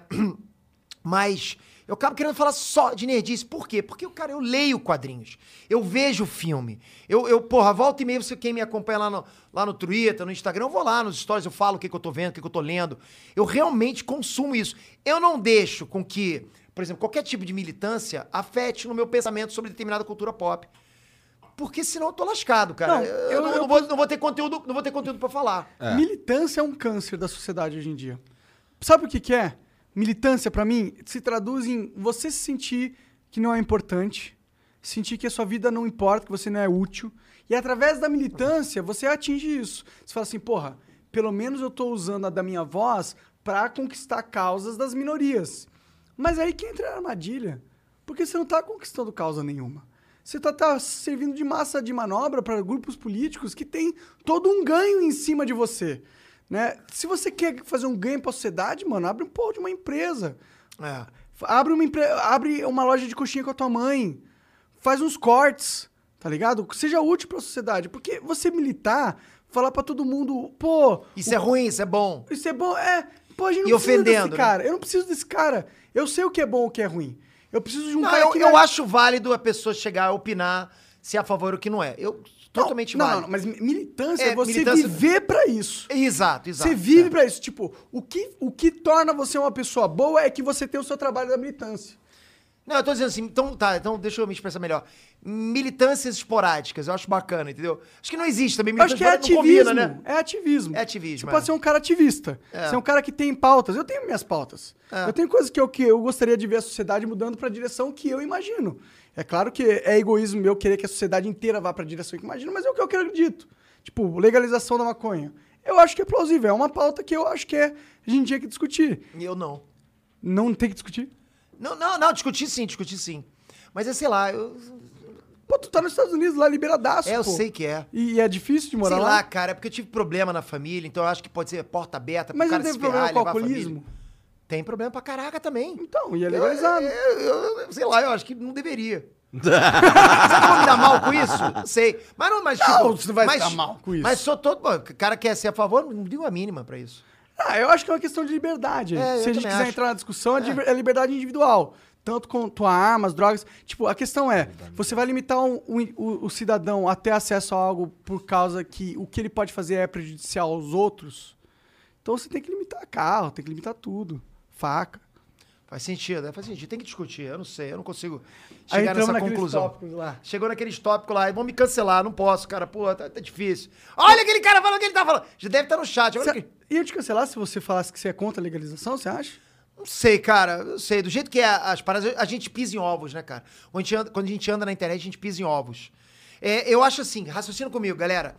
C: Mas eu acabo querendo falar só de nerdice. Por quê? Porque, cara, eu leio quadrinhos. Eu vejo filme. Eu, eu porra, volta e meia, você quem me acompanha lá no, lá no Twitter, no Instagram, eu vou lá nos stories, eu falo o que, que eu tô vendo, o que, que eu tô lendo. Eu realmente consumo isso. Eu não deixo com que, por exemplo, qualquer tipo de militância afete no meu pensamento sobre determinada cultura pop. Porque senão eu tô lascado, cara.
A: Não,
C: eu
A: eu-
C: não,
A: eu-
C: não vou, não vou ter conteúdo, não vou ter conteúdo para falar.
A: Militância é um câncer da sociedade hoje em dia. Sabe o que, que é? Militância, pra mim, se traduz em você se sentir que não é importante, sentir que a sua vida não importa, que você não é útil. E através da militância, você atinge isso. Você fala assim, porra, pelo menos eu tô usando a da minha voz pra conquistar causas das minorias. Mas aí que entra a armadilha. Porque você não tá conquistando causa nenhuma. Você tá, tá servindo de massa de manobra para grupos políticos que têm todo um ganho em cima de você. Né? Se você quer fazer um ganho para a sociedade, mano, abre um porra de uma empresa.
C: É.
A: F- Abre uma, empre- abre uma loja de coxinha com a tua mãe. Faz uns cortes, tá ligado? Seja útil para a sociedade. Porque você militar, falar para todo mundo, pô,
C: Isso é ruim, isso é bom.
A: isso é bom. É, pô, a gente não
C: E
A: precisa
C: ofendendo,
A: desse
C: né?
A: cara. Eu não preciso desse cara. Eu sei o que é bom e o que é ruim. Eu preciso de um
C: Não,
A: cara
C: eu,
A: que
C: eu
A: não-
C: acho válido a pessoa chegar a opinar se é a favor ou que não é. Eu totalmente
A: não, não,
C: válido.
A: não, mas mi- militância é,
C: É,
A: você
C: militância-
A: viver pra isso.
C: Exato, exato.
A: Você vive
C: É.
A: pra isso. Tipo, o que, o que torna você uma pessoa boa é que você tem o seu trabalho da militância.
C: Não, eu tô dizendo assim, então tá, então deixa eu me expressar melhor. Militâncias esporádicas, eu acho bacana, entendeu? Acho que não existe também.
A: Eu acho
C: militância
A: que é
C: esporádica
A: ativismo.
C: não combina, né?
A: É ativismo.
C: É ativismo,
A: Você
C: é.
A: pode ser um cara ativista.
C: É.
A: Você é um cara que tem pautas. Eu tenho minhas pautas.
C: É.
A: Eu tenho coisas que eu, que eu gostaria de ver a sociedade mudando pra direção que eu imagino. É claro que é egoísmo meu querer que a sociedade inteira vá pra direção que eu imagino, mas é o que eu acredito. Tipo, legalização da maconha. Eu acho que é plausível. É uma pauta que eu acho que é, a gente tinha que discutir.
C: Eu não.
A: Não tem que discutir?
C: Não, não, não, discuti sim, discuti sim. Mas é, sei lá, eu,
A: Pô, tu tá nos Estados Unidos, lá liberadaço,
C: é, eu
A: pô.
C: sei que é.
A: E, e é difícil de morar
C: sei
A: lá.
C: lá, cara, é porque eu tive problema na família, então eu acho que pode ser porta aberta pro
A: Mas não
C: cara se
A: teve problema
C: ferrar,
A: com o
C: levar a família.
A: alcoolismo?
C: Tem problema pra caraca também.
A: Então, e é legalizado.
C: Eu, eu- eu- sei lá, eu acho que não deveria. Será que eu vou me dar mal com isso? Não sei. Mas não, mas
A: Não,
C: tipo,
A: você não vai se
C: mas-
A: dar mal com isso.
C: Mas sou todo. pô, O cara quer ser a favor, não deu a mínima pra isso.
A: Ah, eu acho que é uma questão de liberdade.
C: É, eu
A: Se a gente
C: também
A: quiser
C: acho.
A: entrar na discussão, é, de- é liberdade individual. Tanto quanto a armas, drogas. Tipo, a questão é: você vai limitar o, o- o- o cidadão a ter acesso a algo por causa que o que ele pode fazer é prejudicial aos outros? Então você tem que limitar carro, tem que limitar tudo. Faca.
C: Faz sentido, né? faz sentido. Tem que discutir. Eu não sei, eu não consigo
A: Aí
C: chegar
A: entramos
C: nessa
A: naqueles
C: conclusão.
A: tópicos lá.
C: Chegou naqueles tópicos lá, e vão me cancelar, não posso, cara. Pô, tá, tá difícil. Olha aquele cara falando o que ele tá falando. Já deve estar no chat. Olha
A: Cê-
C: aquele-
A: Ia te cancelar se você falasse que você é contra a legalização, você acha?
C: Não sei, cara. Eu sei. Do jeito que é as paradas, a gente pisa em ovos, né, cara? Quando a gente anda, quando a gente anda na internet, a gente pisa em ovos. É, eu acho assim, raciocina comigo, galera.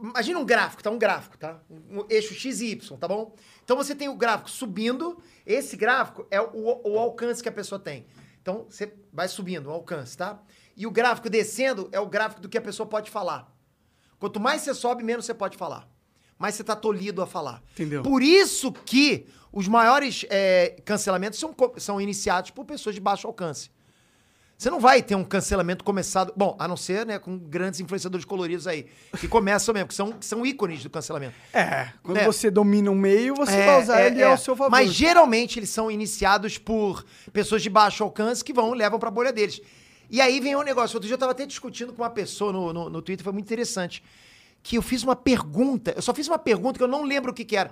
C: Imagina um gráfico, tá? Um gráfico, tá? Um eixo X e Y, tá bom? Então você tem o gráfico subindo. Esse gráfico é o, o alcance que a pessoa tem. Então você vai subindo o alcance, tá? E o gráfico descendo é o gráfico do que a pessoa pode falar. Quanto mais você sobe, menos você pode falar. Mas você tá tolhido a falar.
A: Entendeu.
C: Por isso que os maiores é, cancelamentos são, co- são iniciados por pessoas de baixo alcance. Você não vai ter um cancelamento começado. Bom, a não ser né, com grandes influenciadores coloridos aí. Que começam mesmo, que são, que são ícones do cancelamento.
A: É. Quando
C: É.
A: você domina um meio, você
C: É,
A: vai usar
C: é,
A: ele
C: é.
A: ao seu favor.
C: Mas geralmente eles são iniciados por pessoas de baixo alcance que vão e levam pra bolha deles. E aí vem um negócio. Outro dia eu tava até discutindo com uma pessoa no, no, no Twitter, foi muito interessante. Que eu fiz uma pergunta, eu só fiz uma pergunta que eu não lembro o que que era.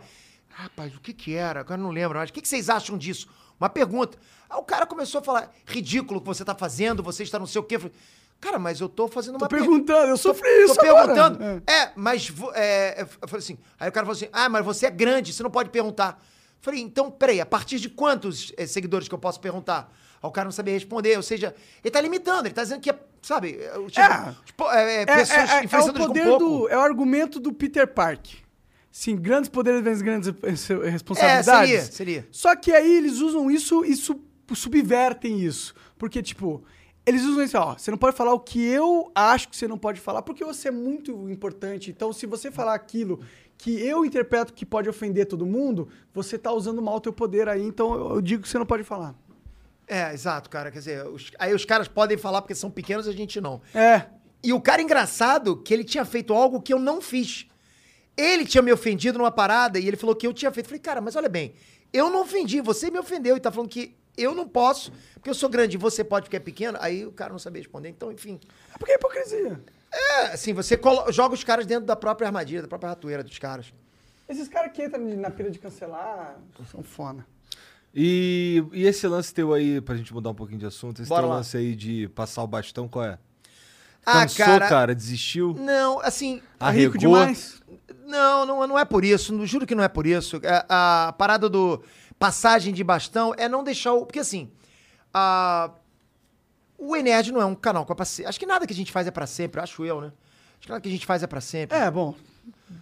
C: Rapaz, o que que era? Agora eu não lembro mais. O que que vocês acham disso? Uma pergunta. Aí o cara começou a falar, ridículo o que você tá fazendo, você está não sei o quê. Eu falei, Cara, mas eu tô fazendo
A: Tô
C: uma pergunta.
A: perguntando, eu sofri isso
C: Tô
A: agora.
C: perguntando.
A: É.
C: É, mas. vo- é, eu falei assim. Aí o cara falou assim: ah, mas você é grande, você não pode perguntar. Eu Falei, então, peraí, a partir de quantos eh, seguidores que eu posso perguntar? Aí o cara não sabia responder, ou seja, ele tá limitando, ele tá dizendo que é, sabe, é, o tipo,
A: É.
C: tipo, é, é, pessoas
A: é, é, é o
C: influenciadores com
A: poder
C: pouco.
A: do. É o argumento do Peter Park. Sim, grandes poderes vêm grandes eh,
C: É,
A: responsabilidades.
C: seria, seria.
A: Só que aí eles usam isso e su- subvertem isso. Porque, tipo, eles usam isso, ó. Você não pode falar o que eu acho que você não pode falar, porque você é muito importante. Então, se você falar aquilo que eu interpreto que pode ofender todo mundo, você tá usando mal o teu poder aí, então eu- eu digo que você não pode falar.
C: É, exato, cara. Quer dizer, os- aí os caras podem falar porque são pequenos e a gente não.
A: É.
C: E o cara engraçado que ele tinha feito algo que eu não fiz. Ele tinha me ofendido numa parada e ele falou que eu tinha feito. Eu Falei, cara, mas olha bem, eu não ofendi, você me ofendeu e tá falando que eu não posso, porque eu sou grande e você pode porque é pequeno. Aí o cara não sabia responder. Então, enfim.
A: É porque é hipocrisia.
C: É, assim, você colo- joga os caras dentro da própria armadilha, da própria ratoeira dos caras.
A: Esses caras que entram na pira de cancelar são fona.
B: E, e esse lance teu aí, pra gente mudar um pouquinho de assunto, esse
C: Bora
B: teu
C: lá.
B: lance aí de passar o bastão, qual é?
C: Ah,
B: Cansou,
C: cara.
B: desistiu,
C: Não, assim,
A: Tá rico
B: arregou.
A: demais.
C: Não, não, não é por isso. não- Juro que não é por isso. É, A parada do passagem de bastão é não deixar o. Porque assim. a- o Enerd não é um canal com é pra ser. Acho que nada que a gente faz é pra sempre, acho eu, né? Acho que nada que a gente faz é pra sempre.
A: É, bom.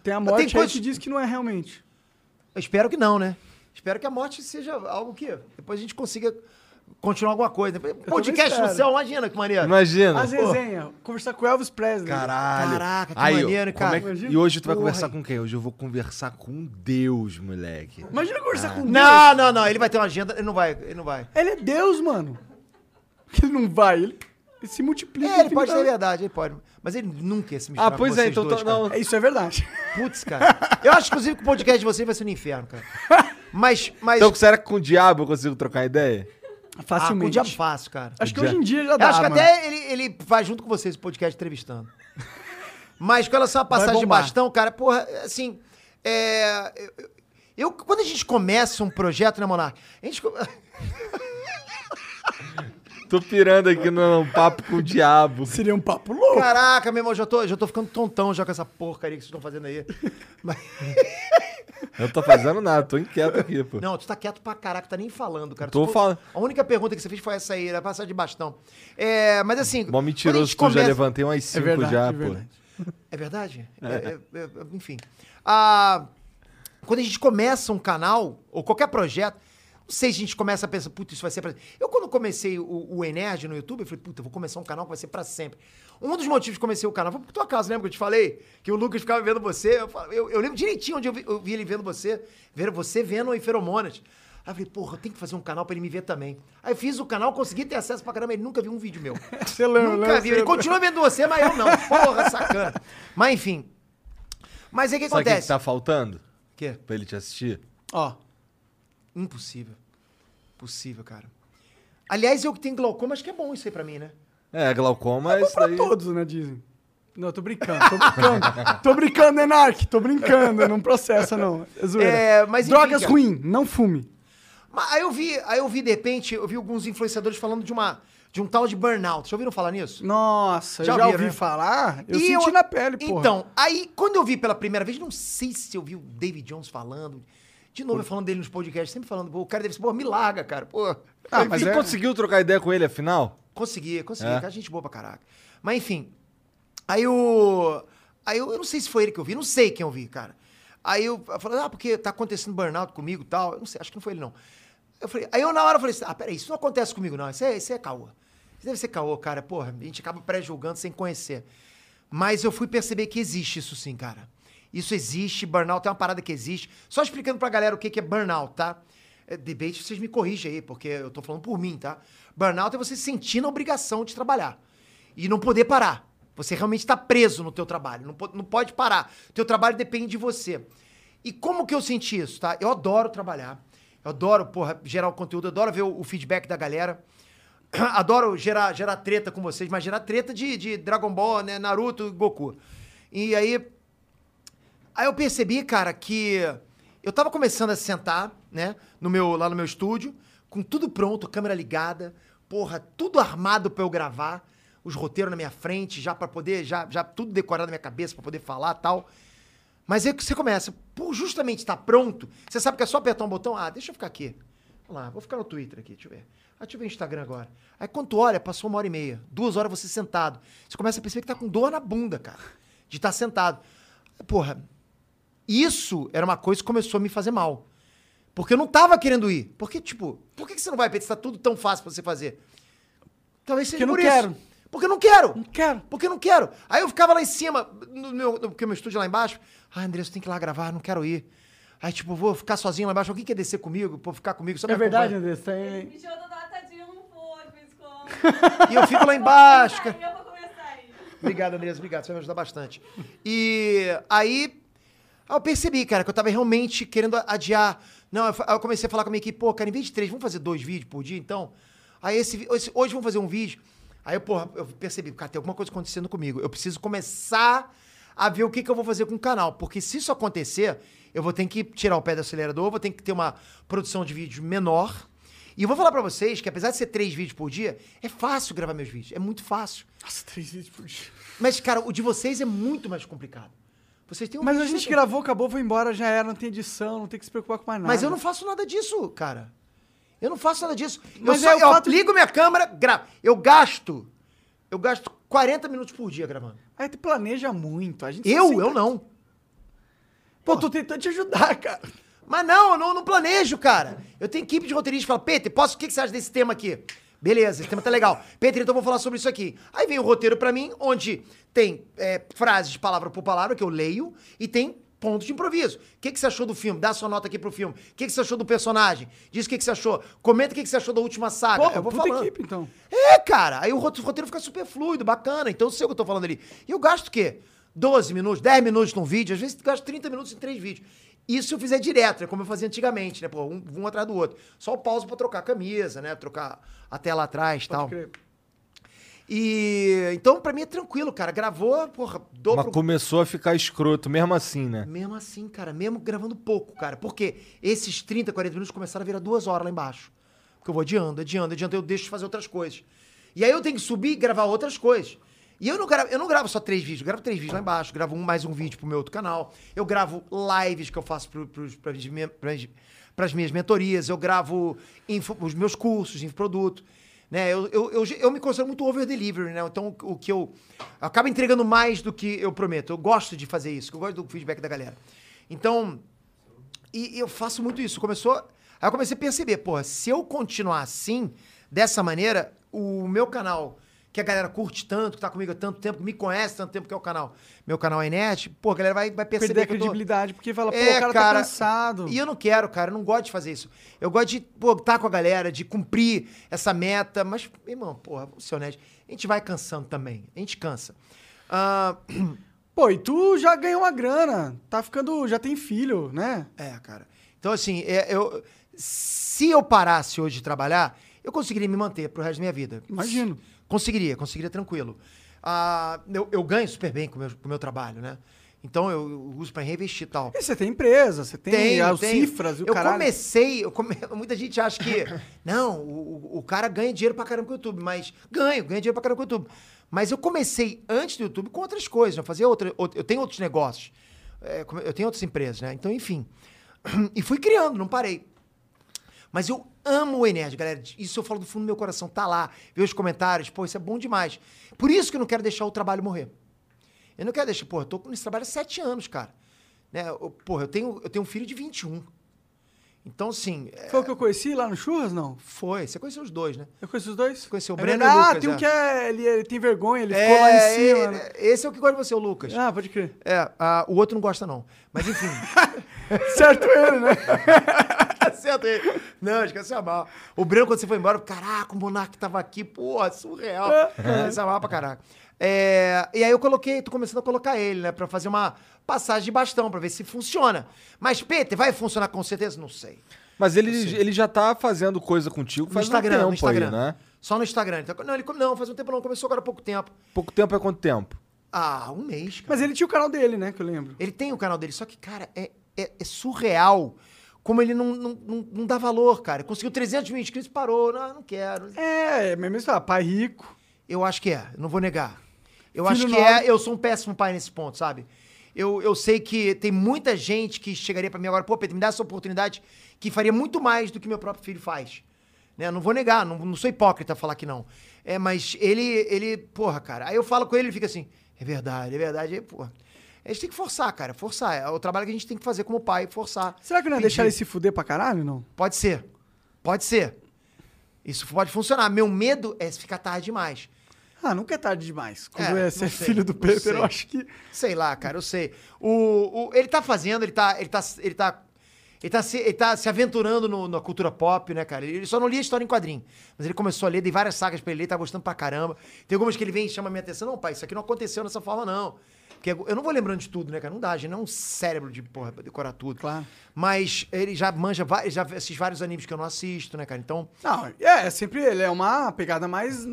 A: Tem a morte aí
C: coisas-
A: que diz que não é realmente.
C: Eu espero que não, né? Espero que a morte seja algo que. Depois a gente consiga continuar alguma coisa. Podcast no
A: espero.
C: céu, imagina que maneiro.
B: Imagina.
A: As resenhas, conversar com Elvis Presley.
B: Caralho.
C: é- Caraca, que
B: Aí, ó,
C: maneiro,
B: como
C: cara.
B: é que-
A: Imagina.
B: E hoje tu vai
C: Porra.
B: conversar com quem? Hoje eu vou conversar com Deus, moleque.
A: Imagina conversar com Deus.
C: Não, não, não. Ele vai ter uma agenda. Ele não vai. Ele não vai.
A: Ele é Deus, mano. Ele não vai, ele, ele se multiplica.
C: É, ele pode ser
A: infinitamente.
C: verdade, ele pode. Mas ele nunca ia se misturar
B: Ah,
C: com
B: pois é,
C: vocês
B: então...
C: dois,
B: tá-
C: cara.
B: não,
A: É, Isso é verdade.
C: Putz, cara. Eu acho, inclusive, que o podcast de vocês vai ser um inferno, cara. Mas. mas
B: então será que com o diabo eu consigo trocar ideia?
C: ah, com o
A: Facilmente.
C: diabo fácil, cara.
A: Acho que hoje em dia já
C: Eu
A: dá,
C: acho que
A: mano.
C: até ele, ele vai junto com vocês o podcast entrevistando. Mas com relação à passagem de
A: bombar.
C: bastão, cara, porra, assim. É, eu- eu, eu- quando a gente começa um projeto, né, Monark? A gente. co-
B: Tô pirando aqui num papo com o diabo.
A: Seria um papo louco.
C: Caraca, meu irmão, já tô, já tô ficando tontão já com essa porcaria que vocês estão fazendo aí. Mas-
B: Eu não tô fazendo nada, tô inquieto aqui, pô.
C: Não, tu tá quieto pra caraca, tá nem falando, cara.
B: Tô
C: Tu-
B: falando.
C: A única pergunta que você fez foi essa aí, era passar de bastão. É, mas assim.
B: Mó
C: quando a
B: mentiroso,
C: gente
B: tu já
C: começa-
B: levantei umas cinco
A: verdade,
B: já,
A: é
B: pô.
A: verdade.
C: É verdade? É, é, é, enfim. Ah, quando a gente começa um canal, ou qualquer projeto, não sei se a gente começa a pensar, puta, isso vai ser pra sempre. Eu, quando comecei o, o Enerd no YouTube, eu falei, puta, eu vou começar um canal que vai ser pra sempre. Um dos motivos que comecei o canal foi por tua casa, lembra que eu te falei? Que o Lucas ficava vendo você. Eu, falava- eu- eu lembro direitinho onde eu vi, eu vi ele vendo você, vendo você vendo em feromonas. Aí eu falei, porra, eu tenho que fazer um canal pra ele me ver também. Aí eu fiz o canal, consegui ter acesso pra caramba, ele nunca viu um vídeo meu.
A: Você lembra,
C: Nunca
A: lembra,
C: vi.
A: você
C: Ele
A: lembra.
C: continua vendo você, mas eu não. Porra, sacana. Mas enfim. Mas aí o que
B: Sabe o que que
C: acontece?
B: tá faltando
C: Quê?
B: pra ele te assistir?
A: Ó,
C: Impossível. Impossível, cara. Aliás, eu que tenho glaucoma, acho que é bom isso aí pra mim, né?
B: É, glaucoma é isso
A: pra
B: daí.
A: todos, né, dizem. Não, tô brincando, tô brincando. tô brincando, Enark, tô brincando. Não processa, não. É zoeira.
C: É, mas enfim,
A: Drogas
C: cara.
A: ruim, não fume.
C: Mas aí eu vi, aí eu vi, de repente, eu vi alguns influenciadores falando de uma. De um tal de burnout. Já ouviram falar nisso?
A: Nossa,
C: Já
A: já, já
C: ouviram,
A: ouvi
C: né?
A: falar. Eu
C: E
A: senti na pele, pô.
C: Então, aí, quando eu vi pela primeira vez, não sei se eu vi o David Jones falando. De novo, eu falando dele nos podcasts, sempre falando, pô, o cara deve ser, pô, me larga, cara, pô.
A: Ah,
B: Mas
A: mas
B: tu
A: é...
B: conseguiu trocar ideia com ele, afinal?
C: Consegui, consegui.
B: É?
C: Cara, gente boa pra caraca. Mas enfim. Aí eu. Aí eu, eu não sei se foi ele que eu vi, não sei quem eu vi, cara. Aí eu falei, ah, porque tá acontecendo burnout comigo e tal. Eu não sei, acho que não foi ele, não. Eu falei, aí eu na hora falei assim, ah, peraí, isso não acontece comigo, não. Isso é, isso é caô. Isso deve ser caô, cara. Porra, a gente acaba pré-julgando sem conhecer. Mas eu fui perceber que existe isso sim, cara. Isso existe, burnout é uma parada que existe. Só explicando pra galera o que que é burnout, tá? É, Debate, vocês me corrigem aí, porque eu tô falando por mim, tá? Burnout é você sentir na obrigação de trabalhar e não poder parar. Você realmente está preso no teu trabalho, não, po- não pode parar. Teu trabalho depende de você. E como que eu senti isso, tá? Eu adoro trabalhar, eu adoro, porra, gerar o conteúdo, eu adoro ver o, o feedback da galera. Adoro gerar, gerar treta com vocês, mas gerar treta de, de Dragon Ball, né? Naruto, Goku. E aí, Aí eu percebi, cara, que eu tava começando a sentar, né, no meu, lá no meu estúdio, com tudo pronto, câmera ligada, porra, tudo armado pra eu gravar, os roteiros na minha frente, já pra poder, já, já tudo decorado na minha cabeça pra poder falar tal. Mas aí que você começa, por justamente estar pronto, você sabe que é só apertar um botão, ah, deixa eu ficar aqui. Vamos lá, vou ficar no Twitter aqui, deixa eu ver. Ah, deixa eu ver o Instagram agora. Aí quando tu olha, passou uma hora e meia, duas horas você sentado. Você começa a perceber que tá com dor na bunda, cara, de estar sentado. tá Porra, Isso era uma coisa que começou a me fazer mal. Porque eu não tava querendo ir. Porque, tipo, por que que você não vai, Pedro? Se tá tudo tão fácil pra você fazer. Talvez
A: Porque
C: seja
A: eu não
C: por isso.
A: quero.
C: Porque eu não quero.
A: Não quero.
C: Porque eu não quero. Aí eu ficava lá em cima, no meu, no, porque meu estúdio é lá embaixo. Ah, André, você tem que ir lá gravar, não quero ir. Aí, tipo, vou ficar sozinho lá embaixo. Alguém quer é descer comigo? Pô, ficar comigo? Só me
A: É verdade,
C: acompanha.
A: André. Você tem-
E: E jogando nota de um foi, de vez em quando.
C: E eu fico lá embaixo. cara.
E: Aí eu vou começar aí.
C: Obrigado, Andreas, obrigado. Você vai me ajudar bastante. E aí, aí eu percebi, cara, que eu tava realmente querendo adiar. Não, eu, fa- aí eu comecei a falar com a minha equipe, pô, cara, em vez de três, vamos fazer dois vídeos por dia, então? Aí esse, vi- esse- hoje vamos fazer um vídeo. Aí eu, porra, eu percebi, cara, tem alguma coisa acontecendo comigo. Eu preciso começar a ver o que, que eu vou fazer com o canal. Porque se isso acontecer, eu vou ter que tirar o pé do acelerador, vou ter que ter uma produção de vídeo menor. E eu vou falar pra vocês que apesar de ser três vídeos por dia, é fácil gravar meus vídeos. É muito fácil.
A: Nossa, três vídeos por dia.
C: Mas, cara, o de vocês é muito mais complicado. Vocês têm um
A: Mas a
C: vídeo
A: gente
C: que-
A: gravou, acabou, foi embora, já era, não tem edição, não tem que se preocupar com mais nada.
C: Mas eu não faço nada disso, cara. Eu não faço nada disso.
A: Mas
C: eu só
A: é o
C: eu
A: fato de-
C: ligo minha câmera, gravo. Eu gasto. Eu gasto 40 minutos por dia gravando.
A: Aí tu planeja muito. A gente só
C: Eu?
A: senta-
C: Eu não.
A: Pô, tô tentando te ajudar, cara.
C: Mas não, eu não, não planejo, cara. Eu tenho equipe de roteiristas que fala, Peter, posso, o que que você acha desse tema aqui? Beleza, esse tema tá legal. Peter, então eu vou falar sobre isso aqui. Aí vem o roteiro pra mim, onde tem é, frases, palavra por palavra, que eu leio, e tem pontos de improviso. O que, que você achou do filme? Dá sua nota aqui pro filme. O que, que você achou do personagem? Diz o que, que você achou. Comenta o que, que você achou da última saga.
A: Pô,
C: eu vou
A: puta
C: falando.
A: equipe, então.
C: É, cara. Aí o rot- roteiro fica super fluido, bacana. Então eu sei o que eu tô falando ali. E eu gasto o quê? 12 minutos, 10 minutos num vídeo, às vezes eu gasto 30 minutos em três vídeos. Isso se eu fizer direto, é como eu fazia antigamente, né? Pô, um, um atrás do outro. Só o pausa pra trocar a camisa, né? Trocar a tela atrás e
A: Pode
C: tal.
A: crer.
C: E então, pra mim é tranquilo, cara. Gravou, porra, dou
B: Mas
C: pro-
B: começou a ficar escroto, mesmo assim, né?
C: Mesmo assim, cara, mesmo gravando pouco, cara. Porque esses 30, 40 minutos começaram a virar duas horas lá embaixo. Porque eu vou adiando, adiando, adiando, eu deixo de fazer outras coisas. E aí eu tenho que subir e gravar outras coisas. E eu não gravo, eu não gravo só três vídeos, eu gravo três vídeos lá embaixo, gravo um mais um vídeo pro meu outro canal. Eu gravo lives que eu faço pro, pros- pras minha- pras- pras minhas mentorias, eu gravo info- os meus cursos, infoproduto. Né? Eu, eu, eu, eu me considero muito over delivery, né? Então o que eu acaba entregando mais do que eu prometo. Eu gosto de fazer isso, que eu gosto do feedback da galera. Então, e eu faço muito isso. Começou. Aí eu comecei a perceber, porra, se eu continuar assim, dessa maneira, o meu canal, que a galera curte tanto, que tá comigo há tanto tempo, que me conhece tanto tempo, que é o canal. Meu canal é Inet, pô, a galera vai, vai perceber
A: Perder a
C: que eu tô-
A: credibilidade, porque fala, pô,
C: É,
A: o cara,
C: cara,
A: tá cansado.
C: e eu não quero, cara, eu não gosto de fazer isso. Eu gosto de pô, estar com a galera, de cumprir essa meta, mas, meu irmão, porra, vamos ser honesto, a gente vai cansando também, a gente cansa. Ah,
A: Pô, e tu já ganhou uma grana, tá ficando, já tem filho, né?
C: é, cara. Então, assim, é, eu, se eu parasse hoje de trabalhar, eu conseguiria me manter pro resto da minha vida.
A: Imagino.
C: Conseguiria, conseguiria tranquilo. Ah, eu, eu ganho super bem com o meu, com o meu trabalho, né? Então, eu, eu uso pra reinvestir e tal.
A: E você tem empresa, você tem,
C: Tenho,
A: as
C: tenho.
A: cifras e o
C: Eu
A: caralho.
C: comecei, eu come- muita gente acha que, não, o, o- o cara ganha dinheiro pra caramba com o YouTube, mas ganho, ganho dinheiro pra caramba com o YouTube. Mas eu comecei antes do YouTube com outras coisas, eu fazia outra, out- eu tenho outros negócios, é, come- eu tenho outras empresas, né? Então, enfim. E fui criando, não parei. Mas eu amo o Enerd, galera. Isso eu falo do fundo do meu coração. Tá lá, ver os comentários. Pô, isso é bom demais. Por isso que eu não quero deixar o trabalho morrer. Eu não quero deixar. Pô, eu tô nesse trabalho há sete anos, cara. Né? Eu, porra, eu tenho, eu tenho um filho de 21. Então, assim. é,
A: Foi o que eu conheci lá no Churras, não?
C: foi. Você conheceu os dois, né?
A: Eu conheci os dois?
C: Conheceu o
A: É
C: Breno e
A: verdade.
C: o
A: Ah,
C: Lucas,
A: tem um
C: é.
A: que é, ele, ele tem vergonha, ele ficou lá em cima. né?
C: é, Esse é o que gosta de você, o Lucas.
A: Ah, pode crer.
C: É, ah, o outro não gosta, não. Mas enfim.
A: Certo ele, né?
C: Acerta aí. Não, esqueci a mal. O Breno, quando você foi embora, eu, caraca, o Monark tava aqui, porra, surreal. Esqueci a mal pra caraca. É, e aí eu coloquei, tô começando a colocar ele, né, pra fazer uma passagem de bastão, pra ver se funciona. Mas, Peter, vai funcionar com certeza? Não sei.
B: Mas ele, ele já tá fazendo coisa contigo
C: assim. No
B: faz
C: Instagram,
B: um
C: no
B: tempo
C: Instagram.
B: aí, né?
C: Só no Instagram. Ele tá- Não, ele come- não, faz um tempo não, começou agora há pouco tempo.
B: Pouco tempo é quanto tempo?
C: Ah, um mês, cara.
A: Mas ele tinha o canal dele, né, que eu lembro.
C: Ele tem o canal dele, só que, cara, é, é- é surreal como ele não, não, não, não dá valor, cara. Conseguiu 300 mil inscritos, parou. Não, não quero.
A: É, mas mesmo falar, pai rico.
C: Eu acho que é, não vou negar. Eu
A: Filho
C: acho que
A: nobre.
C: é, eu sou um péssimo pai nesse ponto, sabe? Eu, eu sei que tem muita gente que chegaria pra mim agora, pô, Pedro, me dá essa oportunidade que faria muito mais do que meu próprio filho faz. Né? Não vou negar, não, não sou hipócrita falar que não. É, mas ele, ele, porra, cara. Aí eu falo com ele, ele fica assim, é verdade, é verdade. Aí, porra. A gente tem que forçar, cara, forçar. É o trabalho que a gente tem que fazer como pai, forçar.
A: Será que não é
C: Pedir.
A: deixar ele se fuder pra caralho, não?
C: Pode ser. Pode ser. Isso pode funcionar. Meu medo é ficar tarde demais.
A: Ah, nunca é tarde demais. Quando
C: É,
A: é,
C: não
A: ser
C: sei,
A: filho do
C: não
A: Peter,
C: sei.
A: eu acho que.
C: Sei lá, cara, eu sei. O, o- ele tá fazendo, ele tá. Ele tá. Ele tá. Ele tá, se, ele tá se aventurando no- na cultura pop, né, cara? Ele só não lia história em quadrinho. Mas ele começou a ler, dei várias sagas pra ele ler, tá gostando pra caramba. Tem algumas que ele vem e chama a minha atenção. Não, pai, isso aqui não aconteceu dessa forma, não. Porque eu não vou lembrando de tudo, né, cara? Não dá, a gente não é um cérebro de, porra, pra decorar tudo.
A: Claro.
C: Mas ele já manja, va- ele já assiste vários animes que eu não assisto, né, cara? Então,
A: Não, é, é sempre ele é uma pegada mais. eh,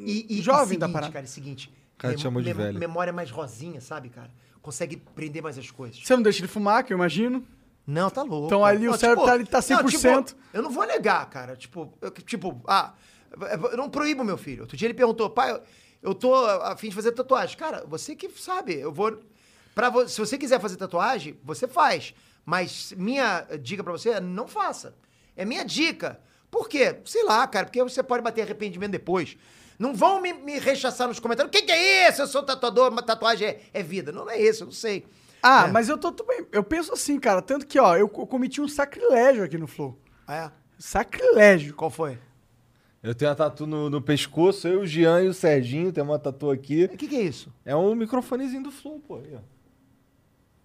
C: E, e
A: jovem
C: e seguinte,
A: da parada.
C: cara, é o seguinte.
B: Cara, te
C: mem-
B: chamou de
C: mem-
B: velho.
C: Memória mais rosinha, sabe, cara? Consegue prender mais as coisas.
A: Você não deixa ele fumar, que eu imagino.
C: Não, tá louco.
A: Então ali o
C: Não,
A: cérebro tá ali- tá
C: não, tipo,
A: 100%.
C: eu não vou negar, cara. Tipo, eu, tipo, ah, eu não proíbo meu filho. Outro dia ele perguntou, pai, eu, eu tô a fim de fazer tatuagem. Cara, você que sabe, eu vou. Pra, vo- se você quiser fazer tatuagem, você faz. Mas minha dica pra você é não faça. É minha dica. Por quê? Sei lá, cara, porque você pode bater arrependimento depois. Não vão me, me rechaçar nos comentários. O que, que é isso? Eu sou tatuador, mas tatuagem é, é vida. Não, não é isso, eu não sei.
A: Ah,
C: É.
A: mas eu tô, tô bem. Eu penso assim, cara. Tanto que, ó, eu, co- cometi um sacrilégio aqui no Flow.
C: É.
A: Sacrilégio.
C: Qual foi?
B: Eu tenho a tatu no, no pescoço, eu, o Jean e o Serginho, tem uma tatu aqui.
C: O que, que é isso?
B: É um microfonezinho do Flow, pô. aí, ó.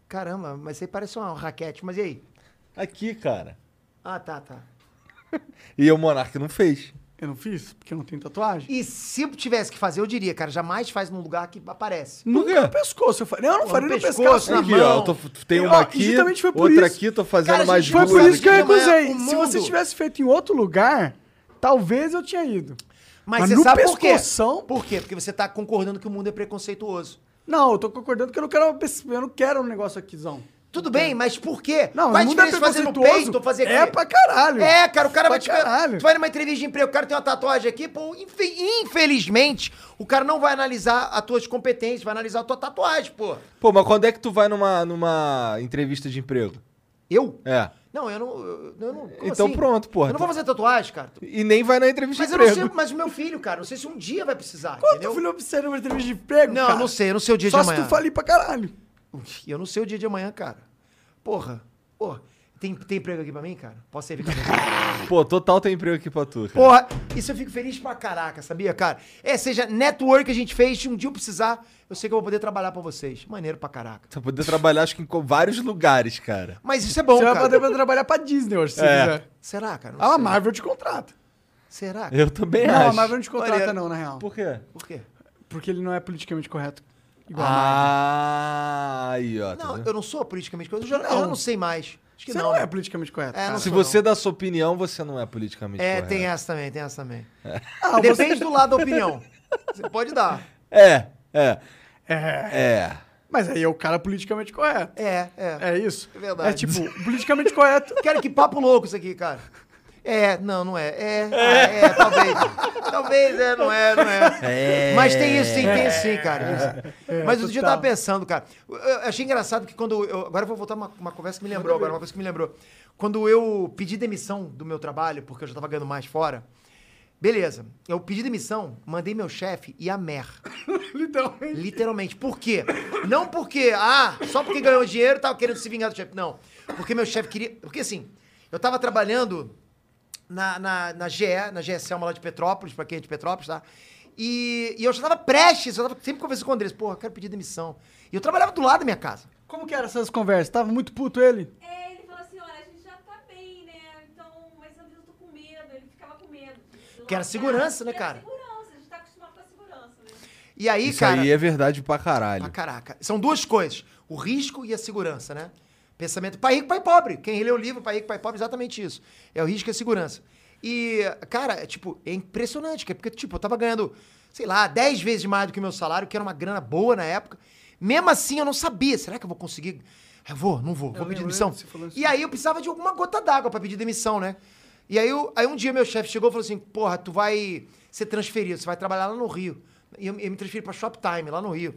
C: Caramba, mas isso aí parece uma raquete, mas e aí?
B: Aqui, cara.
C: Ah, tá, tá.
B: E o Monark não fez.
A: Eu não fiz, porque eu não tenho tatuagem.
C: E se eu tivesse que fazer, eu diria, cara, jamais faz num lugar que aparece.
A: Nunca
B: quê?
A: no pescoço. Eu falei, não, eu não
C: Pô,
A: faria
C: no
A: no pescoço.
C: pescoço,
A: não.
C: na
B: aqui,
C: mão.
B: ó. eu tô- tem
A: E,
B: uma
A: ó,
B: aqui,
A: justamente foi por
B: outra
A: isso.
B: aqui, tô fazendo
C: Cara, a
B: mais
C: gente
A: Foi
B: duas.
C: Não,
A: por
C: sabe
A: isso que eu
C: que não é
A: recusei.
C: o
A: Se você
C: mundo.
A: tivesse feito em outro lugar, talvez eu tinha ido.
C: Mas,
A: Mas
C: você
A: no
C: sabe por quê?
A: pescoção-
C: Por quê? Porque você tá concordando que o mundo é preconceituoso.
A: Não, eu tô concordando que eu não quero, uma pes- eu não quero um negócio aquizão.
C: Tudo bem, mas por quê?
A: Não,
C: Qual a
A: o mundo é
C: diferença fazer no
A: preconceituoso?
C: peito ou fazer
A: É
C: aqui?
A: pra caralho.
C: É, cara, o cara vai
A: Pra
C: te ver-
A: caralho.
C: Tu vai numa entrevista de emprego, o cara tem uma tatuagem aqui, pô, infe- infelizmente, o cara não vai analisar as tuas competências, vai analisar a tua tatuagem, pô.
B: Pô, mas quando é que tu vai numa, numa entrevista de emprego?
C: Eu?
B: É.
C: Não, eu não. Eu, eu não como assim?
B: Então pronto, porra.
C: Eu não vou fazer tatuagem, cara.
B: E nem vai na entrevista
C: Mas
B: de
C: eu não
B: emprego.
C: sei, mas o meu filho, cara, não sei se um dia vai precisar.
A: Quanto
C: entendeu?
A: eu fui observar uma entrevista de emprego,
C: Não,
A: cara?
C: não sei, eu não sei o dia
A: Só
C: de
A: se
C: amanhã.
A: tu falir pra caralho.
C: Uf, Eu não sei o dia de amanhã, cara. Porra, porra. Tem, tem emprego aqui pra mim, cara? Posso servir café?
B: Pô, total tem emprego aqui pra tu, cara.
C: Porra, isso eu fico feliz pra caraca, sabia, cara? É, seja network que a gente fez, se um dia eu precisar, eu sei que eu vou poder trabalhar pra vocês. Maneiro pra caraca.
B: Pra poder trabalhar, acho que em co- vários lugares, cara.
C: Mas isso é bom,
A: você vai
C: cara.
A: poder pra trabalhar pra Disney hoje, se
B: É.
A: você quiser.
C: Será, cara? Não
A: Ah, a
C: sei.
A: Marvel te contrata.
C: Será? cara?
B: Eu também
A: não,
B: acho.
A: a É, Marvel não te contrata
C: Olha,
A: não, na real.
B: Por quê?
C: Por quê?
A: Porque ele não é politicamente correto. Igual a Marvel.
B: Ah, aí, ó. tá
C: Não,
B: vendo?
C: eu não sou politicamente correto. Eu já eu já não,
A: Não.
C: sei mais. Acho que
A: Você
C: não.
A: não é politicamente correto.
C: É,
A: cara.
C: não
B: Se
C: sou,
B: você dá sua opinião, você não é politicamente
C: É,
B: correto.
C: tem essa também, tem essa também.
A: Ah, você-
C: Depende do lado da opinião. Você pode dar.
B: É, é,
A: É.
B: é.
A: Mas aí é o cara politicamente correto.
C: É, é.
A: É isso?
C: É verdade.
A: É tipo, politicamente correto.
C: Cara, que papo louco isso aqui, cara. É, não, não é. É, ah, é, talvez. talvez, é, não é, não é.
B: É.
C: Mas tem isso sim, tem isso sim, cara. tem isso.
A: É,
C: Mas outro dia eu tava
A: total.
C: pensando, cara. Eu- Eu achei engraçado que quando. Eu, agora eu vou voltar uma, uma conversa que me lembrou, agora, uma coisa que me lembrou. Quando eu pedi demissão do meu trabalho, porque eu já tava ganhando mais fora. Beleza, eu pedi demissão, mandei meu chefe e a mer.
A: Literalmente.
C: Literalmente. Por quê? Não porque, ah, só porque ganhou dinheiro tava querendo se vingar do chefe. Não. Porque meu chefe queria. Porque assim, eu tava trabalhando na, na, na GE, na GE Selma lá de Petrópolis, pra quem é de Petrópolis, tá? E, e eu já tava prestes, eu tava sempre conversando com o Andrés, porra, quero pedir demissão. E eu trabalhava do lado da minha casa.
A: Como que eram essas conversas? Tava muito puto ele?
E: É, ele falou assim, olha, a gente já tá bem, né? Então, mas Andrés, eu tô com medo. Ele ficava com medo. de-
C: Que era segurança, né,
E: Que era
C: cara?
E: segurança, a gente tá acostumado com a segurança, né?
C: E aí,
B: Isso
C: cara.
B: aí é verdade pra caralho.
C: Pra Ah, caraca. São duas coisas: o risco e a segurança, né? Pensamento pai rico, pai pobre. Quem lê o livro, pai rico, pai pobre, exatamente isso. É o risco e a segurança. E, cara, é, tipo, é impressionante, que é porque, tipo, eu tava ganhando, sei lá, 10 vezes mais do que o meu salário, que era uma grana boa na época. Mesmo assim, eu não sabia. Será que eu vou conseguir? Eu vou, não vou, vou pedir
A: lembro,
C: demissão.
A: É, né, você falou isso.
C: E aí eu precisava de alguma gota d'água pra pedir demissão, né? E aí, eu- aí um dia meu chefe chegou e falou assim: Porra, tu vai ser transferido, você vai trabalhar lá no Rio. E eu, eu me transferi pra Shoptime, lá no Rio.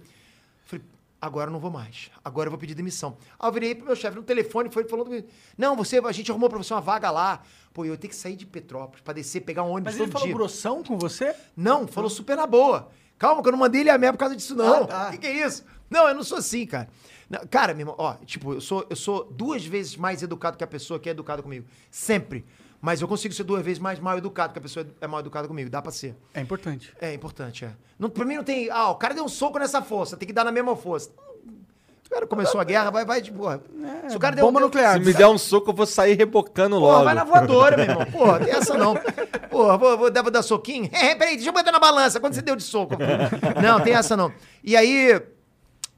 C: Falei, agora eu não vou mais. Agora eu vou pedir demissão. Aí eu virei pro meu chefe no telefone, foi ele falando comigo. Não, você, a gente arrumou pra você uma vaga lá. Pô, eu tenho que sair de Petrópolis pra descer, pegar um ônibus
A: Mas
C: todo
A: ele falou
C: dia.
A: grossão com você?
C: Não, falou super na boa. Calma, que eu não mandei ele a merda por causa disso, não.
A: Ah, tá.
C: O que, que é isso? Não, eu não sou assim, cara. Não, cara, meu irmão, ó, tipo, eu sou, eu sou duas vezes mais educado que a pessoa que é educada comigo. Sempre. Mas eu consigo ser duas vezes mais mal educado que a pessoa é mal educada comigo. Dá pra ser.
A: É importante.
C: É importante, é. Não, pra mim não tem. Ah, o cara deu um soco nessa força, tem que dar na mesma força. O cara começou a guerra, vai, vai de boa. Se o cara deu
A: É, bomba
C: deu-
A: nuclear.
B: Se me der um soco, eu vou sair rebocando
C: Porra,
B: logo.
C: vai na voadora, meu irmão. Porra, tem essa não. Porra, vou, vou dar, vou dar soquinho. É, peraí, deixa eu botar na balança. Quando você deu de soco? Não, tem essa não. E aí,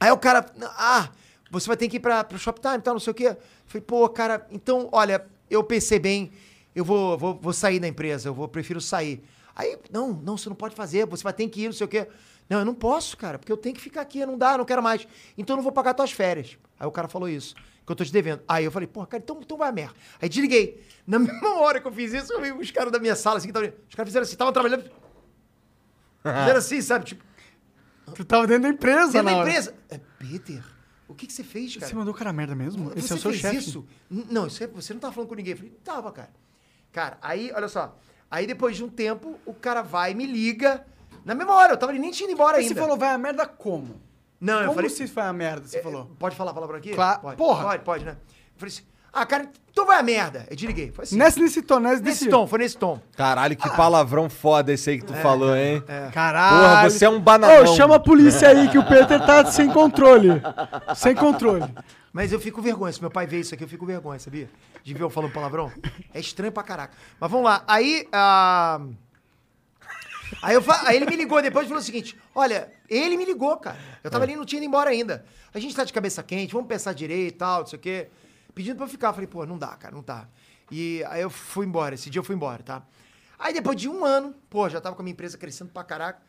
C: aí o cara, ah, você vai ter que ir pra, pro Shoptime e tal, não sei o quê. Eu Falei, pô, cara, então, olha, eu pensei bem, eu vou, vou, vou sair da empresa, eu vou, prefiro sair. Aí, não, não, você não pode fazer, você vai ter que ir, não sei o quê. Não, eu não posso, cara, porque eu tenho que ficar aqui, não dá, não quero mais. Então eu não vou pagar tuas férias. Aí o cara falou isso, que eu tô te devendo. Aí eu falei, porra, cara, então, então vai a merda. Aí desliguei. Na mesma hora que eu fiz isso, eu vi os caras da minha sala, assim, que tavam- os caras fizeram assim, estavam trabalhando, fizeram assim, sabe, tipo,
A: Tu tava dentro da empresa,
C: dentro
A: Tá na
C: da
A: hora.
C: empresa. É, Peter, o que, que você fez, cara?
A: Você mandou o cara merda mesmo? Esse
C: você
A: é o seu
C: fez
A: chefe.
C: isso? N- Não, isso é- você não tava falando com ninguém. Eu falei, tava, cara. Cara, aí, olha só. Aí depois de um tempo, o cara vai, me liga. Na mesma hora, eu tava nem tinha ido embora
A: Mas
C: ainda.
A: você falou, vai a merda como?
C: Não, eu
A: como
C: falei- É,
A: se vai a merda, você falou.
C: Pode falar a palavra aqui?
A: Claro.
C: Pode.
A: Porra.
C: Pode, pode, né? Eu falei assim, ah, cara, então vai a merda. Eu desliguei. Foi assim.
A: Nesse, nesse tom, nesse,
C: nesse
A: desse-
C: tom, foi nesse tom.
B: Caralho, que palavrão foda esse aí que tu
C: É,
B: falou, hein?
A: Caralho.
B: Porra, você é um bananão.
A: Ô, chama a polícia aí que o Peter tá sem controle. Sem controle.
C: Mas eu fico com vergonha. Se meu pai vê isso aqui, eu fico com vergonha, sabia? De ver eu falando palavrão. É estranho pra caraca. Mas vamos lá. Aí. ah, Aí, eu fa- aí ele me ligou depois e falou o seguinte: Olha, ele me ligou, cara. Eu tava ali, não tinha ido embora ainda. A gente tá de cabeça quente, vamos pensar direito e tal, não sei o quê. Pedindo pra eu ficar. Eu Falei, pô, não dá, cara, não tá. E aí eu fui embora, esse dia eu fui embora, tá? Aí depois de um ano, pô, já tava com a minha empresa crescendo pra caraca.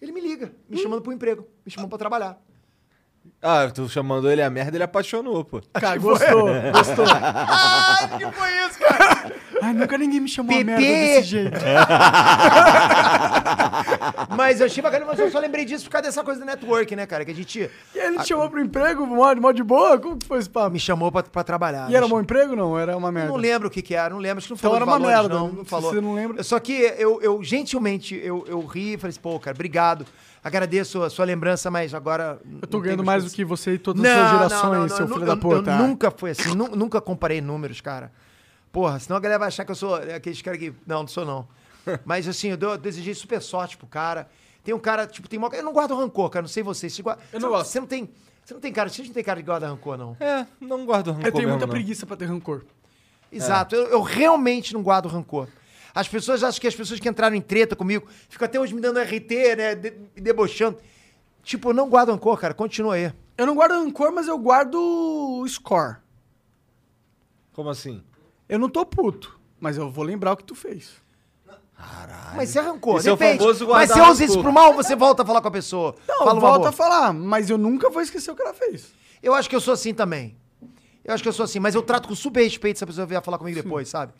C: Ele me liga, me chamando pro emprego, me chamando pra trabalhar.
B: Ah, tu chamando ele a merda, ele apaixonou, pô.
A: Cara, Ah, gostou, gostou.
C: Ai, Ah, que foi isso, cara?
A: Ai, nunca ninguém me chamou a merda
C: Pepe.
A: desse jeito.
C: Ah, Mas eu achei bacana, mas eu só lembrei disso por causa dessa coisa do network, né, cara? Que a gente
A: E ele te chamou pro emprego, mó, mó de boa? Como que foi esse papo?
C: me chamou pra, pra trabalhar.
A: E era
C: Me
A: um bom emprego não? Era uma
C: chamou-
A: merda?
C: Não lembro o que que era, não lembro. Acho que não
A: Então
C: falou
A: era
C: de
A: uma
C: valores,
A: merda,
C: não.
A: né?
C: Não
A: Se
C: falou.
A: você não lembra-
C: Só que eu, eu gentilmente, eu, eu ri e falei assim, pô, cara, obrigado. Agradeço a sua lembrança, mas agora...
A: Eu tô ganhando mais do que você e todas as
C: Não,
A: suas
C: não,
A: gerações,
C: não, não,
A: seu
C: eu nu-
A: filho
C: eu-
A: da puta.
C: Eu nunca fui assim, nu- nunca comparei números, cara. Porra, senão a galera vai achar que eu sou aqueles caras que. Não, não sou não. Mas assim, eu, dou- eu desejei super sorte pro cara. Tem um cara, tipo, tem uma. Eu não guardo rancor, cara, não sei vocês. Você guarda...
A: Eu não
C: você,
A: gosto.
C: Você não tem. Você não tem cara, você não tem cara de guarda rancor, não.
B: É, não guardo rancor
A: Eu tenho
B: mesmo,
A: muita
B: não.
A: preguiça pra ter rancor. É.
C: Exato, eu, eu realmente não guardo rancor. As pessoas acham que as pessoas que entraram em treta comigo ficam até hoje me dando RT, né? de- me debochando. Tipo, eu não guardo rancor, cara. Continua aí.
A: Eu não guardo rancor, mas eu guardo score.
B: Como assim?
A: Eu não tô puto, mas eu vou lembrar o que tu fez.
C: Mas é rancor,
B: Esse é o
C: depende.
B: famoso guardar
C: Mas se eu usa isso
B: rancor.
C: pro mal, você volta a falar com a pessoa.
A: Não,
C: Fala uma
A: volta
C: boa.
A: a falar, mas eu nunca vou esquecer o que ela fez.
C: Eu acho que eu sou assim também. Eu acho que eu sou assim, mas eu trato com super respeito se a pessoa vier falar comigo depois, sabe?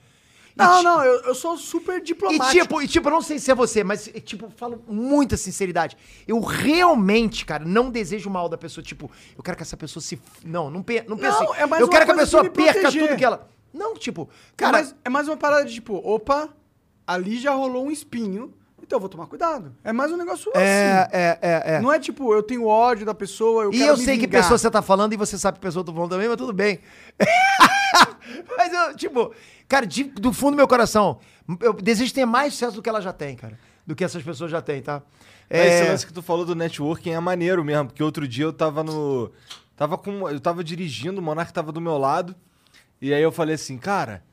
C: E
A: Não,
C: ti-
A: não, eu, eu sou super
C: E
A: diplomático.
C: tipo, e tipo, eu não sei se é você, mas e, tipo, eu falo muita sinceridade. Eu realmente, cara, não desejo mal da pessoa. Tipo, eu quero que essa pessoa se. f- Não, não, pe... não pensa.
A: Não,
C: assim.
A: é mais
C: eu
A: uma
C: quero que a
A: coisa
C: pessoa
A: de me
C: perca
A: proteger.
C: tudo que ela. Não, tipo,
A: cara, é
C: cara.
A: mais, é mais uma parada de tipo, opa, ali já rolou um espinho, então eu vou tomar cuidado. É mais um negócio
C: É,
A: assim.
C: é, é, é.
A: Não é tipo, eu tenho ódio da pessoa, eu
C: E
A: quero
C: eu
A: me
C: sei que
A: vingar.
C: pessoa você tá falando e você sabe que pessoa eu tô falando também, mas tudo bem. mas eu, tipo, cara, de- do fundo do meu coração, eu desejo ter mais sucesso do que ela já tem, cara. Do que essas pessoas já têm, tá?
B: Mas Esse
C: É,
B: lance que tu falou do networking é maneiro mesmo, porque outro dia eu tava no. Tava com. Eu tava dirigindo, o Monark tava do meu lado. E aí eu falei assim, cara.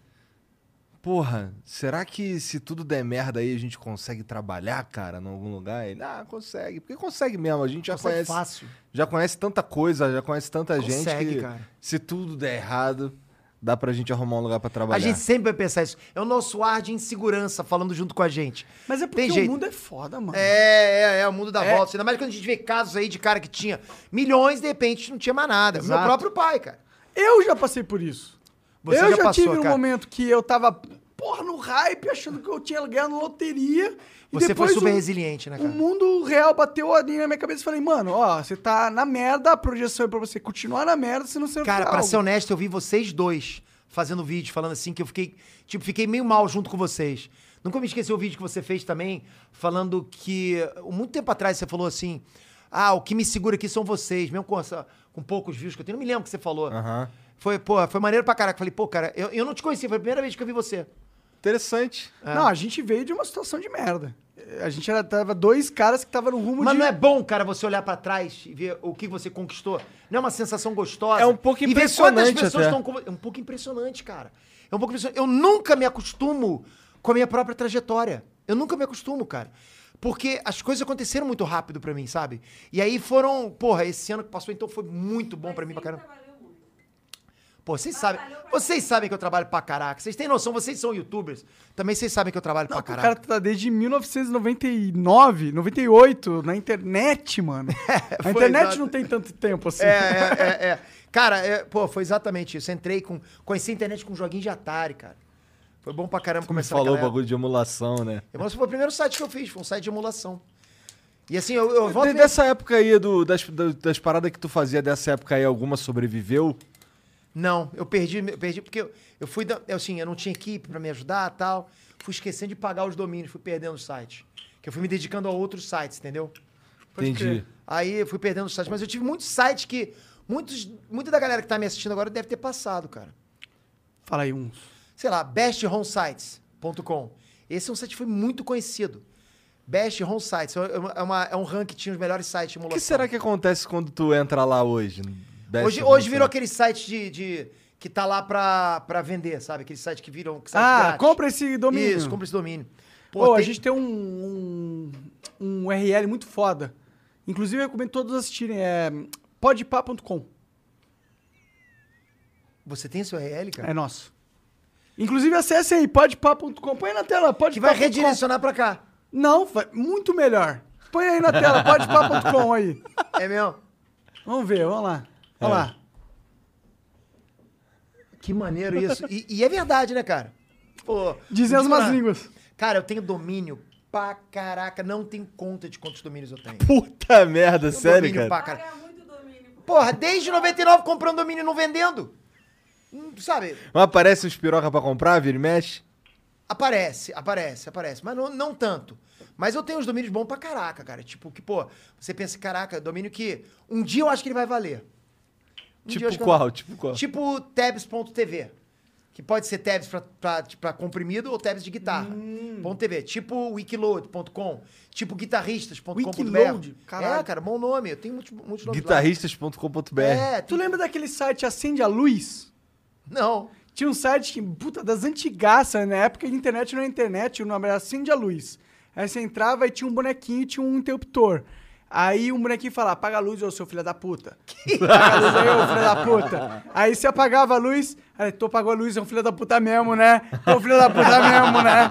B: Porra, será que se tudo der merda aí a gente consegue trabalhar, cara, em algum lugar? Ele, ah, consegue. Porque consegue mesmo, a gente já
C: consegue
B: conhece.
C: é fácil.
B: Já conhece tanta coisa, já conhece tanta gente
C: Consegue,
B: que
C: cara.
B: se tudo der errado, dá pra gente arrumar um lugar pra trabalhar.
C: A gente sempre vai pensar isso. É o nosso ar de insegurança falando junto com a gente.
A: Mas é
C: Tem
A: porque o
C: jeito.
A: mundo é foda, mano.
C: É, é, é o mundo da
A: É.
C: volta. Ainda mais quando a gente vê casos aí de cara que tinha milhões, de repente não tinha mais nada. Meu
A: Exato.
C: próprio pai, cara.
A: Eu já passei por isso.
C: Você
A: eu
C: já
A: já,
C: passou,
A: tive um
C: cara.
A: momento que eu tava, porra, no hype, achando que eu tinha ganhado na loteria. e
C: Você foi
A: depois
C: super
A: o-
C: resiliente, né,
A: O
C: cara?
A: mundo real bateu ali na minha cabeça e falei, mano, ó, você tá na merda, a projeção é pra você continuar na merda, se não você não
C: Cara,
A: fizer
C: pra
A: algo.
C: ser honesto, eu vi vocês dois fazendo vídeo, falando assim que eu fiquei, tipo, fiquei meio mal junto com vocês. Nunca me esqueci o vídeo que você fez também, falando que uh, muito tempo atrás você falou assim: Ah, o que me segura aqui são vocês, mesmo com, essa- com poucos views que eu tenho. Não me lembro o que você falou.
B: Aham.
C: Foi, pô, foi maneiro pra caraca. Falei, pô, cara, eu, eu não te conhecia, foi a primeira vez que eu vi você.
B: Interessante.
C: É.
A: Não, a gente veio de uma situação de merda. A gente era, tava dois caras que estavam no rumo
C: Mas
A: de...
C: não é bom, cara, você olhar pra trás e ver o que você conquistou? Não é uma sensação gostosa?
B: É um pouco
C: E ver quantas
B: impressionante
C: pessoas
B: até.
C: estão com- É um pouco impressionante, cara. É um pouco impressionante. Eu nunca me acostumo com a minha própria trajetória. Eu nunca me acostumo, cara. Porque as coisas aconteceram muito rápido pra mim, sabe? E aí foram... Porra, esse ano que passou, então, foi muito bom pra mim pra caramba. Pô, vocês sabem... Vocês sabem que eu trabalho pra caraca. Vocês têm noção, vocês são youtubers. Também vocês sabem que eu trabalho
A: Não,
C: pra
A: que o
C: caraca.
A: cara tá desde 1999, 98, na internet, mano. a
C: É, foi
A: internet
C: exato.
A: não tem tanto tempo assim.
C: É, é, é, é. Cara, é, pô, foi exatamente isso. Entrei com. Conheci a internet com um joguinho de Atari, cara. Foi bom pra caramba
B: Me
C: começar
B: falou o
C: naquela época.
B: bagulho de emulação, né?
C: Emulação foi o primeiro site que eu fiz, foi um site de emulação. E assim, eu, eu volto.
B: De- dessa época aí, do, das, da- das paradas que tu fazia dessa época aí, alguma sobreviveu?
C: Não, eu perdi, eu perdi porque eu, eu fui. da- eu, assim, eu não tinha equipe pra me ajudar tal. Fui esquecendo de pagar os domínios, fui perdendo os sites. Que eu fui me dedicando a outros sites, entendeu?
B: Entendi.
C: Aí eu fui perdendo os sites. Mas eu tive muitos sites que. Muitos, muita da galera que tá me assistindo agora deve ter passado, cara.
A: Fala aí uns.
C: sei lá, besthomesites.com. Esse é um site que foi muito conhecido. Best Home Sites. É, uma- é uma- é um ranking que tinha os melhores sites de
B: O
C: emulação.
B: que será que acontece quando tu entra lá hoje? no
A: é
B: Best
C: Hoje,
B: of
C: hoje virou
B: Best?
C: aquele site de, de- que tá lá pra, pra vender, sabe? Aquele site que viram... Que site
A: Ah,
C: grátis.
A: compra esse domínio.
C: Isso, compra esse domínio. Pô,
A: Pô, a
C: tem-
A: gente tem um, um, um URL muito foda. Inclusive, eu recomendo todos assistirem. É podpá.com.
C: Você tem esse URL, cara?
A: É nosso. Inclusive, acesse aí, podpá.com. Põe na tela, podpá.com.
C: que vai redirecionar pra cá.
A: Não, vai- muito melhor. Põe aí na tela, podpá.com aí.
C: É mesmo?
A: Vamos ver, vamos lá. Olha lá.
C: Que maneiro isso. E, e é verdade, né, cara? Pô,
A: Dizem
C: não
A: as
C: digo
A: más
C: nada.
A: línguas.
C: Cara, eu tenho domínio pra caraca. Não tenho conta de quantos domínios eu tenho.
B: Puta merda, sério, cara.
C: domínio pra Ah, cara-
E: Paga muito domínio.
C: Porra, desde 99 comprando domínio e não vendendo. Hum, Sabe,
B: Mas aparece uns piroca pra comprar, vira e mexe?
C: aparece, aparece, aparece. Mas não, não tanto. Mas eu tenho uns domínios bons pra caraca, cara. Tipo, que, pô, você pensa, caraca, domínio que um dia eu acho que ele vai valer. Um dia eu acho
B: tipo
C: que
B: qual?
C: eu-
B: Tipo qual?
C: Tipo tabs.tv. Que pode ser tabs pra, pra, tipo, pra comprimido ou tabs de guitarra. Ponto .tv. Tipo wikiload.com. Tipo guitarristas.com.br.
A: Wikiload? Caralho.
C: É, cara, bom nome. Eu tenho muitos, muitos nomes lá.
B: Guitarristas.com.br.
C: É,
A: Tu
C: tu...
A: lembra daquele site Acende a Luz?
C: Não.
A: Tinha um site que, puta, das antigaças, na época a internet não era internet, o nome era Acende a Luz. Aí você entrava e tinha um bonequinho e tinha um interruptor. Aí um bonequinho falava, apaga a luz, ô seu filho da puta. Apaga a luz aí, ô filho da puta. Aí você apagava a luz, aí tu apagou a luz, é um filho da puta mesmo, né? É um filho da puta mesmo, né?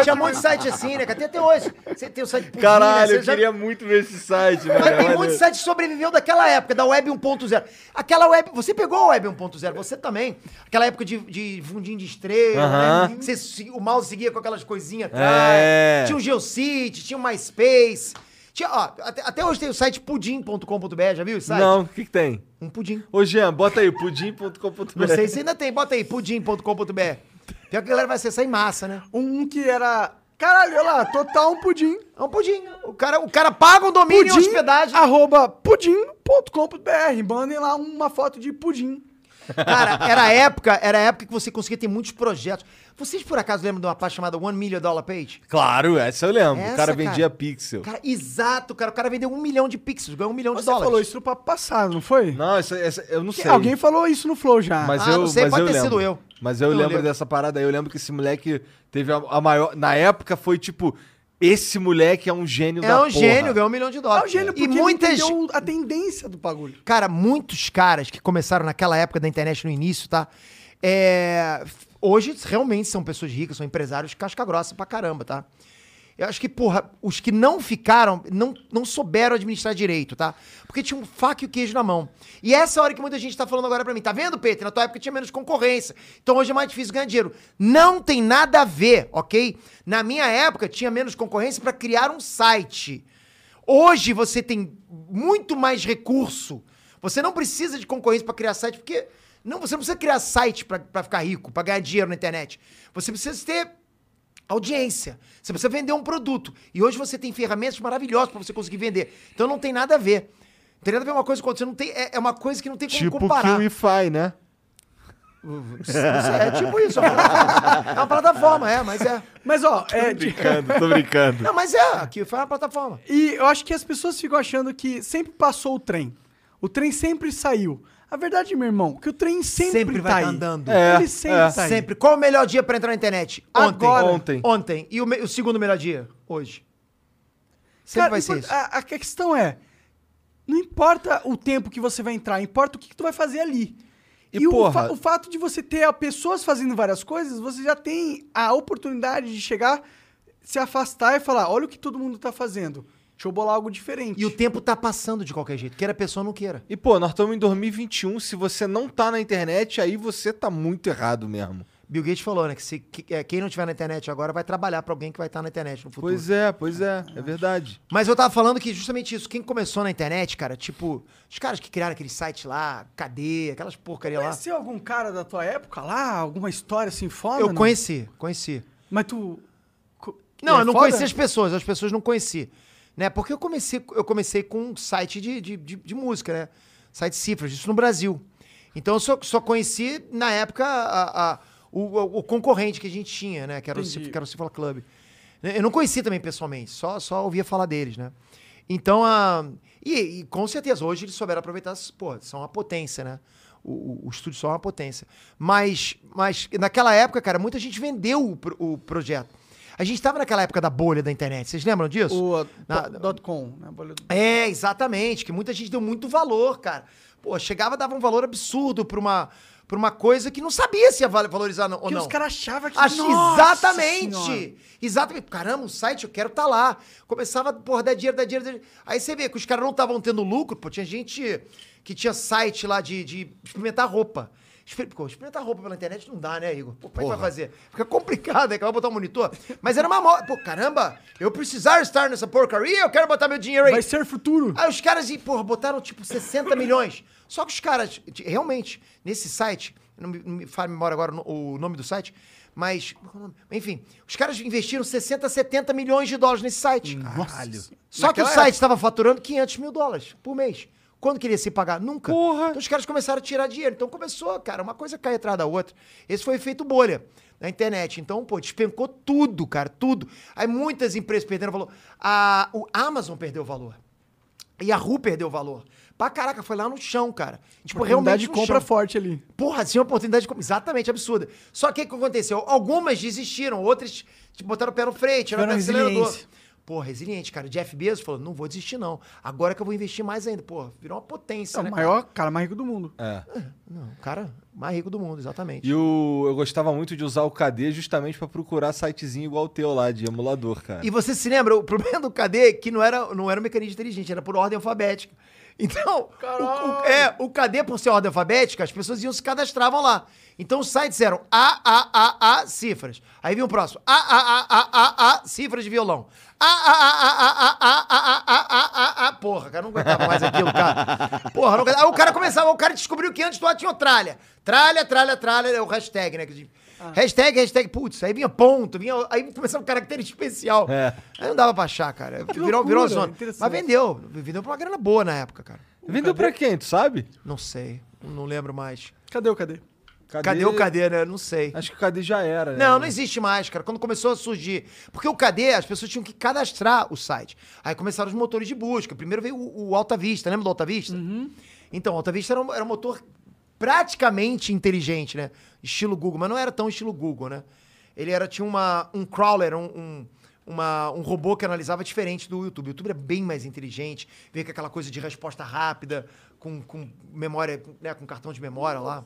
C: Tinha muito site assim, né? cara? Tem até hoje. Você tem o site Pudim,
B: Caralho,
C: né?
B: eu
C: Você já-
B: queria muito ver esse site, velho.
C: Mas tem
B: Olha.
C: muito site que sobreviveu daquela época, da Web 1.0. Aquela Web... Você pegou a Web 1.0, você também. Aquela época de, de fundinho de estrela, né?
B: Aham.
C: Você se- o mouse seguia com aquelas coisinhas atrás.
B: É.
C: Tinha o Geocity, tinha o MySpace. Tinha, ó, até, até hoje tem o site pudim.com.br, já viu o site?
B: Não, o que, que tem?
C: Um pudim.
B: Ô, Jean, bota aí, pudim.com.br.
C: Não sei se ainda tem. Bota aí, pudim.com.br. Pior que a galera vai acessar em massa, né?
A: Um que era, caralho, olha lá, total um pudim.
C: É um pudim. O cara, o cara paga um domínio e
A: Pudim,
C: hospedagem.
A: arroba pudim.com.br. Mandem lá uma foto de pudim.
C: Cara, era a época, era a época que você conseguia ter muitos projetos. Vocês por acaso lembram de uma parte chamada One Million Dollar Page?
B: Claro, essa eu lembro.
C: Essa,
B: o cara
C: cara.
B: vendia pixel.
C: Cara, exato, cara. O cara vendeu um milhão de pixels, ganhou um milhão
A: Você
C: de dólares.
A: falou isso no papo passado, não foi?
B: Não, essa, essa- eu não
A: Que
B: sei.
A: Alguém falou isso no Flow já.
B: Mas
C: Ah,
B: eu,
C: não sei,
B: mas
C: pode
B: eu
C: ter
B: lembro.
C: sido eu.
B: Mas eu,
C: Eu
B: lembro,
C: lembro.
B: dessa parada aí. Eu lembro que esse moleque teve a, a maior. Na época foi tipo. Esse moleque é um gênio
C: É
B: da
C: um
B: porra.
C: gênio, ganhou um milhão de
A: É o
C: dólares.
A: gênio porque
C: e muitas,
A: ele entendeu a tendência do bagulho.
C: Cara, muitos caras que começaram naquela época da internet no início, tá? É, f- Hoje realmente são pessoas ricas, são empresários casca grossa pra caramba, tá? Eu acho que, porra, os que não ficaram, não, não souberam administrar direito, tá? Porque tinha um faca e o queijo na mão. E essa hora que muita gente tá falando agora pra mim, tá vendo, Peter? Na tua época tinha menos concorrência. Então hoje é mais difícil ganhar dinheiro. Não tem nada a ver, ok? Na minha época tinha menos concorrência pra criar um site. Hoje você tem muito mais recurso. Você não precisa de concorrência para criar site, porque não, você não precisa criar site para ficar rico, para ganhar dinheiro na internet. Você precisa ter Audiência. Você precisa vender um produto. E hoje você tem ferramentas maravilhosas para você conseguir vender. Então não tem nada a ver. Não tem nada a ver uma coisa com outra. Você não tem, é, é uma coisa que não tem como
B: Tipo
C: comparar.
B: que o Wi-Fi, né?
C: Isso é tipo isso. É uma plataforma. É uma plataforma, é, mas é.
A: Mas, ó, é, de-
B: Brincando, tô brincando.
C: Não, mas é, aqui foi uma plataforma.
A: E eu acho que as pessoas ficam achando que sempre passou o trem. O trem sempre saiu. A verdade, meu irmão, é que o trem sempre,
C: Sempre
A: tá
C: vai
A: aí.
C: tá andando.
B: É,
A: Ele sempre
B: é.
A: tá aí.
C: Sempre. Qual o melhor dia pra entrar na internet? Ontem.
A: Agora.
B: Ontem.
C: Ontem. E o, me- o segundo melhor dia? Hoje. Sempre
A: Cara,
C: vai ser
A: import-
C: isso.
A: A, a questão é, não importa o tempo que você vai entrar, importa o que, que tu vai fazer ali.
B: E,
A: E, o
B: porra-
A: fa- o, fato de você ter ah, pessoas fazendo várias coisas, você já tem a oportunidade de chegar, se afastar e falar, olha o que todo mundo tá fazendo. Deixa eu bolar algo diferente.
C: E o tempo tá passando de qualquer jeito, queira a pessoa ou não queira.
B: E, pô, nós estamos em 2021. Se você não tá na internet, aí você tá muito errado mesmo.
C: Bill Gates falou, né? Que, se, que- é, quem não tiver na internet agora vai trabalhar pra alguém que vai estar na internet no futuro.
B: Pois é, pois é. É verdade.
C: Mas eu tava falando que justamente isso, quem começou na internet, cara, tipo, os caras que criaram aquele site lá, cadê, aquelas porcaria é lá.
A: Conheceu algum cara da tua época lá? Alguma história assim foda?
C: Eu
A: não?
C: conheci, conheci.
A: Mas tu... co-
C: Não,
A: é
C: eu não
A: foda?
C: conhecia as pessoas, as pessoas não conheci. Né? Porque eu comecei, eu comecei com um site de, de, de- de música, né? Site de cifras, isso no Brasil. Então eu só, só conheci, na época, a- a- o, o concorrente que a gente tinha, né? Que era, o,
A: Entendi.
C: Cif- que era o Cifra Club. Né, Eu não conheci também pessoalmente, só, só ouvia falar deles, né? Então, a, e, e com certeza, hoje eles souberam aproveitar, pô, são uma potência, né? O, o, o estúdio só é uma potência. Mas, mas naquela época, cara, muita gente vendeu o, pro- o projeto. A gente estava naquela época da bolha da internet, vocês lembram disso?
A: O
C: Na-
A: do- dot .com, né? Bolha do-
C: É, exatamente, que muita gente deu muito valor, cara. Pô, chegava dava um valor absurdo pra uma, pra uma coisa que não sabia se ia val- valorizar não- ou
A: Que
C: não.
A: os caras achavam que...
C: Acho-
A: Nossa
C: exatamente!
A: Senhora.
C: Exatamente. Caramba, um site, eu quero estar lá. Começava, porra, dar dinheiro, dar dinheiro, dar dinheiro. Aí você vê que os caras não estavam tendo lucro, pô. Tinha gente que tinha site lá de, de experimentar roupa. Exper- pô, experimentar roupa pela internet não dá, né, Igor? Pô, como é que vai fazer? Fica complicado, é que vai botar um monitor. Mas era uma moda. Pô, caramba, eu precisar estar nessa porcaria, eu quero botar meu dinheiro aí.
A: Vai ser futuro.
C: Aí os caras, e, porra, botaram tipo 60 milhões. Só que os caras, de- realmente, nesse site, não me, não me fala a memória agora o no- o nome do site, mas. qual é o nome? Enfim, os caras investiram 60, 70 milhões de dólares nesse site.
B: Caralho.
C: Só
A: Naquela
C: que o site estava faturando 500 mil dólares por mês. Quando queria se pagar? Nunca.
B: Porra.
C: Então os caras começaram a tirar dinheiro. Então começou, cara, uma coisa cai atrás da outra. Esse foi o efeito bolha na internet. Então, pô, despencou tudo, cara, tudo. Aí muitas empresas perderam valor. A, o Amazon perdeu valor. E a Ru perdeu valor. Pra caraca, foi lá no chão, cara. Tipo, realmente.
A: de
C: no
A: compra
C: chão.
A: forte ali. É
C: Porra, tinha uma oportunidade de... Exatamente, absurda. Só que o que aconteceu? Algumas desistiram, outras tipo, botaram o pé no freio, tiraram o pé
A: Tiveram
C: do acelerador.
A: resiliência.
C: Porra, resiliente, cara. O Jeff Bezos falou, não vou desistir não. Agora que eu vou investir mais ainda. Porra, virou uma potência,
A: É
C: né,
A: o
C: cara?
A: maior cara mais rico do mundo.
B: É.
C: Não, o cara mais rico do mundo, exatamente.
B: E o, eu gostava muito de usar o KD justamente pra procurar sitezinho igual o teu lá, de emulador, cara.
C: E você se lembra, o problema do KD é que não era, não era um mecanismo inteligente, era por ordem alfabética. Então, o, o- é, o KD, por ser ordem alfabética, as pessoas iam se cadastravam lá. Então os sites eram A, A, A, A, cifras. Aí vinha o próximo. A, A, A, A, A, A, cifras de violão. A, A, A, A, A, A, A, A, A, A, A, porra, cara, não aguentava mais aquilo, cara. Porra, não aguentava. Aí o cara começava, o cara descobriu que antes do A tinha o tralha. Tralha, tralha, tralha, é o hashtag, né? que a gente-
A: Ah.
C: Hashtag, hashtag, putz, aí vinha ponto, vinha, aí começava um caractere especial.
B: É.
C: Aí não dava pra achar, cara. Virou,
A: loucura,
C: virou zona.
A: interessante.
C: Mas vendeu. Vendeu pra uma grana boa na época, cara.
B: Vendeu pra quem, tu sabe?
C: Não sei. Não lembro mais.
A: Cadê o cadê?
C: Cadê, o cadê, né? Não sei.
B: Acho que o KD já era, né?
C: Não, não existe mais, cara. Quando começou a surgir. Porque o cadê, as pessoas tinham que cadastrar o site. Aí começaram os motores de busca. Primeiro veio o, o Alta Vista, lembra do Alta Vista? Então, o Alta Vista era um, era um motor praticamente inteligente, né? Estilo Google, mas não era tão estilo Google, né? Ele era, tinha uma, um crawler, um, um, uma- um robô que analisava diferente do YouTube. O YouTube era bem mais inteligente, veio com aquela coisa de resposta rápida, com, com memória, com, né, com cartão de memória lá.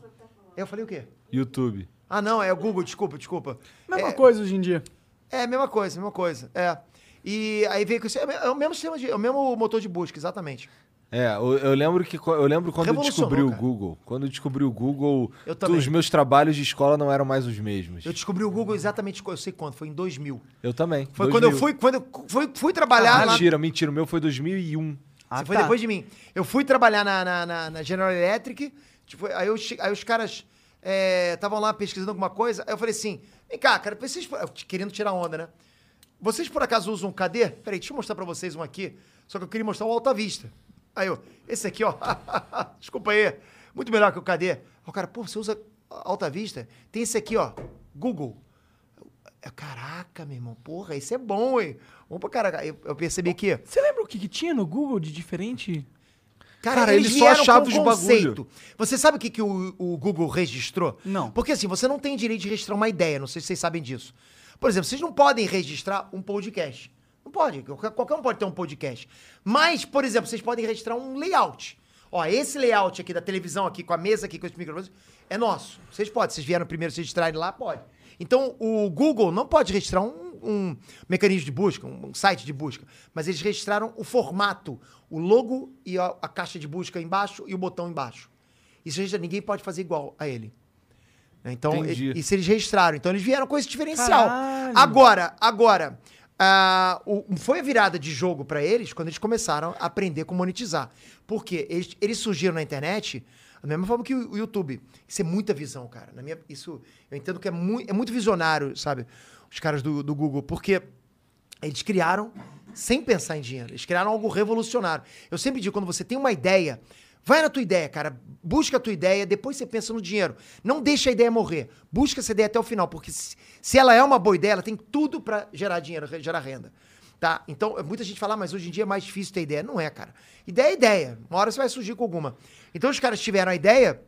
C: Eu falei o quê?
B: YouTube.
C: Ah, não, é o Google, desculpa, desculpa.
A: Mesma
C: é,
A: coisa hoje em dia.
C: É, mesma coisa, mesma coisa. É. E aí veio com isso. É o mesmo sistema de. É o mesmo motor de busca, exatamente.
B: É, eu, eu lembro que co- eu lembro quando eu
C: Revolucionou,
B: descobri o
C: cara.
B: Google. Quando eu descobri o Google,
C: Eu
B: tu-
C: também.
B: os meus trabalhos de escola não eram mais os mesmos.
C: Eu descobri o Google exatamente. co- Eu sei quando, foi em 2000.
B: Eu também.
C: Foi quando eu
B: 2000.
C: fui, quando eu fui, fui trabalhar lá. Ah, tá.
B: Mentira, mentira. O meu foi 2001.
C: Você foi depois de mim. Eu fui trabalhar na, na, na- na General Electric. tipo, aí, eu che- aí os caras estavam lá pesquisando alguma coisa. Aí eu falei assim: vem cá, cara, vocês. por- eu Querendo tirar onda, né? Vocês por acaso usam um KD? Peraí, deixa eu mostrar pra vocês um aqui. Só que eu queria mostrar o Alta Vista. Aí eu, esse aqui, ó. Desculpa aí. Muito melhor que o KD. Aí o cara, pô, você usa Alta Vista? Tem esse aqui, ó. Google. Eu, Caraca, meu irmão, porra, isso é bom, hein? Vamos pra caraca. Aí Eu, eu percebi que.
G: Você lembra o que, que tinha no Google de diferente?
C: Cara,
B: Cara,
C: eles,
B: ele só
C: vieram
B: achava
C: com
B: os
C: um
B: bagulho.
C: conceito. Você sabe o que, que o, o Google registrou?
G: Não.
C: Porque assim, você não tem direito de registrar uma ideia, não sei se vocês sabem disso. Por exemplo, vocês não podem registrar um podcast. Não pode, qualquer qualquer um pode ter um podcast. Mas, por exemplo, vocês podem registrar um layout. Ó, esse layout aqui da televisão aqui, com a mesa aqui, com os microfones, é nosso. Vocês podem, vocês vieram primeiro se registrarem lá, pode. Então, o Google não pode registrar um, um mecanismo de busca, um um site de busca, mas eles registraram o formato, o logo e a, a caixa de busca embaixo e o botão embaixo. Isso registra- ninguém pode fazer igual a ele. Né? Então,
B: Entendi.
C: e, isso eles registraram. Então, eles vieram com esse diferencial.
G: Caralho.
C: Agora, agora, ah, o- foi a virada de jogo pra eles quando eles começaram a aprender como monetizar. Porque eles, eles surgiram na internet da mesma forma que o, o YouTube. Isso é muita visão, cara. Na minha, isso, eu entendo que é, mui- é muito visionário, sabe? Os caras do, do Google. Porque eles criaram sem pensar em dinheiro. Eles criaram algo revolucionário. Eu sempre digo, quando você tem uma ideia, vai na tua ideia, cara. Busca a tua ideia, depois você pensa no dinheiro. Não deixa a ideia morrer. Busca essa ideia até o final, porque se se ela é uma boa ideia, ela tem tudo pra gerar dinheiro, re- gerar renda. Tá? Então, muita gente fala, "Ah, mas hoje em dia é mais difícil ter ideia. Não é, cara. Ideia é ideia. Uma hora você vai surgir com alguma. Então, os caras tiveram a ideia,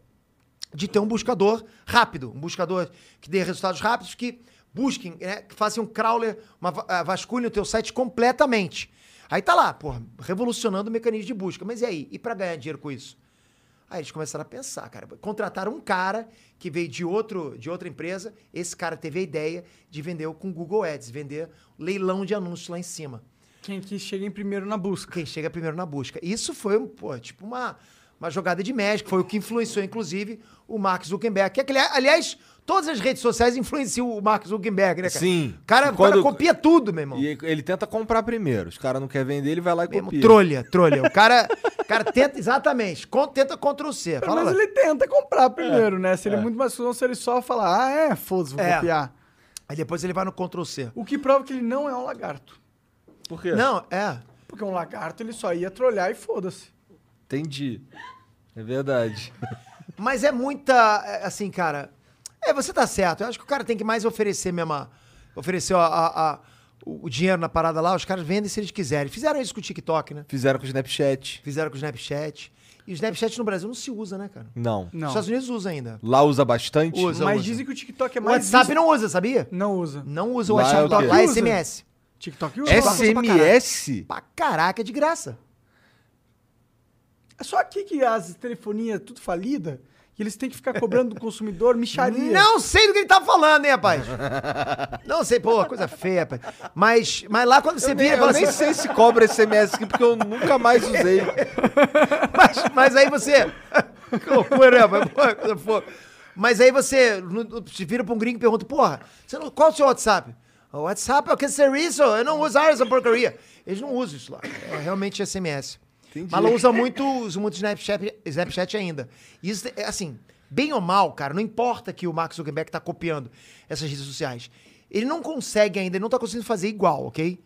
C: de ter um buscador rápido, um buscador que dê resultados rápidos, que busquem, né, que façam um crawler, uma va- ah, vasculhem o teu site completamente. Aí tá lá, porra, revolucionando o mecanismo de busca. Mas e aí? E pra ganhar dinheiro com isso? Aí eles começaram a pensar, cara. Contrataram um cara que veio de, outro, de outra empresa. Esse cara teve a ideia de vender com Google Ads, vender leilão de anúncios lá em cima
G: Quem que chega em primeiro na busca?
C: quem chega primeiro na busca. Isso foi, um, pô, tipo uma, uma jogada de médico, foi o que influenciou, inclusive, o Mark Zuckerberg. Que, é que ele- aliás, todas as redes sociais influenciam o Mark Zuckerberg, né, cara?
B: Sim.
C: O cara, o cara
B: Quando-
C: copia tudo, meu irmão.
B: E ele- ele tenta comprar primeiro. Os caras não querem vender, ele vai lá e
C: Meu irmão,
B: copia.
C: trolha, trolha. O cara, o cara tenta, exatamente, con- tenta Ctrl C.
G: Pelo
C: Fala
G: menos
C: lá.
G: ele tenta comprar primeiro, né? Se ele é muito mais se ele só falar, ah, é, foda-se, vou
C: É.
G: copiar.
C: Aí depois ele vai no Ctrl C.
G: O que prova que ele não é um lagarto.
B: Por quê?
C: Não, é.
G: Porque um lagarto ele só ia trolhar e foda-se.
B: Entendi. É verdade.
C: Mas é muita. é, Assim, cara. É, você tá certo. Eu acho que o cara tem que mais oferecer mesmo. a- oferecer a- a- a- o o dinheiro na parada lá, os caras vendem se eles quiserem. Fizeram isso com o TikTok, né?
B: Fizeram com o Snapchat.
C: Fizeram com o Snapchat. E o Snapchat no Brasil não se usa, né, cara?
B: Não.
C: Os
G: Não.
C: Estados Unidos usa ainda.
B: Lá usa bastante?
C: Usa.
G: Mas dizem que o TikTok é
C: O
G: mais.
C: WhatsApp
G: visto-
C: não usa, sabia?
G: não usa.
C: Não usa o
B: Lá é
C: WhatsApp.
B: o quê?
C: lá é
G: Usa.
C: SMS.
G: TikTok
B: É
G: usa.
B: SMS?
C: Pra caraca, é de graça.
G: É só aqui que as telefonias tudo falida e eles têm que ficar cobrando do consumidor micharia.
C: Não sei do que ele tá falando, hein, rapaz? não sei, pô, coisa feia, rapaz. Mas, mas lá quando você vê,
B: Eu
C: fala
B: nem
C: assim,
B: sei se cobra SMS aqui, porque eu nunca mais usei.
C: mas, mas aí você. que loucura, né, rapaz? Pô, coisa fofa. Mas aí você no- no- se vira pra um gringo e pergunta, porra, você não- qual o seu WhatsApp? O WhatsApp é o que serviço, eu não uso ah, essa porcaria. Eles não usam isso lá. É realmente SMS.
B: Entendi.
C: Mas ela usa muito, usa muito Snapchat, Snapchat ainda. E Isso, é assim, bem ou mal, cara, não importa que o Mark Zuckerberg tá copiando essas redes sociais. Ele não consegue ainda, ele não tá conseguindo fazer igual, ok?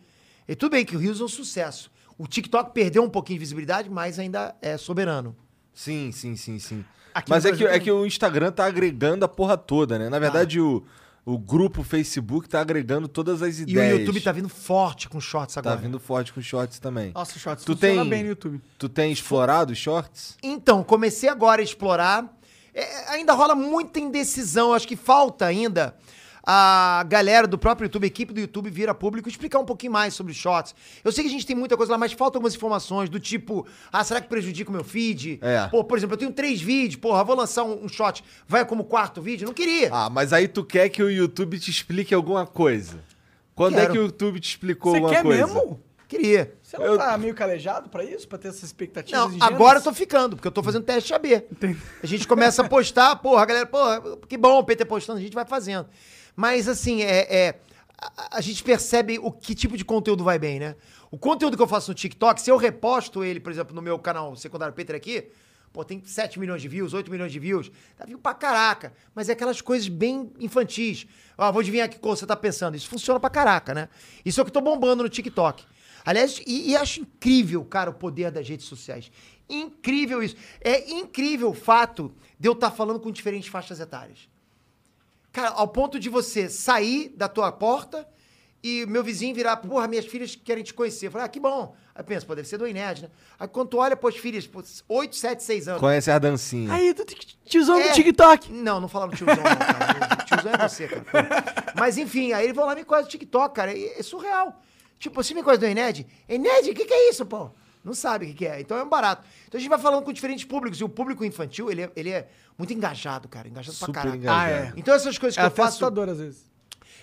C: E tudo bem que o Rios é um sucesso. O TikTok perdeu um pouquinho de visibilidade, mas ainda é soberano.
B: Sim, sim, sim, sim.
C: Aqui
B: Mas
C: no
B: é que,
C: Brasil Tá.
B: é que o Instagram tá agregando a porra toda, né? Na verdade, o, o grupo Facebook tá agregando todas as
C: E
B: ideias.
C: o YouTube tá vindo forte com shorts
B: Tá
C: agora.
B: vindo forte com shorts também.
G: Nossa, Shorts
B: Tu
G: funciona
B: tem-
G: bem no YouTube.
B: Tu tem explorado os shorts?
C: Então, comecei agora a explorar. É, ainda rola muita indecisão. Acho que falta ainda a galera do próprio YouTube, a equipe do YouTube vira público, explicar um pouquinho mais sobre os shorts. Eu sei que a gente tem muita coisa lá, mas faltam algumas informações do tipo, ah, será que prejudica o meu feed?
B: É.
C: Pô, por exemplo, eu tenho três vídeos, porra, vou lançar um, um short, vai como quarto vídeo? Não queria.
B: Ah, mas aí tu quer que o YouTube te explique alguma coisa. Quando
C: Quero.
B: é que o YouTube te explicou
G: Você
B: alguma
G: quer
B: coisa?
G: mesmo?
C: Queria.
G: Você não
B: Eu-
G: tá meio calejado pra isso? Pra ter essas expectativas
C: Não,
G: ingênuas?
C: agora eu tô ficando, porque eu tô fazendo teste AB. A gente começa a postar, porra, a galera, porra, que bom o PT postando, a gente vai fazendo. Mas assim, é, é, a, a gente percebe o que tipo de conteúdo vai bem, né? O conteúdo que eu faço no TikTok, se eu reposto ele, por exemplo, no meu canal secundário Peter aqui, Pô, tem 7 milhões de views, 8 milhões de views. Tá vindo pra caraca. Mas é aquelas coisas bem infantis. Ó, vou adivinhar que coisa você tá pensando. Isso funciona pra caraca, né? Isso é o que tô bombando no TikTok. Aliás, e, e acho incrível, cara, o poder das redes sociais. Incrível isso. É incrível o fato de eu estar falando com diferentes faixas etárias. Cara, ao ponto de você sair da tua porta e meu vizinho virar, porra, minhas filhas querem te conhecer. Eu falei, ah, que bom. Aí pensa, pô, deve ser do Inés, né? Aí quando tu olha, pô, as filhas, pô, 8, 7, 6 anos.
B: Conhece a dancinha.
G: Aí, tu tiozão
C: É.
G: do TikTok.
C: Não, não falaram tiozão, não, cara. tiozão é você, cara. Mas enfim, aí eles vão lá e me conhece no TikTok, cara. É, é surreal. Tipo, se me conhece do Ened, Ened, o que, que é isso, pô? Não sabe o que, que é. Então é um barato. Então a gente vai falando com diferentes públicos. E o público infantil, ele é, ele é muito engajado, cara. Engajado
B: Super
C: pra caralho.
B: engajado.
G: Ah, é.
C: Então essas coisas que
G: É
C: eu
G: até
C: faço.
G: assustador, às vezes.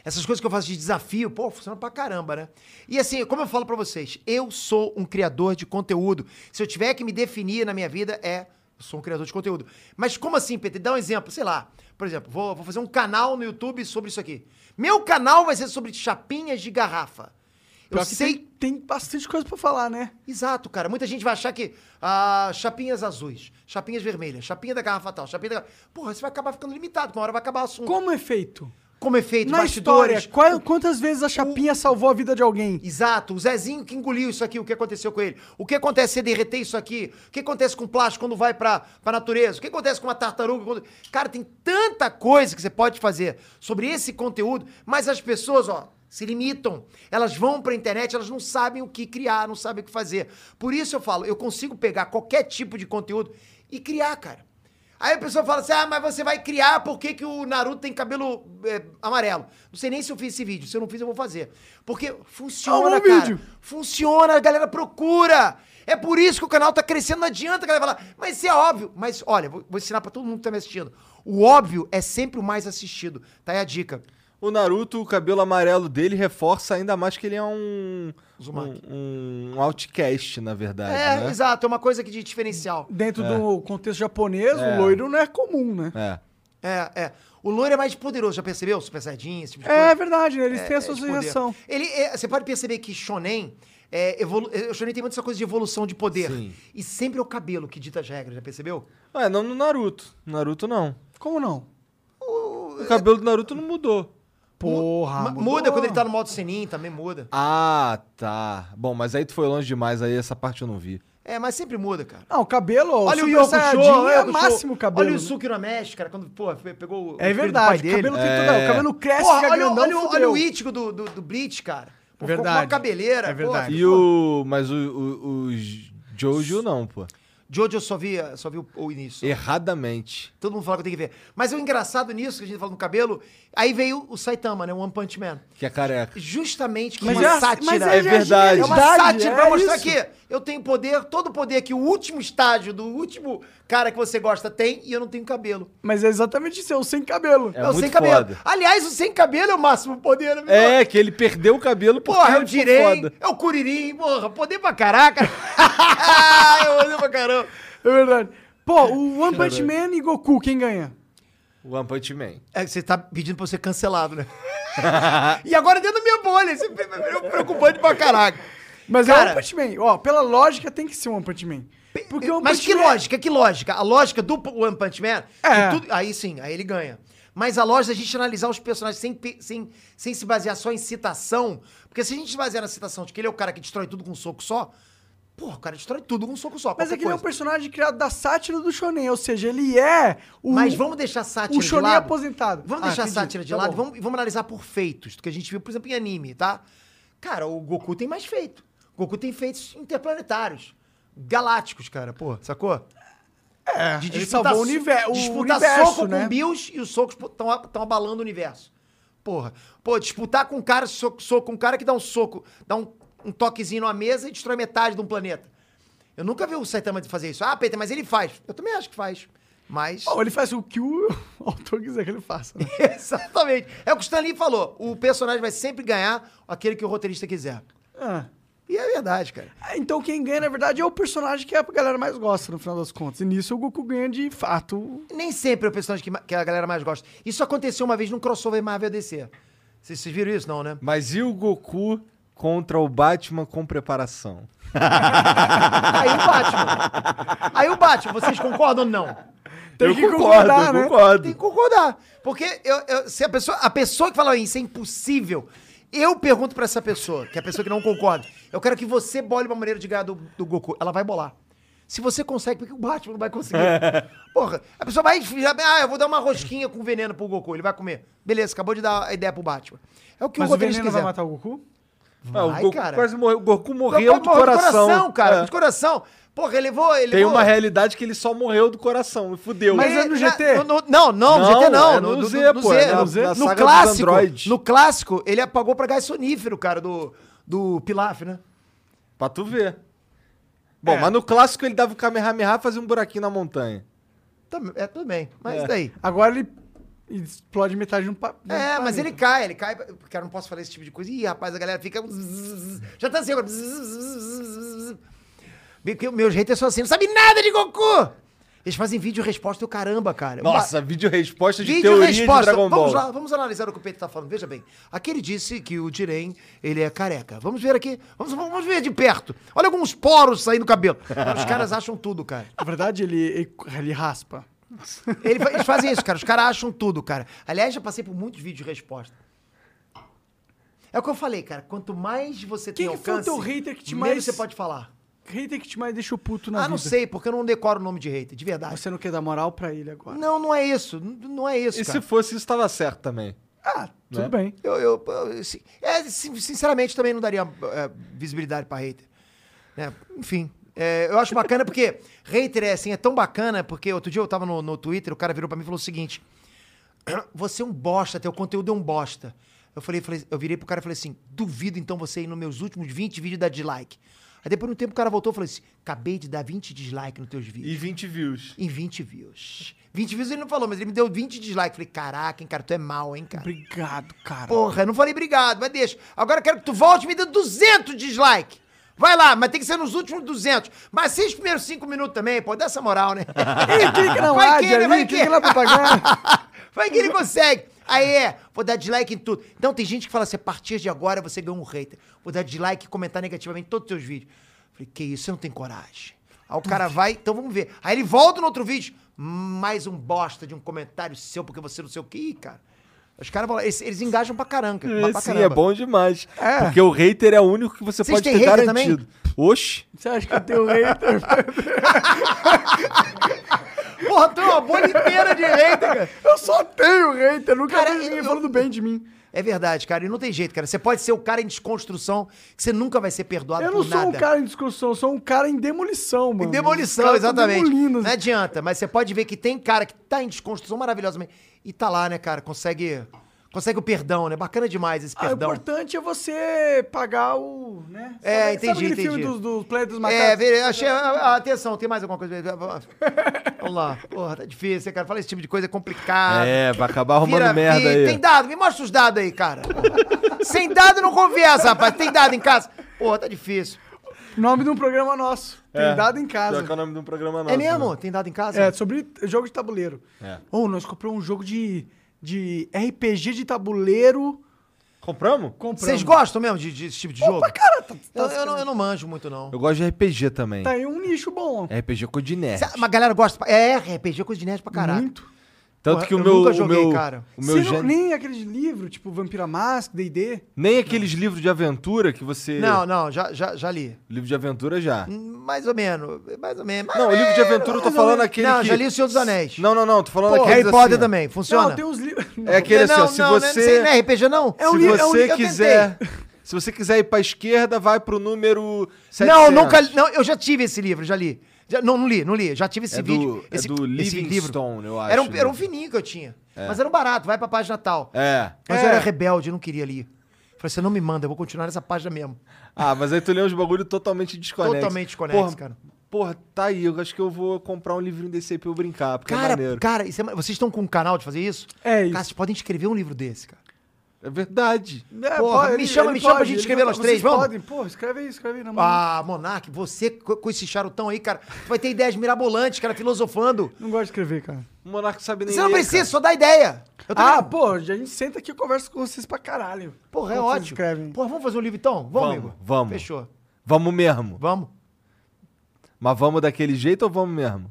C: Essas coisas que eu faço de desafio, pô, funciona pra caramba, né? E assim, como eu falo pra vocês, eu sou um criador de conteúdo. Se eu tiver que me definir na minha vida, é. Eu sou um criador de conteúdo. Mas como assim, PT? Dá um exemplo, sei lá. Por exemplo, vou, vou fazer um canal no YouTube sobre isso aqui. Meu canal vai ser sobre chapinhas de garrafa. Eu
G: Pior que
C: sei.
G: Tem, tem bastante coisa pra falar, né?
C: Exato, cara. Muita gente vai achar que ah, chapinhas azuis, chapinhas vermelhas, chapinha da garrafa tal, chapinha da. garrafa- Porra, você vai acabar ficando limitado. Uma hora vai acabar o assunto.
G: Como é feito?
C: Como efeito,
G: Na
C: Hum. bastidores, Hum.
G: história, qual- é- quantas vezes a chapinha salvou a vida de alguém?
C: Exato, o Zezinho que engoliu isso aqui, o que aconteceu com ele? O que acontece se derreter isso aqui? O que acontece com o plástico quando vai pra, pra natureza? O que acontece com uma tartaruga? quando- Cara, tem tanta coisa que você pode fazer sobre esse conteúdo, mas as pessoas, ó, se limitam. Elas vão pra internet, elas não sabem o que criar, não sabem o que fazer. Por isso eu falo, eu consigo pegar qualquer tipo de conteúdo e criar, cara. Aí a pessoa fala assim: ah, mas você vai criar por que, que o Naruto tem cabelo é, amarelo? Não sei nem se eu fiz esse vídeo. Se eu não fiz, eu vou fazer. Porque funciona,
G: Ah, bom
C: cara.
G: vídeo.
C: Funciona, a galera procura. É por isso que o canal tá crescendo. Não adianta a galera falar, mas isso é óbvio. Mas olha, vou, vou ensinar pra todo mundo que tá me assistindo. O óbvio é sempre o mais assistido. Tá aí a dica.
B: O Naruto, o cabelo amarelo dele reforça ainda mais que ele é um.
C: Uzumaki.
B: Um, um outcast, na verdade.
C: É,
B: né?
C: exato. É uma coisa que de diferencial.
G: Dentro do contexto japonês,
B: É.
G: o loiro não é comum, né?
B: É.
C: É, é. O loiro é mais poderoso, já percebeu? Super Saiyajin, esse tipo de coisa.
G: É verdade, né? Eles têm
C: é,
G: essa
C: de poder.
G: associação.
C: Ele, é, você pode perceber que Shonen. É, evolu- é, o Shonen tem muito essa coisa de evolução de poder.
B: Sim.
C: E sempre é o cabelo que dita as regras, já percebeu?
B: Ué, não no Naruto. No Naruto, não.
G: Como não?
B: O cabelo do Naruto não mudou.
G: Porra,
C: Ma-
G: mudou.
C: Muda quando ele tá no modo Senin, também muda.
B: Ah, tá. Bom, mas aí tu foi longe demais, aí essa parte eu não vi.
C: É, mas sempre muda, cara.
G: Não, o cabelo,
C: Olha o
G: Super
C: Yoko
G: Saiyajin
C: Show,
G: é o máximo cabelo.
C: Olha o
G: né?
C: Suki no Mesh, cara, quando pô, pe-
G: É
C: pegou o o filho do
G: verdade, o
C: pai
G: cabelo
C: dele. né?
G: tem
B: É.
G: toda, o cabelo cresce,
C: Porra,
G: fica
C: olha, o-
G: grandão,
C: olha, o- olha
G: fudeu.
C: o Ítico do, do, do Bleach, cara. Pô, ficou Com uma
G: Verdade.
C: cabeleira.
G: É
C: pô,
G: verdade.
B: E o. Mas o, o, o Jojo não, pô.
C: Jojo eu só vi, só vi o, o início.
B: Erradamente.
C: Todo mundo fala que eu tenho que ver. Mas o engraçado nisso, que a gente fala no cabelo, aí veio o Saitama, né? O One Punch Man.
B: Que é careca.
C: Justamente com
G: Mas
C: uma
G: é-
C: sátira.
G: mas
B: é É verdade.
C: É uma
G: genialidade,
C: sátira
G: é
C: pra mostrar
G: isso.
C: que eu tenho poder, todo o poder que o último estágio do último cara que você gosta tem e eu não tenho cabelo.
G: Mas é exatamente isso, é o sem cabelo.
B: É
C: o
B: muito
C: sem cabelo.
B: foda.
C: Aliás, o sem cabelo é o máximo poder, né? meu irmão?
B: É, que ele perdeu o cabelo porque
C: Porra, é o
B: ele ficou
C: direi,
B: foda.
C: é o curirim, porra, poder pra caraca. eu odeio pra caramba.
G: É verdade. Pô, o One Punch Man e Goku, quem ganha?
B: O One Punch Man.
C: É que você tá pedindo pra eu ser cancelado, né? e agora dentro da minha bolha, isso é preocupante pra caraca.
G: Mas é o
C: Cara-
G: One Punch Man. Ó, pela lógica tem que ser o One Punch Man. Porque o One
C: Mas
G: Punch
C: que
G: Man-
C: lógica, que lógica? A lógica do P- One Punch Man,
G: É.
C: que tudo- aí sim, aí ele ganha. Mas a lógica é a gente analisar os personagens sem, pe- sem, sem se basear só em citação. Porque se a gente se basear na citação de que ele é o cara que destrói tudo com um soco só, porra, o cara destrói tudo com um soco só.
G: Mas
C: qualquer
G: é que ele é um
C: coisa.
G: personagem criado da sátira do Shonen, ou seja, ele é o...
C: Mas vamos deixar a sátira
G: o
C: de
G: Shonen
C: lado.
G: aposentado.
C: Vamos
G: Ah,
C: deixar a
G: entendi.
C: sátira de
G: Tá
C: lado
G: bom.
C: vamos, e vamos analisar por feitos, do que a gente viu, por exemplo, em anime, tá? Cara, o Goku tem mais feito. O Goku tem feitos interplanetários. Galácticos, cara, pô, sacou? É, de
G: ele salvou o univer- o
C: disputar
G: universo,
C: soco
G: né?
C: com Bills e os socos estão abalando o universo. Porra. Pô, disputar com um cara, soco, soco com um cara que dá um soco, dá um, um toquezinho numa mesa e destrói metade de um planeta. Eu nunca vi o Saitama fazer isso. Ah, Peter, mas ele faz. Eu também acho que faz. Mas.
G: Bom, ele faz o que o autor quiser que ele faça, né?
C: Exatamente. É o que o Stanley falou. O personagem vai sempre ganhar aquele que o roteirista quiser.
G: Ah.
C: E é verdade, cara.
G: Ah, Então quem ganha, na verdade, é o personagem que a galera mais gosta, no final das contas. E nisso o Goku ganha de fato.
C: Nem sempre é o personagem que, ma- que a galera mais gosta. Isso aconteceu uma vez num crossover Marvel DC. Vocês vocês viram isso, não, né?
B: Mas e o Goku contra o Batman com preparação.
C: Aí o Batman. Aí o Batman, vocês concordam ou não?
G: Tem que concordar,
B: eu
G: né?
B: concordo.
C: Tem que concordar. Porque eu- eu- se a pessoa, a pessoa que fala isso é impossível, eu pergunto pra essa pessoa, que é a pessoa que não concorda, eu quero que você bole uma maneira de ganhar do, do Goku. Ela vai bolar. Se você consegue, por que o Batman não vai conseguir? Porra, a pessoa vai. já- Ah, eu vou dar uma rosquinha com veneno pro Goku, ele vai comer. Beleza, acabou de dar a ideia pro Batman. É o que
G: Mas
C: o
G: o
C: roteirista
G: veneno vai matar
C: quiser.
G: o Goku?
B: Ah, o
C: Vai,
B: Goku
C: cara.
B: quase morreu. O Goku
C: Não,
B: morreu
C: pode
B: do
C: morrer
B: coração.
C: cara,
B: É.
C: de coração. Porra, ele levou. Ele
B: Tem
C: levou-
B: uma realidade que ele só morreu do coração. e Fudeu.
G: Mas
C: Ele-
G: é no
C: na-
G: GT?
C: no- no- não, não, no
B: Não,
C: GT não.
B: é no Z, pô, é na- na
C: no
B: saga dos
C: clássico,
B: androides.
C: no clássico, ele apagou pra gás sonífero, cara, do, do Pilaf, né?
B: Pra tu ver. Bom,
C: É.
B: mas no clássico ele dava o Kamehameha e fazia um buraquinho na montanha.
C: Tá- é, tudo bem, mas daí.
G: Agora ele explode metade de um pa... de um
C: É, mas
G: planeta.
C: ele cai, ele cai. Cara, não posso falar esse tipo de coisa. Ih, rapaz, a galera fica... um zzz, Já tá assim agora. zzz. Porque meus haters são assim, não sabe nada de Goku! Eles fazem vídeo resposta do caramba, cara.
B: Nossa, vídeo resposta de
C: É. Vídeo
B: teoria de
C: resposta.
B: Dragon Ball.
C: Vamos lá, vamos analisar o que o Peito tá falando. Veja bem. Aqui ele disse que o Dirém, ele é careca. Vamos ver aqui. Vamos, vamos ver de perto. Olha alguns poros saindo do cabelo. Os caras acham tudo, cara.
G: Na verdade, ele, ele, ele raspa.
C: Ele fa- eles fazem isso, cara. Os caras acham tudo, cara. Aliás, já passei por muitos vídeos de resposta. É o que eu falei, cara. Quanto mais você
G: Quem
C: tem
G: que foi o
C: alcance,
G: teu hater que te
C: menos
G: mais-
C: você pode falar.
G: Hater que te mais deixa o puto na
C: Ah,
G: vida.
C: não sei, porque eu não decoro o nome de hater, de verdade.
G: Você não quer dar moral pra ele agora.
C: Não, não é isso. N- Não é isso,
B: E
C: cara.
B: se fosse isso, tava certo também.
G: Ah, tudo
B: Né?
G: bem.
C: Eu, eu, eu- assim, é, sin- sinceramente, também não daria é, visibilidade pra hater. né? Enfim, é, eu acho bacana porque hater é assim, é tão bacana, porque outro dia eu tava no, no Twitter, o cara virou pra mim e falou o seguinte: Você é um bosta, teu conteúdo é um bosta. Eu falei, falei- eu virei pro cara e falei assim: duvido então você ir nos meus últimos 20 vídeos dar dislike. Aí depois de um tempo o cara voltou e falou assim: acabei de dar 20 dislike nos teus vídeos
B: E 20 views.
C: em 20 views. 20 views ele não falou, mas ele me deu 20 dislikes. Falei, caraca, hein, cara, tu é mal, hein, cara.
G: Obrigado, cara.
C: Porra, eu não falei obrigado, mas deixa. Agora eu quero que tu volte e me dê 200 dislike. Vai lá, mas tem que ser nos últimos 200. Mas seis primeiros cinco minutos também, pô, dá essa moral, né?
G: Ele clica na
C: Vai que
G: rádio
C: ele- vai
G: ali,
C: que-
G: clica na propaganda.
C: Vai que ele consegue. Aí é, vou dar dislike em tudo. Então tem gente que fala assim, a partir de agora você ganhou um hater. Vou dar dislike e comentar negativamente em todos os seus vídeos. Falei, que isso, você não tem coragem. Aí o cara vai, então vamos ver. Aí ele volta no outro vídeo, mais um bosta de um comentário seu, porque você não sei o que. Ih, cara, os caras vão lá, eles, eles engajam pra caramba.
B: É,
C: pra
B: Sim,
C: caramba.
B: é bom demais.
G: É.
B: Porque o hater é o único que você
C: Vocês
B: pode
C: têm
B: ter
C: hater
B: garantido. Oxi.
G: Você acha que eu tenho hater?
C: Porra, tu é uma bolha inteira de hater, cara.
G: Eu só tenho hater, nunca
C: Cara,
G: vi ninguém
C: eu-
G: falando bem de mim.
C: É verdade, cara. E não tem jeito, cara. Você pode ser o cara em desconstrução, que você nunca vai ser perdoado
G: Eu não
C: por
G: sou
C: nada.
G: um cara em discussão, eu sou um cara em demolição, mano.
C: Em
G: Os
C: demolição,
G: caras tão
C: exatamente. Né,
G: demolindo,
C: Não adianta, mas você pode ver que tem cara que tá em desconstrução maravilhosamente. E tá lá, né, cara? Consegue, consegue o perdão, né? Bacana demais esse
G: Ah, o
C: perdão.
G: importante é você pagar o. Né?
C: É,
G: Sabe-
C: entendi,
G: Sabe aquele filme
C: entendi.
G: dos, dos Planeta dos
C: é,
G: Macacos?
C: vê- achei. ah, ah, Atenção, tem mais alguma coisa? Vamos lá. Porra, tá difícil, hein, cara. Falar esse tipo de coisa é complicado.
B: É, vai acabar arrumando
C: Vira-
B: merda
C: Ih,
B: aí.
C: Tem dado, me mostra os dados aí, cara. Sem dado não conversa, rapaz. Tem dado em casa? Porra, tá difícil.
G: Nome de um programa nosso. Tem
B: É.
G: dado em casa.
B: Pior que é o nome de um programa nosso.
C: é mesmo?
B: né?
C: Tem dado em casa?
G: É, sobre jogo de tabuleiro.
B: É.
G: Ou nós compramos um jogo de, de RPG de tabuleiro.
B: Compramos?
G: Compramos.
C: Vocês gostam mesmo de, de- desse tipo de jogo?
G: Opa, cara, tá, tá-
C: eu, eu não, eu não manjo muito, não.
B: Eu gosto de RPG também.
G: tá aí um nicho bom.
B: RPG Codiné.
C: Cê- Mas a galera gosta. pra- É, RPG é coisa de nerd pra caralho.
G: Muito.
B: Tanto que o
C: eu
B: meu.
C: nunca
B: o
C: joguei,
B: meu-
C: cara.
B: O meu
G: Se não-
B: gênero- nem...
G: nem aqueles livros, tipo Vampira Mask, D&D.
B: aqueles livros de aventura que você.
C: Não, não, já, já, já li.
B: Livro de aventura já.
C: Hum, Mais ou menos. Mais ou menos. é, mais
B: Não,
C: ou
B: o livro de
C: menos.
B: aventura eu tô
C: Mais ou
B: falando
C: menos.
B: aquele
C: Não,
B: que-
C: já li O Senhor dos Anéis.
B: Não, não, não. Tô falando
C: Pô,
B: aqueles assim,
C: Harry Potter
B: ó.
C: também. Funciona?
G: Não,
A: um-
G: tem uns livros...
B: É aquele assim, ó. Se
C: não,
B: você.
C: Não, sei, não é RPG, não?
G: É um
B: se
G: li- é um
B: você
G: li- eu
B: quiser. Se você quiser ir pra esquerda, vai pro número. né? 700.
C: Não, nunca. li- Não, eu já tive esse livro, já li. Já- não, não li, não li. Já tive esse
B: É do-
C: vídeo.
B: é
C: esse,
B: do Livingstone, eu acho,
C: Era um,
B: né?
C: era um fininho que eu tinha. Mas era um barato, vai pra página tal.
B: É.
C: Mas
B: É.
C: eu era rebelde, eu não queria ler. Falei, você não me manda, eu vou continuar nessa página mesmo.
B: Ah, mas aí tu lê uns bagulho totalmente desconexo.
C: Totalmente desconexo,
B: Porra,
C: cara.
B: Porra, tá aí. Eu acho que eu vou comprar um livrinho desse aí pra eu brincar, porque é
C: Cara,
B: maneiro.
C: cara, isso é ma- vocês estão com um canal de fazer isso?
G: É isso.
C: Cara, vocês podem escrever um livro desse, cara.
B: É verdade.
G: É,
C: Porra, me chama- me chama pra gente
G: ele- tá,
C: escrever nós
G: vocês
C: três, vamos?
G: podem? Pô, escreve aí, escreve aí
B: Hum.
G: na mão.
C: Ah, Monark, você co- com esse charutão aí, cara, tu vai ter ideias mirabolantes, cara, filosofando.
G: Não gosto de escrever, cara.
B: O monarca sabe nem
C: Você não
B: ler,
C: precisa,
B: cara.
C: só dá ideia. Eu tô
G: Ah,
C: ligado.
G: pô, a gente senta aqui e conversa com vocês pra caralho.
C: porra, é
G: Quando vocês
C: ótimo.
G: escrevem.
C: Porra, vamos fazer um livro então? Vamos,
B: Vamos,
C: amigo.
B: vamos.
C: Fechou.
B: Vamos mesmo.
C: Vamos.
B: Mas vamos daquele jeito ou vamos mesmo?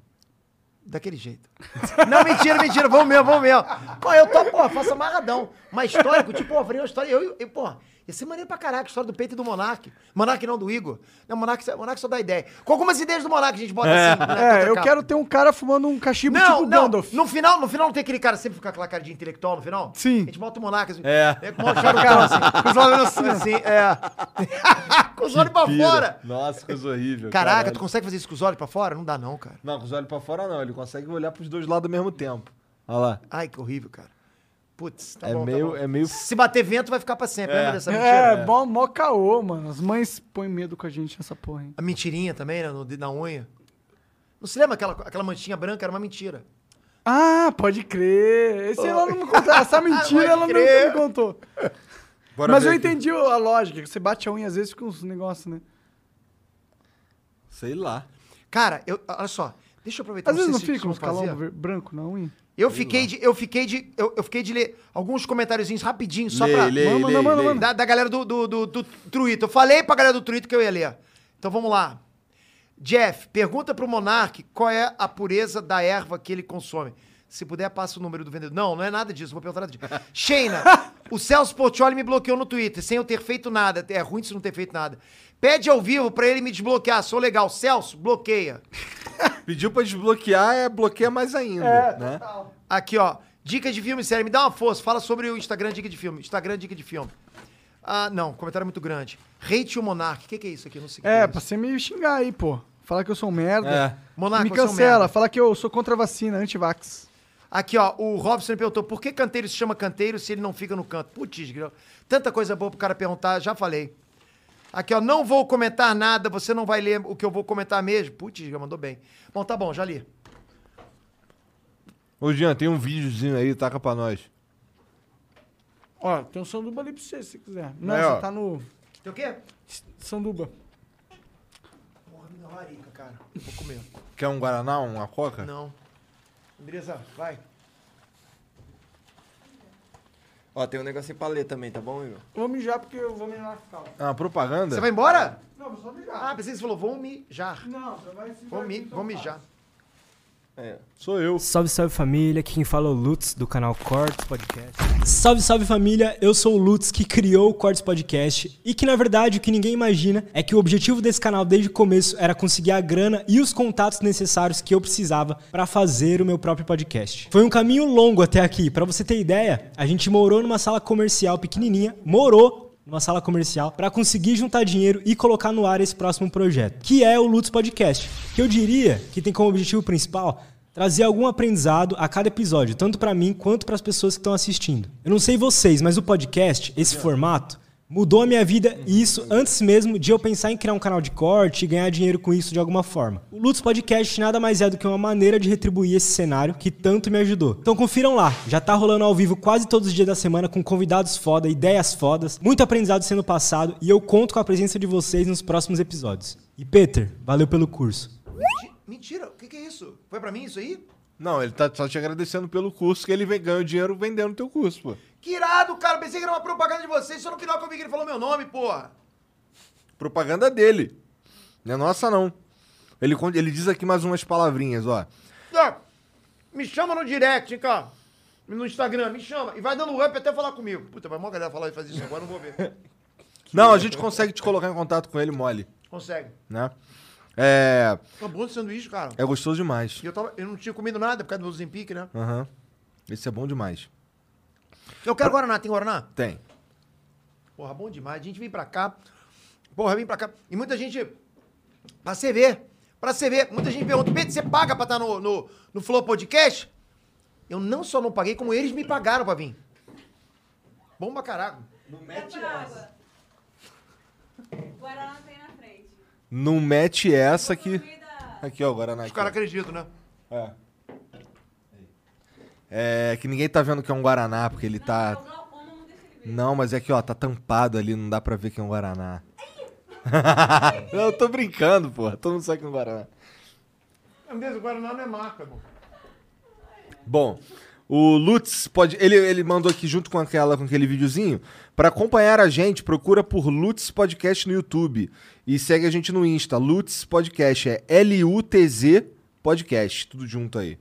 C: Daquele jeito. Não, mentira, mentira. Vamos mesmo, vamos mesmo. Pô, eu tô, pô, faço amarradão. Mas histórico, tipo, pô, faria uma história. Eu, eu pô, ia ser maneiro pra caraca, história do peito e do Monark. Monark não, do Igor. Não, Monark, só- Monark só dá ideia. Com algumas ideias do Monark a gente bota assim. né,
G: É, eu
C: capa.
G: quero ter um cara fumando um cachimbo
C: Não,
G: tipo
C: não,
G: Gandalf.
C: no final, no final não tem aquele cara que sempre fica com aquela cara de intelectual no final?
G: Sim.
C: A gente bota o Monark assim.
B: É.
C: Com o charutão assim. Com os olhos assim. assim é. com os olhos pra
B: Pira.
C: fora.
B: Nossa, coisa horrível.
C: Caraca,
B: caralho.
C: tu consegue fazer isso com os olhos pra fora? Não dá não, cara.
B: Não, com os olhos pra fora não. Ele consegue olhar pros dois lados ao mesmo tempo. Olha lá.
C: Ai, que horrível, cara. Putz, tá
B: é,
C: bom, tá
B: meio,
C: bom.
B: é meio.
C: Se bater vento, vai ficar pra sempre.
B: É.
C: Lembra dessa mentira?
G: É, mó, mó caô, mano. As mães põem medo com a gente nessa porra, hein?
C: A mentirinha também, né? no- na unha. Não se lembra aquela, aquela manchinha branca? Era uma mentira.
G: Ah, pode crer. Esse ela não me contou. Essa mentira
C: Pode
G: ela nunca
C: crer.
G: me contou.
B: Bora
G: Mas
B: ver
G: eu
B: aqui.
G: entendi a lógica. que Você bate a unha às vezes com uns negócios, né?
B: Sei lá.
C: Cara, eu, olha só. Deixa eu aproveitar.
G: Às vezes não
C: sei se
G: fica uns
C: vocês vão fazer.
G: calombo ver- branco na unha.
C: Eu fiquei, de, eu fiquei de. Eu, eu fiquei de ler alguns comentáriozinhos rapidinho, só
B: lê,
C: pra.
B: lê,
G: Manda,
B: lê,
G: manda, manda,
B: lê.
G: manda.
C: Da, da galera do, do, do, do Twitter. Eu falei pra galera do Twitter que eu ia ler. Então vamos lá. Jeff, pergunta pro Monark qual é a pureza da erva que ele consome. Se puder, passa o número do vendedor. Não, não é nada disso, vou perguntar nada disso. Sheina, o Celso Portioli me bloqueou no Twitter, sem eu ter feito nada. É ruim se não ter feito nada. Pede ao vivo pra ele me desbloquear. Sou legal. Celso, bloqueia.
B: Pediu pra desbloquear, é bloqueia mais ainda.
C: É.
B: né?
C: Aqui, ó. Dica de filme, sério. Me dá uma força. Fala sobre o Instagram Dica de Filme. Instagram Dica de Filme. Ah, não. Comentário muito grande. Hate o Monark. O que, que é isso aqui? Eu não sei o que
G: É,
C: que
G: pra você me xingar aí, pô. Falar que eu sou um merda.
B: É.
C: Monaco,
G: me
C: você é um
G: cancela.
C: merda.
G: Fala que eu sou contra a vacina, antivax.
C: Aqui, ó. O Robson perguntou por que canteiro se chama canteiro se ele não fica no canto. Putz, grilo. Tanta coisa boa pro cara perguntar. Já falei. Aqui, ó. Não vou comentar nada. Você não vai ler o que eu vou comentar mesmo. Putz, grilo, mandou bem. Bom, tá bom. Já li.
B: Ô, Jean, tem um videozinho aí, taca pra nós.
G: Ó, tem um sanduba ali pra você, se quiser. Não,
B: É,
G: você
B: ó.
G: tá no
C: Tem o quê?
G: sanduba.
C: Porra, me dá uma larica, cara. Vou comer.
B: Quer um Guaraná, uma coca?
C: Não. Andresa, vai.
D: Ó, tem um negocinho pra ler também, tá bom, Igor?
G: Eu vou mijar porque eu vou mijar na calma.
B: É uma propaganda?
C: Você vai embora?
G: Não, vou só mijar.
C: Ah, pensei que você falou, vou mijar.
G: Não, você vai se
C: Vou, mi vou mijar.
D: É.
B: Sou eu.
H: Salve, salve família, aqui quem fala é o Lutz do canal Cortes Podcast. Salve, salve família, eu sou o Lutz que criou o Cortes Podcast e que na verdade o que ninguém imagina é que o objetivo desse canal desde o começo era conseguir a grana e os contatos necessários que eu precisava para fazer o meu próprio podcast. Foi um caminho longo até aqui, para você ter ideia, a gente morou numa sala comercial pequenininha, morou numa sala comercial para conseguir juntar dinheiro e colocar no ar esse próximo projeto, que é o Lutz Podcast, que eu diria que tem como objetivo principal trazer algum aprendizado a cada episódio, tanto pra mim quanto pras pessoas que estão assistindo. Eu não sei vocês, mas o podcast, esse formato, mudou a minha vida e isso antes mesmo de eu pensar em criar um canal de corte e ganhar dinheiro com isso de alguma forma. O Lutz Podcast nada mais é do que uma maneira de retribuir esse cenário que tanto me ajudou. Então confiram lá, já tá rolando ao vivo quase todos os dias da semana com convidados foda, ideias fodas, muito aprendizado sendo passado e eu conto com a presença de vocês nos próximos episódios. E Peter, valeu pelo curso.
C: Menti- Mentira, o que, que é isso? Foi pra mim isso aí?
B: Não, ele tá só te agradecendo pelo curso, que ele vem, ganha o dinheiro vendendo teu curso, pô.
C: Que irado, cara. Pensei que era uma propaganda de vocês, só no final que eu vi que ele falou meu nome, porra.
B: Propaganda dele. Não é nossa, não. Ele, con- ele diz aqui mais umas palavrinhas, ó.
C: Ó, me chama no direct, hein, cara. No Instagram, me chama. E vai dando up até falar comigo. Puta, vai mó galera falar e fazer isso agora, eu não vou ver.
B: Não, a gente consegue te colocar em contato com ele mole,
C: Consegue.
B: né? É,
C: Tá bom esse sanduíche, cara.
B: é gostoso demais.
C: E eu, tava, eu não tinha comido nada por causa do Zempic, né?
B: Aham. Esse é bom demais.
C: Eu quero Guaraná, tem Guaraná?
B: Tem.
C: Porra, bom demais. A gente vem pra cá. Porra, vem pra cá. E muita gente. Pra você ver. Pra você ver. Muita gente pergunta: Pedro, você paga pra estar no, no, no Flow Podcast? Eu não só não paguei, como eles me pagaram pra vir. Bom pra caralho.
D: Não mete
E: Pra água. Guaraná tem na frente.
B: Não mete essa
E: No
B: aqui.
E: meio da-
B: Aqui, ó, Guaraná.
C: Os
B: Aqui,
C: caras
B: ó.
C: acreditam, né?
B: É. É, que ninguém tá vendo que é um Guaraná, porque ele
E: Não,
B: tá.
C: Ah.
E: o Glaucoma não deixa ele ver.
B: Não, mas é que, ó, tá tampado ali, não dá pra ver que é um Guaraná. não, eu tô brincando, porra. Todo mundo sabe que é um Guaraná.
C: Mesmo, Guaraná não é marca, irmão.
B: Bom, o Lutz pode. Ele, ele mandou aqui junto com aquela com aquele videozinho. Pra acompanhar a gente, procura por Lutz Podcast no YouTube. E segue a gente no Insta, Lutz Podcast. É L-U-T-Z Podcast. Tudo junto aí.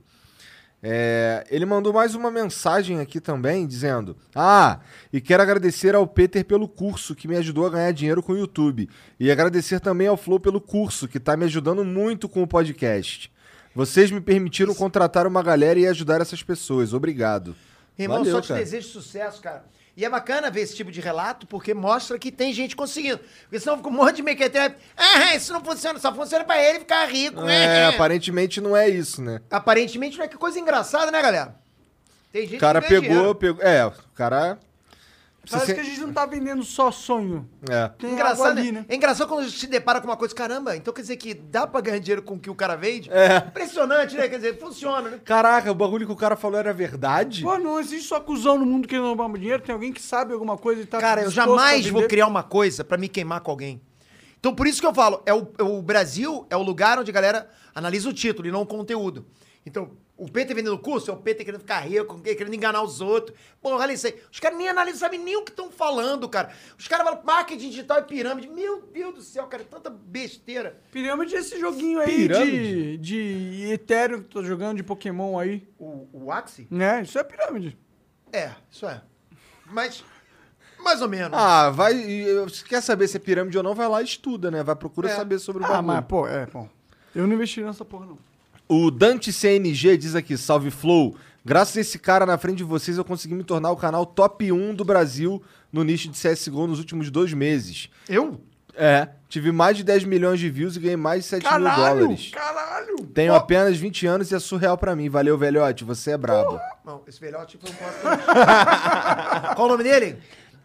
B: É, ele mandou mais uma mensagem aqui também, dizendo: Ah, e quero agradecer ao Peter pelo curso que me ajudou a ganhar dinheiro com o YouTube. E agradecer também ao Flow pelo curso, que tá me ajudando muito com o podcast. Vocês me permitiram contratar uma galera e ajudar essas pessoas. Obrigado.
C: Irmão,
B: Valeu,
C: só te
B: cara.
C: desejo sucesso, cara. E é bacana ver esse tipo de relato, porque mostra que tem gente conseguindo. Porque senão fica um monte de mequetrefe. Ah, isso não funciona, só funciona pra ele ficar rico.
B: É,
C: É,
B: aparentemente não é isso, né?
C: Aparentemente não é que coisa engraçada, né, galera? Tem gente
B: O cara
C: que ganha
B: pegou, pegou. É, o cara. Você
A: Parece
B: se-
A: que a gente não tá vendendo só sonho.
B: É.
A: Tem
C: Engraçado,
A: algo ali,
C: né?
A: né?
C: É engraçado quando se depara com uma coisa, caramba, então quer dizer que dá pra ganhar dinheiro com o que o cara vende?
B: É.
C: Impressionante, né? Quer dizer, funciona, né?
B: Caraca, o bagulho que o cara falou era verdade?
A: Pô, não existe só cuzão no mundo querendo roubar meu dinheiro. Tem alguém que sabe alguma coisa e tá
C: Cara, eu
A: disposto a
C: jamais vou
A: vender.
C: criar uma coisa pra me queimar com alguém. Então, por isso que eu falo, é o, é o Brasil é o lugar onde a galera analisa o título e não o conteúdo. Então, o PT vendendo curso é o PT querendo ficar rico, querendo enganar os outros. Porra, olha isso aí. Os caras nem analisam, sabem nem o que estão falando, cara. Os caras falam marketing digital e pirâmide. Meu Deus do céu, cara, é tanta besteira.
A: Pirâmide é esse joguinho aí de,
B: Pirâmide?
A: de Ethereum que eu tô jogando, de Pokémon aí.
C: O, o Axie?
A: Né? Isso é pirâmide.
C: É, isso é. Mas, mais ou menos.
B: Ah, vai. e- Se quer saber se é pirâmide ou não, vai lá e estuda, né? Vai procurar saber sobre o
A: Ah,
B: bagulho.
A: mas, pô, é, bom. Eu não investi nessa porra, não.
B: O Dante CNG diz aqui, salve Flow. Graças a esse cara na frente de vocês, eu consegui me tornar o canal top 1 do Brasil no nicho de CSGO nos últimos dois meses.
C: eu?
B: É. Tive mais de 10 milhões de views e ganhei mais de 7 mil dólares.
A: Caralho!
B: Tenho apenas 20 anos e é surreal pra mim. Valeu, velhote. Você é brabo.
C: Não, esse velhote foi um copo. Qual o nome dele?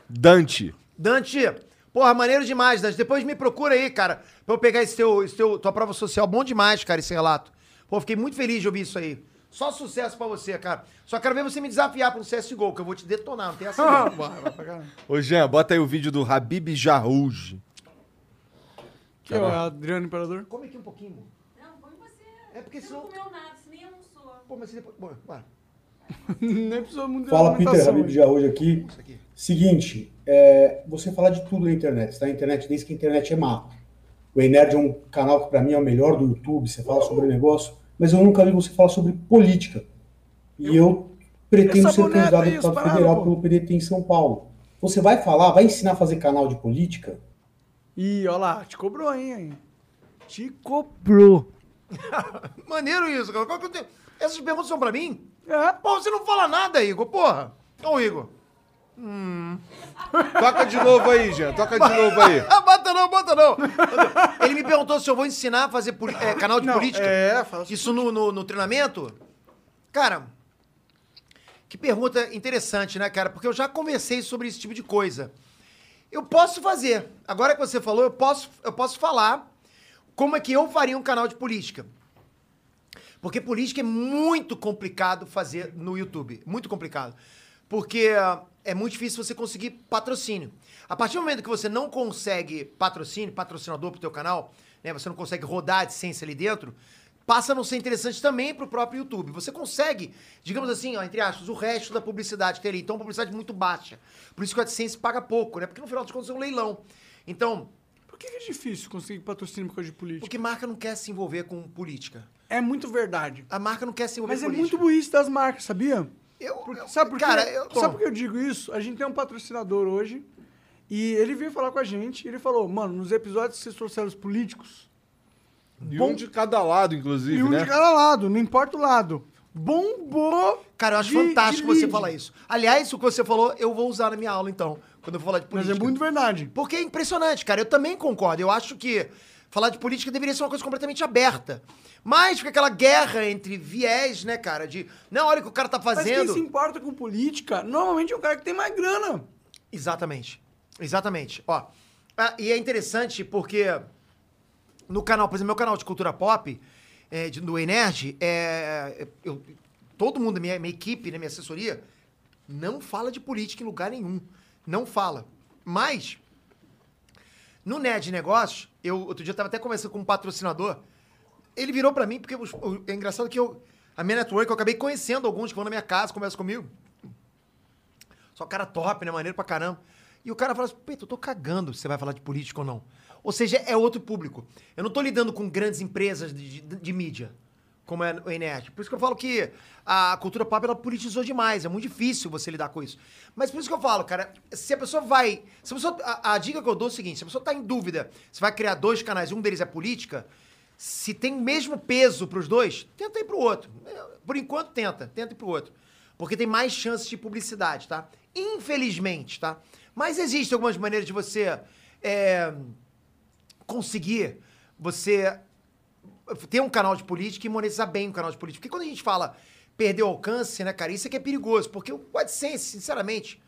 B: Dante.
C: Dante, porra, maneiro demais, Dante. Depois me procura aí, cara, pra eu pegar esse teu, esse teu, tua prova social. Bom demais, cara, esse relato. Pô, fiquei muito feliz de ouvir isso aí. Só sucesso pra você, cara. Só quero ver você me desafiar pra um CSGO, que eu vou te detonar, não tem essa não. Bora, vai pra caralho.
B: Ô, Jean, bota aí o vídeo do Habib Jarrouj.
A: Que é o Adriano Imperador?
C: Come aqui um pouquinho, amor.
E: Não, como você.
C: É porque
E: você não
C: senão-
E: comeu nada, você nem almoçou.
C: Pô, mas e depois... Bora, bora.
A: Nem precisou muito de
H: Fala,
C: tá
H: Peter
A: alimentação,
H: Habib
A: hein?
H: já hoje aqui.
C: aqui.
H: Seguinte, é, você falar de tudo na internet, tá? A internet, desde que a internet é mato. O Enerd é um canal que para mim é o melhor do YouTube, você fala sobre negócio, mas eu nunca vi você falar sobre política. E eu pretendo
A: Essa
H: ser
A: boneta
H: candidato a
A: aí,
H: deputado
A: os pararam, pô.
H: federal pelo PDT em São Paulo. Você vai falar, vai ensinar a fazer canal de política?
A: Ih, ó lá, te cobrou, hein? hein? Te cobrou.
C: Maneiro isso, cara. Qual que eu tenho- Essas perguntas são pra mim?
A: É,
C: Pô, você não fala nada, Igor, porra. Ô, Igor.
B: Toca de novo aí, Jean. Toca de novo aí.
C: Ah, bota não, bota não. Ele me perguntou se eu vou ensinar a fazer poli- eh, canal de política.
A: é, fala sobre
C: Isso no, no, no treinamento? Cara, que pergunta interessante, né, cara? Porque eu já conversei sobre esse tipo de coisa. Eu posso fazer. Agora que você falou, eu posso, eu posso falar como é que eu faria um canal de política. Porque política é muito complicado fazer no YouTube. Muito complicado. Porque ah, é muito difícil você conseguir patrocínio. A partir do momento que você não consegue patrocínio, patrocinador pro teu canal, né, você não consegue rodar a AdSense ali dentro, passa a não ser interessante também pro próprio YouTube. Você consegue, digamos assim, ó, entre aspas, o resto da publicidade que tem ali. Então, publicidade muito baixa. Por isso que o AdSense paga pouco, né? Porque no final das contas é um leilão. Então,
A: Por que que é difícil conseguir patrocínio por causa de política?
C: porque marca não quer se envolver com política.
A: É muito verdade.
C: A marca não quer se envolver
A: Mas
C: com
A: é
C: política.
A: muito burrice das marcas, sabia?
C: Eu,
A: Por-
C: eu-
A: sabe por quê?
C: Cara, eu,
A: sabe por que eu digo isso? A gente tem um patrocinador hoje e ele veio falar com a gente e ele falou, mano, nos episódios que vocês trouxeram os políticos,
B: E um de cada lado, inclusive,
A: e um
B: né?
A: de cada lado, não importa o lado. Bombou!
C: Cara, eu acho
A: de-
C: fantástico
A: de
C: você
A: lead.
C: falar isso. Aliás, o que você falou, eu vou usar na minha aula, então, quando eu for falar de
A: Mas
C: política.
A: é muito verdade.
C: Porque é impressionante, cara. Eu também concordo. Eu acho que falar de política deveria ser uma coisa completamente aberta. Mas fica aquela guerra entre viés, né, cara? De, não, olha o que o cara tá
A: Mas quem
C: fazendo.
A: se importa com política, normalmente é o
G: um
A: cara que tem mais grana.
C: Exatamente. Exatamente. Ó, ah, e é interessante porque no canal, por exemplo, meu canal de cultura pop, é, de- do Enerd, é, eu- todo mundo, minha, minha equipe, né, minha assessoria, não fala de política em lugar nenhum. Não fala. Mas, no Nerd Negócios, eu outro dia eu tava até conversando com um patrocinador. Ele virou pra mim, porque os- o- é engraçado que eu. A minha network, eu acabei conhecendo alguns que vão na minha casa, conversam comigo. Só cara top, né? Maneiro pra caramba. E o cara fala assim, Peito, eu tô cagando se você vai falar de política ou não. Ou seja, é outro público. Eu não tô lidando com grandes empresas de, de- de mídia, como é o Enerd. Por isso que eu falo que a cultura pop, ela politizou demais. É muito difícil você lidar com isso. Mas por isso que eu falo, cara, se a pessoa vai... Se a, pessoa, a, a dica que eu dou é o seguinte, se a pessoa tá em dúvida, se vai criar dois canais e um deles é política, se tem o mesmo peso pros dois, tenta ir pro outro. É, Por enquanto, tenta. Tenta ir pro outro. Porque tem mais chances de publicidade, tá? Infelizmente, tá? Mas existem algumas maneiras de você é, conseguir você ter um canal de política e monetizar bem o canal de política. Porque quando a gente fala perder o alcance, né, cara, isso é que é perigoso. Porque o AdSense, sinceramente,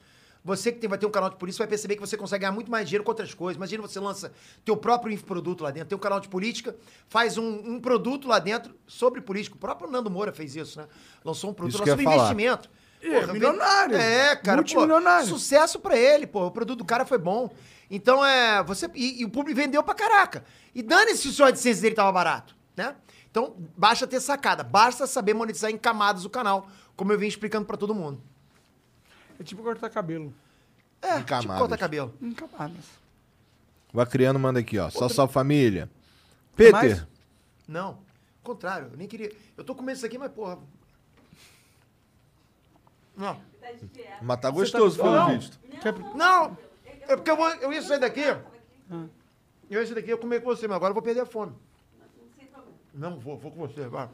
C: você que tem- vai ter um canal de política vai perceber que você consegue ganhar muito mais dinheiro com outras coisas. Imagina você lança teu próprio infoproduto lá dentro, tem um canal de política, faz um, um produto lá dentro sobre política. O próprio Nando Moura fez isso, né? Lançou um produto,
B: Isso que eu
C: lançou um
B: ia falar.
C: investimento.
G: É,
C: Porra,
G: milionário.
C: É, cara.
G: Multimilionário.
C: Pô, sucesso pra ele, pô. O produto do cara foi bom. Então é. Você, e, e o público vendeu pra caraca. E dane-se se o seu AdSense dele tava barato, né? Então, basta ter sacada, basta saber monetizar em camadas o canal, como eu vim explicando pra todo mundo.
G: É tipo cortar cabelo.
C: É,
B: Em camadas.
C: tipo corta cabelo.
G: Em camadas.
B: Vai criando, manda aqui, ó. Só só família. Peter,
C: Não, ao contrário, eu nem queria. Eu tô comendo isso aqui, mas porra. Não.
E: Tá de dieta.
B: mas tá gostoso pelo
C: Não.
B: visto.
C: Não! É porque eu, vou, eu ia sair daqui. Eu ia sair daqui, eu ia comer com você, mas agora eu vou perder a fome. Não vou, vou com você, vai.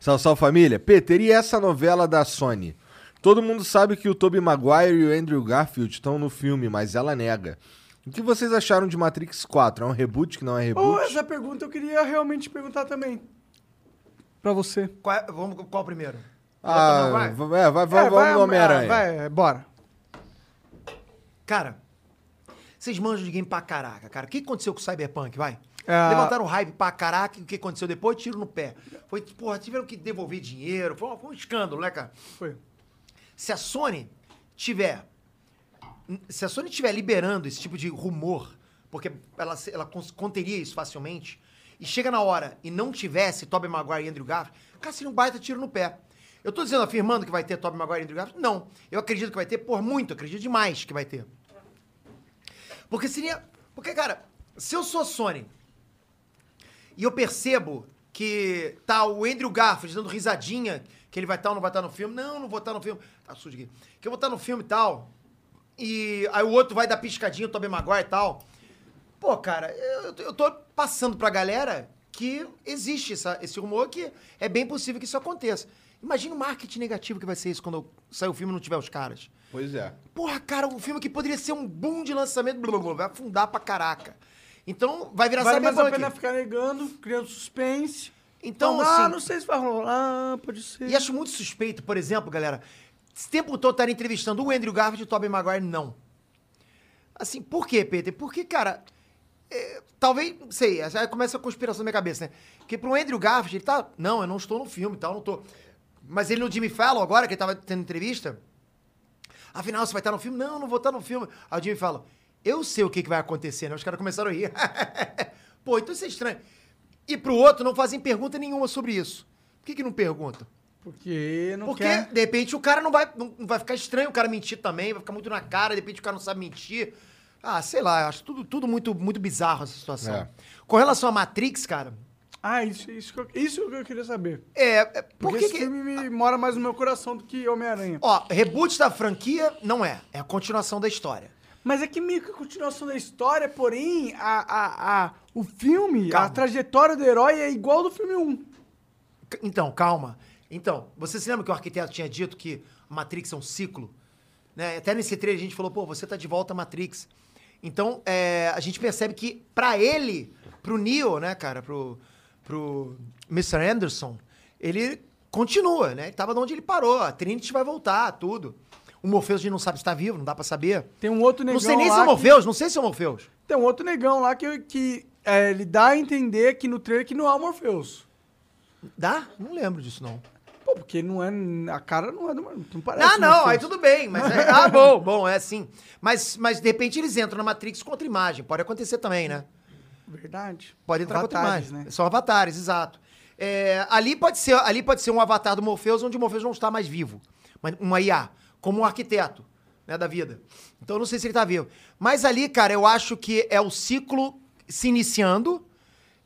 B: Só só família. Peter, e essa novela da Sony? Todo mundo sabe que o Tobey Maguire e o Andrew Garfield estão no filme, mas ela nega. O que vocês acharam de Matrix 4? É um reboot que não
G: Ou
B: é reboot?
G: essa pergunta eu queria realmente perguntar também. Pra você.
C: Qual, é- vamos, com- qual primeiro?
B: Ah,
C: Vai.
B: vai, vai, vai, vamos no Homem-Aranha.
G: É, Vai, é, bora.
C: Cara, vocês manjam de game pra caraca, cara. O que aconteceu com o Cyberpunk, vai?
B: É.
G: Ah.
C: Levantaram o hype pra caraca, e o que aconteceu depois? Tiro no pé. Foi, porra, tiveram que devolver dinheiro, foi, um- foi um escândalo, né, cara?
G: Foi.
C: Se a Sony tiver. Se a Sony tiver liberando esse tipo de rumor, porque ela, se- ela cons- conteria isso facilmente, e chega na hora e não tivesse Tobey Maguire e Andrew Garfield, cara, seria um baita tiro no pé. Eu tô dizendo, afirmando que vai ter Tobey Maguire e Andrew Garfield? Não. Eu acredito que vai ter, por muito, acredito demais que vai ter. Porque seria. Porque, cara, se eu sou a Sony e eu percebo que tá o Andrew Garfield dando risadinha, que ele vai estar ou não vai estar no filme. Não, não vou estar no filme. Tá sujo aqui. Que eu vou estar no filme e tal. E aí o outro vai dar piscadinha, o Tobey Maguire e tal. Pô, cara, eu, eu tô passando pra galera que existe essa- esse rumor que é bem possível que isso aconteça. Imagina o marketing negativo que vai ser isso quando sair o filme e não tiver os caras.
B: Pois é.
C: Porra, cara, um filme que poderia ser um boom de lançamento, blá, blá, blá, vai afundar pra caraca. Então, vai virar
G: Vale mais a
C: cyberpunk.
G: pena ficar negando, criando suspense.
C: Então,
G: ah,
C: assim-
G: não sei se vai rolar, pode ser.
C: E acho muito suspeito, por exemplo, galera, esse tempo todo estar entrevistando o Andrew Garfield e o Tobey Maguire, não. Assim, por quê, Peter? Porque, cara, é, talvez, não sei, aí começa a conspiração na minha cabeça, né? Porque pro Andrew Garfield, ele tá, não, eu não estou no filme e tal, não tô. Mas ele no Jimmy Fallon agora, que ele tava tendo entrevista, afinal, você vai estar no filme? Não, não vou estar no filme. Aí o Jimmy fala, eu sei o que, que vai acontecer, né? Os caras começaram a rir. Pô, então isso é estranho. E pro outro não fazem pergunta nenhuma sobre isso. Por que que não perguntam?
G: Porque não
C: Porque,
G: quer.
C: de repente, o cara não vai, não não vai ficar estranho o cara mentir também, vai ficar muito na cara, de repente o cara não sabe mentir. Ah, sei lá, eu acho tudo, tudo muito, muito bizarro essa situação.
B: É.
C: Com relação a Matrix, cara,
G: Ah, isso, isso, que eu, isso que eu queria saber.
C: é. é, Por
G: Porque
C: que
G: esse
C: que-
G: filme me mora mais no meu coração do que Homem-Aranha.
C: Ó, reboot da franquia não é. É a continuação da história.
G: Mas é que meio que a continuação da história, porém, a, a, a, o filme, a
C: Calma.
G: trajetória do herói é igual do filme 1.
C: C- Então, calma. Então, você se lembra que o arquiteto tinha dito que Matrix é um ciclo? Né? Até nesse trailer a gente falou, pô, você tá de volta à Matrix. Então, é, a gente percebe que pra ele, pro Neo, né, cara, pro, pro Mr. Anderson, ele continua, né? Ele tava de onde ele parou, a Trinity vai voltar, tudo. O Morpheus a gente não sabe se tá vivo, não dá pra saber.
G: Tem um outro negão
C: Não sei nem se
G: lá
C: é o
G: que-
C: Morpheus, não sei se é o Morpheus.
G: Tem um outro negão lá que, que é, ele dá a entender que no trailer que não há o é Morpheus.
C: Dá? Não lembro disso, não.
A: Pô, porque não é. A cara não é do. Não parece. uma
C: Ah, não,
A: coisa.
C: aí tudo bem, mas é, ah, bom, bom, é assim. Mas, mas de repente eles entram na Matrix contra imagem, pode acontecer também, né?
A: Verdade.
C: Pode entrar
A: Avatares, né?
C: contra imagem. São avatares, exato. É, ali, pode ser, ali pode ser um avatar do Morpheus onde o Morpheus não está mais vivo. Mas uma IA, como um arquiteto né, da vida. Então eu não sei se ele está vivo. Mas ali, cara, eu acho que é o ciclo se iniciando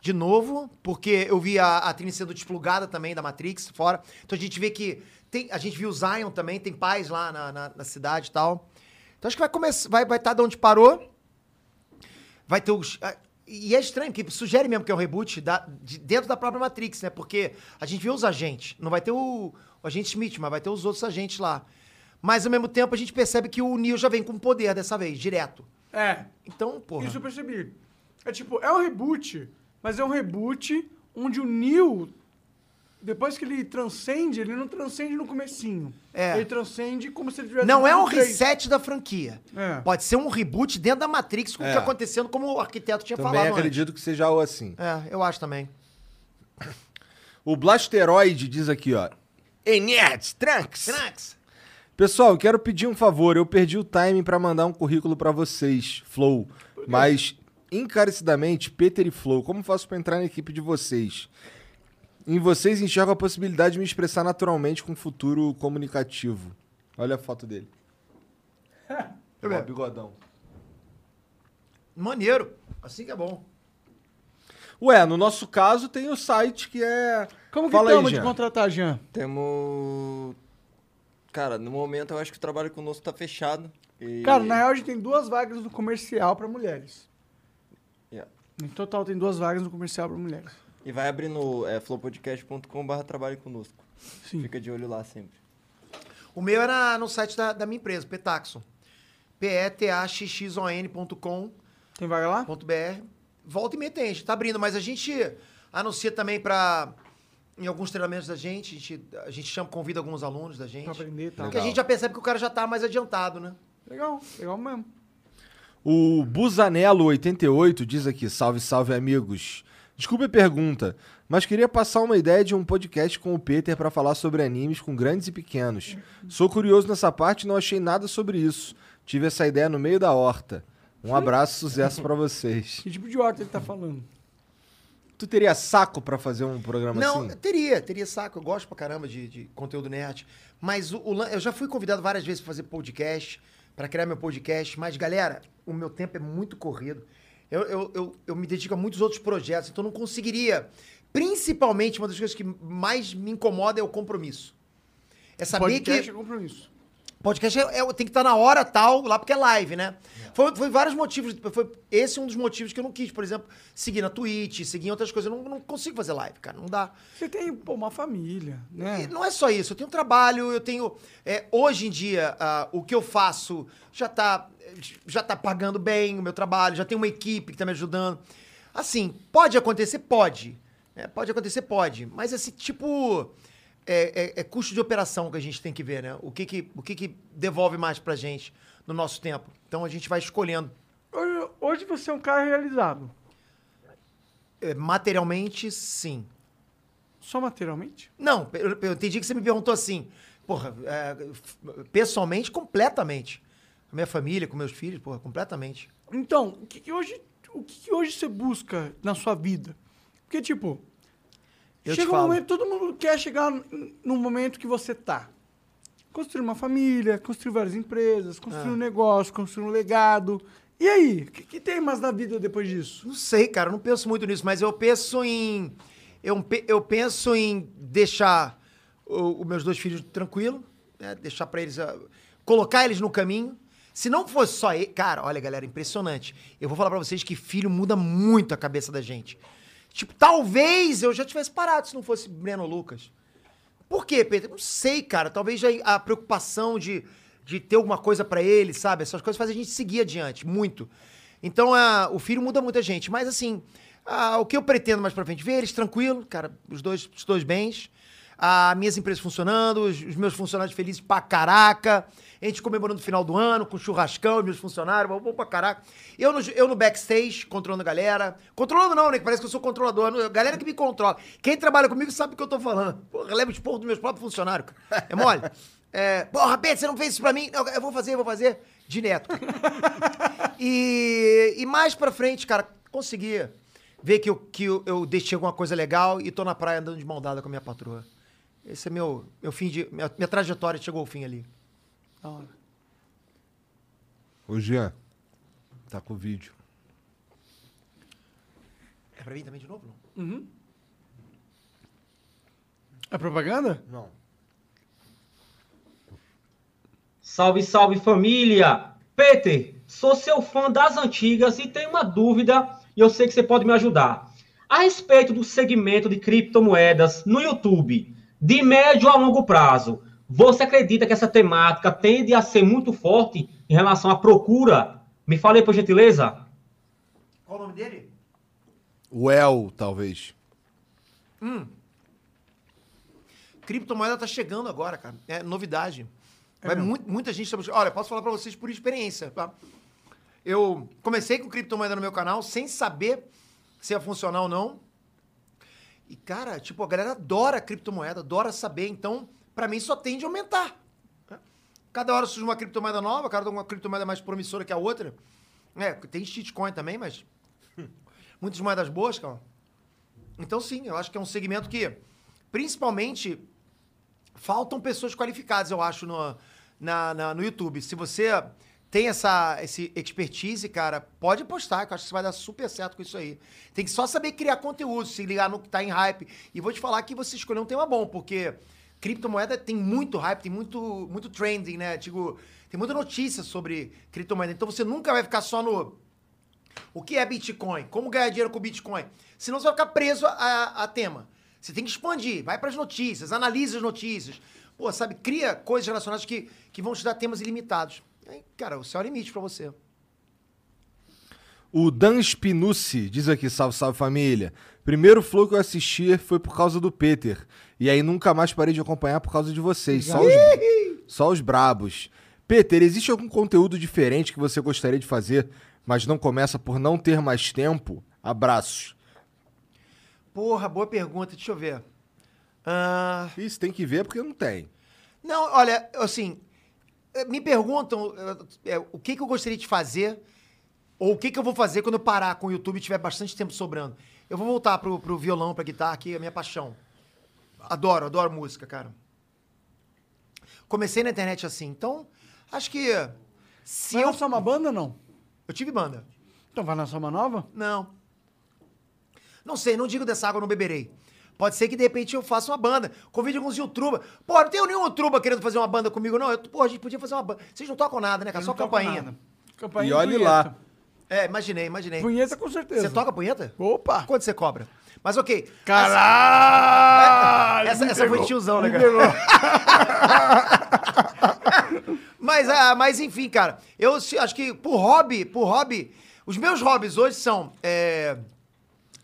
C: de novo, porque eu vi a, a Trini sendo desplugada também da Matrix fora. Então a gente vê que. Tem, a gente viu o Zion também, tem paz lá na, na, na cidade e tal. Então acho que vai começar. Vai estar vai tá de onde parou. Vai ter os. ah, E é estranho, porque sugere mesmo que é um reboot da- de- dentro da própria Matrix, né? Porque a gente vê os agentes. Não vai ter o, o agente Smith, mas vai ter os outros agentes lá. Mas ao mesmo tempo a gente percebe que o Neo já vem com poder dessa vez, direto.
G: né?
A: É,
C: Então, porra.
A: isso eu percebi. É tipo, é um reboot, mas é um reboot onde o Neo, depois que ele transcende, ele não transcende no comecinho.
C: É.
A: Ele transcende como se ele tivesse...
C: Não é um
A: vivido três.
C: reset da franquia.
A: É.
C: Pode ser um reboot dentro da Matrix com o
B: É.
C: que acontecendo, como o arquiteto tinha
B: Também
C: falado. antes.
B: acredito que seja algo assim.
C: É, eu acho também.
B: O Blasteroid diz aqui, ó. Enet, Trunks.
C: Crax!
B: Pessoal, eu quero pedir um favor. Eu perdi o time pra mandar um currículo pra vocês, Flow. Mas, encarecidamente, Peter e Flow, como faço pra entrar na equipe de vocês? Em vocês enxergo a possibilidade de me expressar naturalmente com um futuro comunicativo. Olha a foto dele. Ó, o bigodão.
C: Maneiro. Assim que é bom.
B: Ué, no nosso caso tem o site que é.
A: Como que
B: Fala aí,
A: tamo de
B: Jean.
A: contratar, Jean?
D: Temos. Cara, no momento eu acho que o trabalho conosco tá fechado. E...
A: Cara, na real, a gente tem duas vagas no comercial pra mulheres.
D: Yeah.
A: No total, tem duas vagas no comercial pra mulheres.
D: E vai abrir no é, flowpodcast.com.br trabalho conosco.
A: Sim.
D: Fica de olho lá sempre.
C: O meu era no site da, da minha empresa, Petaxon. P-E-T-A-X-X-O-N.com.br.
A: Tem vaga lá?
C: Volta e meia tem, a gente tá abrindo, mas a gente anuncia também pra. Em alguns treinamentos da gente, a gente, a gente chama, convida alguns alunos da gente.
A: Pra aprender Tá e tal.
C: Porque a gente já percebe que o cara já tá mais adiantado, né?
A: Legal, legal mesmo.
B: O Busanello88 diz aqui: salve, salve, amigos. Desculpe a pergunta, mas queria passar uma ideia de um podcast com o Peter para falar sobre animes com grandes e pequenos. Sou curioso nessa parte e não achei nada sobre isso. Tive essa ideia no meio da horta. Um abraço, sucesso para vocês.
A: Que tipo de horta ele tá falando?
B: Tu teria saco para fazer um programa
C: Não,
B: assim?
C: teria, teria saco. Eu gosto pra caramba de, de conteúdo nerd. Mas o, o lan- eu já fui convidado várias vezes pra fazer podcast, pra criar meu podcast. Mas, galera, o meu tempo é muito corrido. Eu, eu, eu, eu me dedico a muitos outros projetos, então eu não conseguiria. Principalmente, uma das coisas que mais me incomoda é o compromisso. É saber que.
A: é compromisso.
C: Podcast é- é- tem que estar na hora tal, lá porque é live, né? Foi, foi vários motivos. Foi esse é um dos motivos que eu não quis, por exemplo, seguir na Twitch, seguir em outras coisas. Eu não, não consigo fazer live, cara. Não dá.
A: Você tem, pô, uma família, né?
C: E não é só isso, eu tenho trabalho, eu tenho. é, hoje em dia, ah, o que eu faço já tá, já tá pagando bem o meu trabalho, já tem uma equipe que tá me ajudando. Assim, pode acontecer? Pode. É, pode acontecer? Pode. Mas esse tipo. É, é- é custo de operação que a gente tem que ver, né? O que que, o que que devolve mais pra gente no nosso tempo. Então a gente vai escolhendo.
A: Hoje, hoje você é um cara realizado.
C: É, materialmente, sim.
A: Só materialmente?
C: Não, eu, eu entendi que você me perguntou assim. Porra, é, f- pessoalmente, completamente. Com a minha família, com meus filhos, porra, completamente.
A: Então, o que, que hoje, o que, que hoje você busca na sua vida? Porque, tipo,
C: Eu te
A: chega um
C: falo.
A: momento, todo mundo quer chegar n- no momento que você tá. Construir uma família, construir várias empresas,
G: Ah.
A: construir um negócio, construir um legado. E aí, o que, que tem mais na vida depois disso?
C: Não sei, cara, eu não penso muito nisso, mas eu penso em. Eu, pe- eu penso em deixar o- os meus dois filhos tranquilos, né? deixar pra eles. ah, colocar eles no caminho. Se não fosse só ele. Cara, olha, galera, impressionante. Eu vou falar pra vocês que filho muda muito a cabeça da gente. Tipo, talvez eu já tivesse parado se não fosse Breno Lucas. Por quê, Pedro? Não sei, cara. Talvez já a preocupação de, de ter alguma coisa pra ele, sabe? Essas coisas fazem a gente seguir adiante, muito. Então, ah, o filho muda muita gente. Mas, assim, ah, o que eu pretendo mais pra frente? Ver eles tranquilo, cara, os dois, os dois bens. as minhas empresas funcionando, os, os meus funcionários felizes pra caraca. A gente comemorando o final do ano, com churrascão, meus funcionários, bom pra caraca. Eu no, eu no backstage, controlando a galera. Controlando não, né? Que parece que eu sou controlador. Não, A galera que me controla. Quem trabalha comigo sabe o que eu tô falando. Porra, eu levo esporro dos meus próprios funcionários. cara. É mole? É, porra, Pedro, você não fez isso pra mim? Não, eu vou fazer, eu vou fazer. Direto. cara. E, e mais pra frente, cara, consegui ver que, eu, que eu, eu deixei alguma coisa legal e tô na praia andando de mão dada com a minha patroa. Esse é meu, meu fim de. Minha, minha trajetória chegou ao fim ali.
G: Da hora.
B: Ô, Jean, tá com o vídeo.
C: É pra mim também de novo? Não?
G: É propaganda?
B: Não.
I: Salve, salve família! Peter, sou seu fã das antigas e tenho uma dúvida e eu sei que você pode me ajudar. A respeito do segmento de criptomoedas no YouTube, de médio a longo prazo, você acredita que essa temática tende a ser muito forte em relação à procura? Me fale aí, por gentileza.
C: Qual o nome dele?
B: Well, talvez.
C: Hum. Criptomoeda tá chegando agora, cara. É novidade. Vai mu- muita gente tá buscando. Olha, posso falar pra vocês por experiência, tá? Eu comecei com criptomoeda no meu canal sem saber se ia funcionar ou não. E, cara, tipo, a galera adora criptomoeda, adora saber. Então, pra mim, só tende a aumentar. né? Cada hora surge uma criptomoeda nova, cada hora uma criptomoeda mais promissora que a outra. É, tem shitcoin também, mas... Muitas moedas boas, cara. Então, sim, eu acho que é um segmento que, principalmente, faltam pessoas qualificadas, eu acho, no, na, na- no YouTube. Se você tem essa esse expertise, cara, pode postar, que eu acho que você vai dar super certo com isso aí. Tem que só saber criar conteúdo, se ligar no que tá em hype. E vou te falar que você escolheu um tema bom, porque criptomoeda tem muito hype, tem muito, muito trending, né? Digo, tem muita notícia sobre criptomoeda. Então você nunca vai ficar só no o que é Bitcoin? Como ganhar dinheiro com Bitcoin? Senão você vai ficar preso a, a tema. Você tem que expandir, vai para as notícias, analisa as notícias. Pô, sabe, cria coisas relacionadas que, que vão te dar temas ilimitados. Aí, cara, o céu é o limite para você.
B: O Dan Spinucci diz aqui, salve, salve família. Primeiro flow que eu assisti foi por causa do Peter. E aí nunca mais parei de acompanhar por causa de vocês. Só os, só os brabos. Peter, existe algum conteúdo diferente que você gostaria de fazer, mas não começa por não ter mais tempo? Abraços.
C: Porra, boa pergunta, deixa eu ver. Ah,
B: Isso tem que ver porque não tem.
C: não, olha, assim, eh, me perguntam eh, eh, o que, que eu gostaria de fazer ou o que, que eu vou fazer quando eu parar com o YouTube e tiver bastante tempo sobrando. Eu vou voltar pro, pro violão, pra guitarra, que é a minha paixão. Adoro, adoro música, cara. Comecei na internet assim, então acho que se
G: Vai
C: eu...
G: lançar uma banda ou não?
C: Eu tive banda.
G: Então vai lançar uma nova?
C: Não. Não sei, não digo dessa água, eu não beberei. Pode ser que de repente eu faça uma banda. Convide alguns youtuba. Pô, não tenho nenhum youtuba querendo fazer uma banda comigo, não. Eu, pô, a gente podia fazer uma banda. Vocês não tocam nada, né, cara? Só
G: Não toco
C: campainha.
G: nada. Campainha
B: e olhe
G: punheta.
B: lá.
C: É, imaginei, imaginei.
G: Punheta com certeza.
C: Você toca punheta?
G: Opa!
C: Quanto você cobra? Mas ok.
G: Caralho!
C: Essa, essa foi tiozão, né, cara? mas, ah, mas enfim, cara, eu se- acho que por hobby, por hobby, os meus hobbies hoje são é,